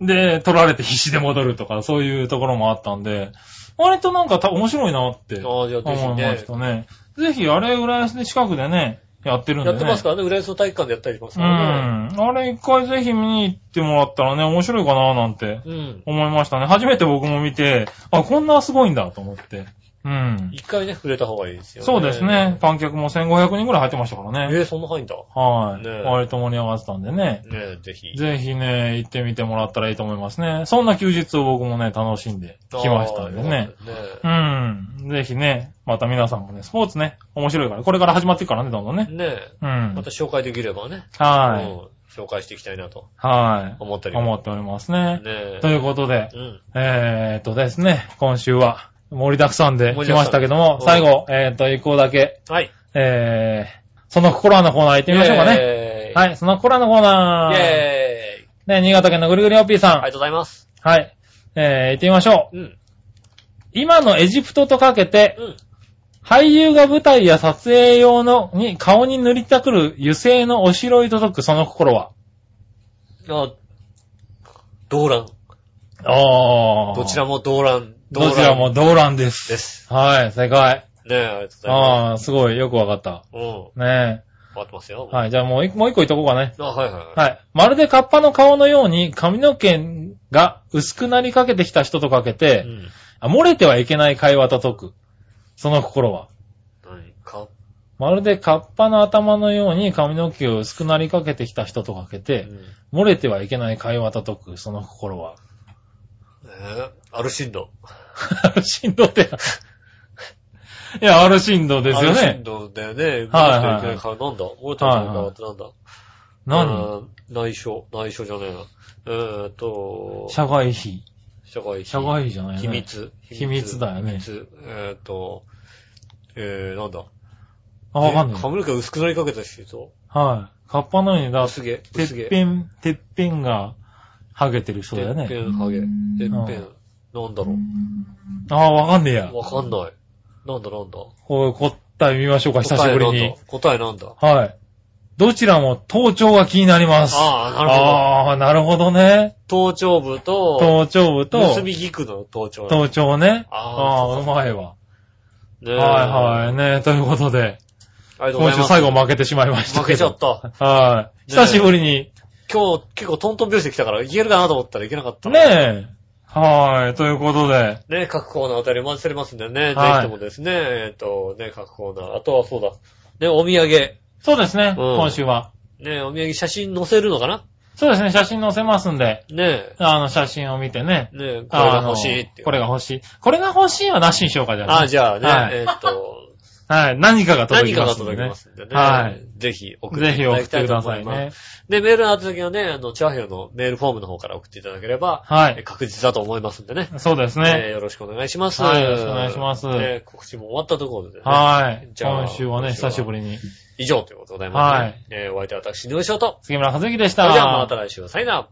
S3: で、取られて必死で戻るとか、そういうところもあったんで、割となんかた面白いなって。
S2: ああ、じゃあぜ
S3: 思いまし
S2: ひ
S3: た
S2: ね。
S3: ね。ぜひ、あれ、浦安で近くでね、やってるんで
S2: や
S3: ね。
S2: ってます
S3: か
S2: からね、浦安の体育館でやったりします
S3: う
S2: からね。
S3: ん。あれ、一回ぜひ見に行ってもらったらね、面白いかななんて
S2: うん。
S3: 思いましたね。初めて僕も見て、あ、こんなすごいんだと思って。ううん。
S2: 一回ね、触れた方がいいですよね。
S3: そうですね。。観客も1500人ぐらい入ってましたからね。
S2: えー、そんな範囲だ。
S3: はい。
S2: ねえ
S3: 割と盛り上がってたんでね。
S2: ねえ、ぜひ。
S3: ぜひね、行ってみてもらったらいいと思いますね。そんな休日を僕もね、楽しんできましたんでね。
S2: あー。よかった
S3: うん。ぜひね、また皆さんもね、スポーツね、面白いから、これから始まっていくからね、どんどんね。
S2: ねね
S3: う
S2: え、ま
S3: ん
S2: た。紹介できればね。
S3: はい。
S2: うん紹介していきたいなと
S3: は
S2: 思った
S3: い。
S2: りも
S3: 思っておりますね。
S2: ねえ。
S3: ということで、
S2: うん。
S3: えーっとですね、今週は盛りだくさんで
S2: 盛りだく
S3: 来
S2: さん
S3: ましたけども
S2: う、ん
S3: 最後、えーっと、一個だけ、
S2: はい。
S3: えー、その心はのコーナー行ってみましょうかね。
S2: ね
S3: はい、その心はのコーナ
S2: イェーイ
S3: ー。ね、新潟県のぐるぐるおっぴーさ
S2: ありが
S3: ん。
S2: とうございます。
S3: はい。えー、行ってみましょう。
S2: うん。
S3: 今のエジプトとかけて、
S2: うん。
S3: 俳優が舞台や撮影用のに顔に塗りたくる油性のおしろいと解くその心は
S2: あ、動乱。
S3: ああ。
S2: どちらも動乱。
S3: どちらも動乱です。
S2: です。
S3: はい、正解。
S2: ねえ、ありがとうございます。
S3: ああ、すごい、よくわかった。
S2: うん。終
S3: ね
S2: わってますよ。
S3: え。はい、じゃあもう一個もう一個いっとこうかね。
S2: あ、はいはいはい。
S3: はい。まるでカッパの顔のように髪の毛が薄くなりかけてきた人とかけて、
S2: うん。
S3: あ漏れてはいけない会話と解く。その心は
S2: 何か、
S3: まるでカッパの頭のように髪の毛を薄くなりかけてきた人とかけ
S2: う
S3: て、
S2: ん。
S3: 漏れてはいけない会話と解く、その心は。 <laughs>
S2: えー、アルシンド。
S3: アルシンドって。いや、アルシンドですよ
S2: アルシン
S3: ね。
S2: ドだよね。
S3: はいはい
S2: 見なきゃいけないからなんだ俺たちの顔ってなんだ
S3: 何
S2: うん内緒。内緒じゃねえな。えーっと、
S3: 社外費。
S2: 社会費。
S3: 社外費じゃないよね。
S2: 秘。密。
S3: 秘密だよね
S2: 秘密。えーっと、えー、なんだ。
S3: あ、わかんない。
S2: 髪の毛薄くなりかけた人。
S3: はい。カッパのようにだ、
S2: 薄毛。
S3: て
S2: 薄毛。
S3: っぺん、てっぺんが、ハゲてる人だよ
S2: てっ
S3: ね。
S2: ぺんハゲ。てっぺん。
S3: ん
S2: なんだろ
S3: あー、わかんねえや
S2: う。。わかんない。なんだなんだ。
S3: こう、答え見ましょうか、久しぶりに。
S2: 答えなんだ。答えなんだ。
S3: はい。どちらも頭頂が気になります。
S2: ああ、なるほど。
S3: ああ、なるほどね。
S2: 頭頂部と、
S3: 頭頂部と、
S2: 結び菊の頭頂部。
S3: 頭頂ね。
S2: あ
S3: ああー、うまいわ。
S2: ねえ
S3: はいはい。ねということで、
S2: ありがとうござい
S3: 今
S2: ま
S3: 週
S2: す。
S3: 最後負けてしまいました
S2: 負けちゃ
S3: ど
S2: った。
S3: はい。久しぶりに。
S2: 今日結構トントン拍子で来たから、いけるかなと思ったらいけなかった。
S3: ねえ。はい。ということで。
S2: ね、各コーナーあたりお待ちしておりますんでね、
S3: はい
S2: ぜひともですね、えっ、と、ね、各コーナー、あとはそうだ、ね、お土産、
S3: そうですね。
S2: うん
S3: 今週は。
S2: ね、お土産写真載せるのかな
S3: そうですね。写真載せますんで。
S2: ね、
S3: あの、写真を見てね。
S2: ね、これが欲しいって
S3: あ
S2: い
S3: の
S2: う。
S3: これが欲しい。これが欲しいはなしにしようか、じゃあ。
S2: あ、じゃあね、
S3: はい
S2: えっ、と、
S3: はい。何かが <laughs> 届
S2: 何
S3: き
S2: か
S3: ま
S2: が
S3: すんで
S2: 届き
S3: ね。
S2: ますんでね、
S3: はい
S2: ぜひ送って
S3: ぜ
S2: い
S3: ひ
S2: ただ
S3: 送っ
S2: きた
S3: て
S2: い
S3: く
S2: と
S3: だ
S2: 思
S3: さ
S2: い
S3: い
S2: ます。
S3: ね。
S2: で、メールの宛先はね、あの、チャーヒオのメールフォームの方から送っていただければ、
S3: は
S2: え
S3: い。
S2: 確実だと思いますんでね。
S3: そうです
S2: えー
S3: ね。
S2: よろしくお願いします。
S3: はいよろしくお願いします
S2: ね、告知も終わったところでね。
S3: はい。
S2: じゃあ
S3: 今週はね、
S2: 今週は
S3: 久しぶりに。
S2: 以上ということでございます、ね。
S3: はい
S2: えーお相手は私、井上翔と。
S3: 杉村和之でし
S2: そ
S3: た。
S2: れではまた来週、さよなら。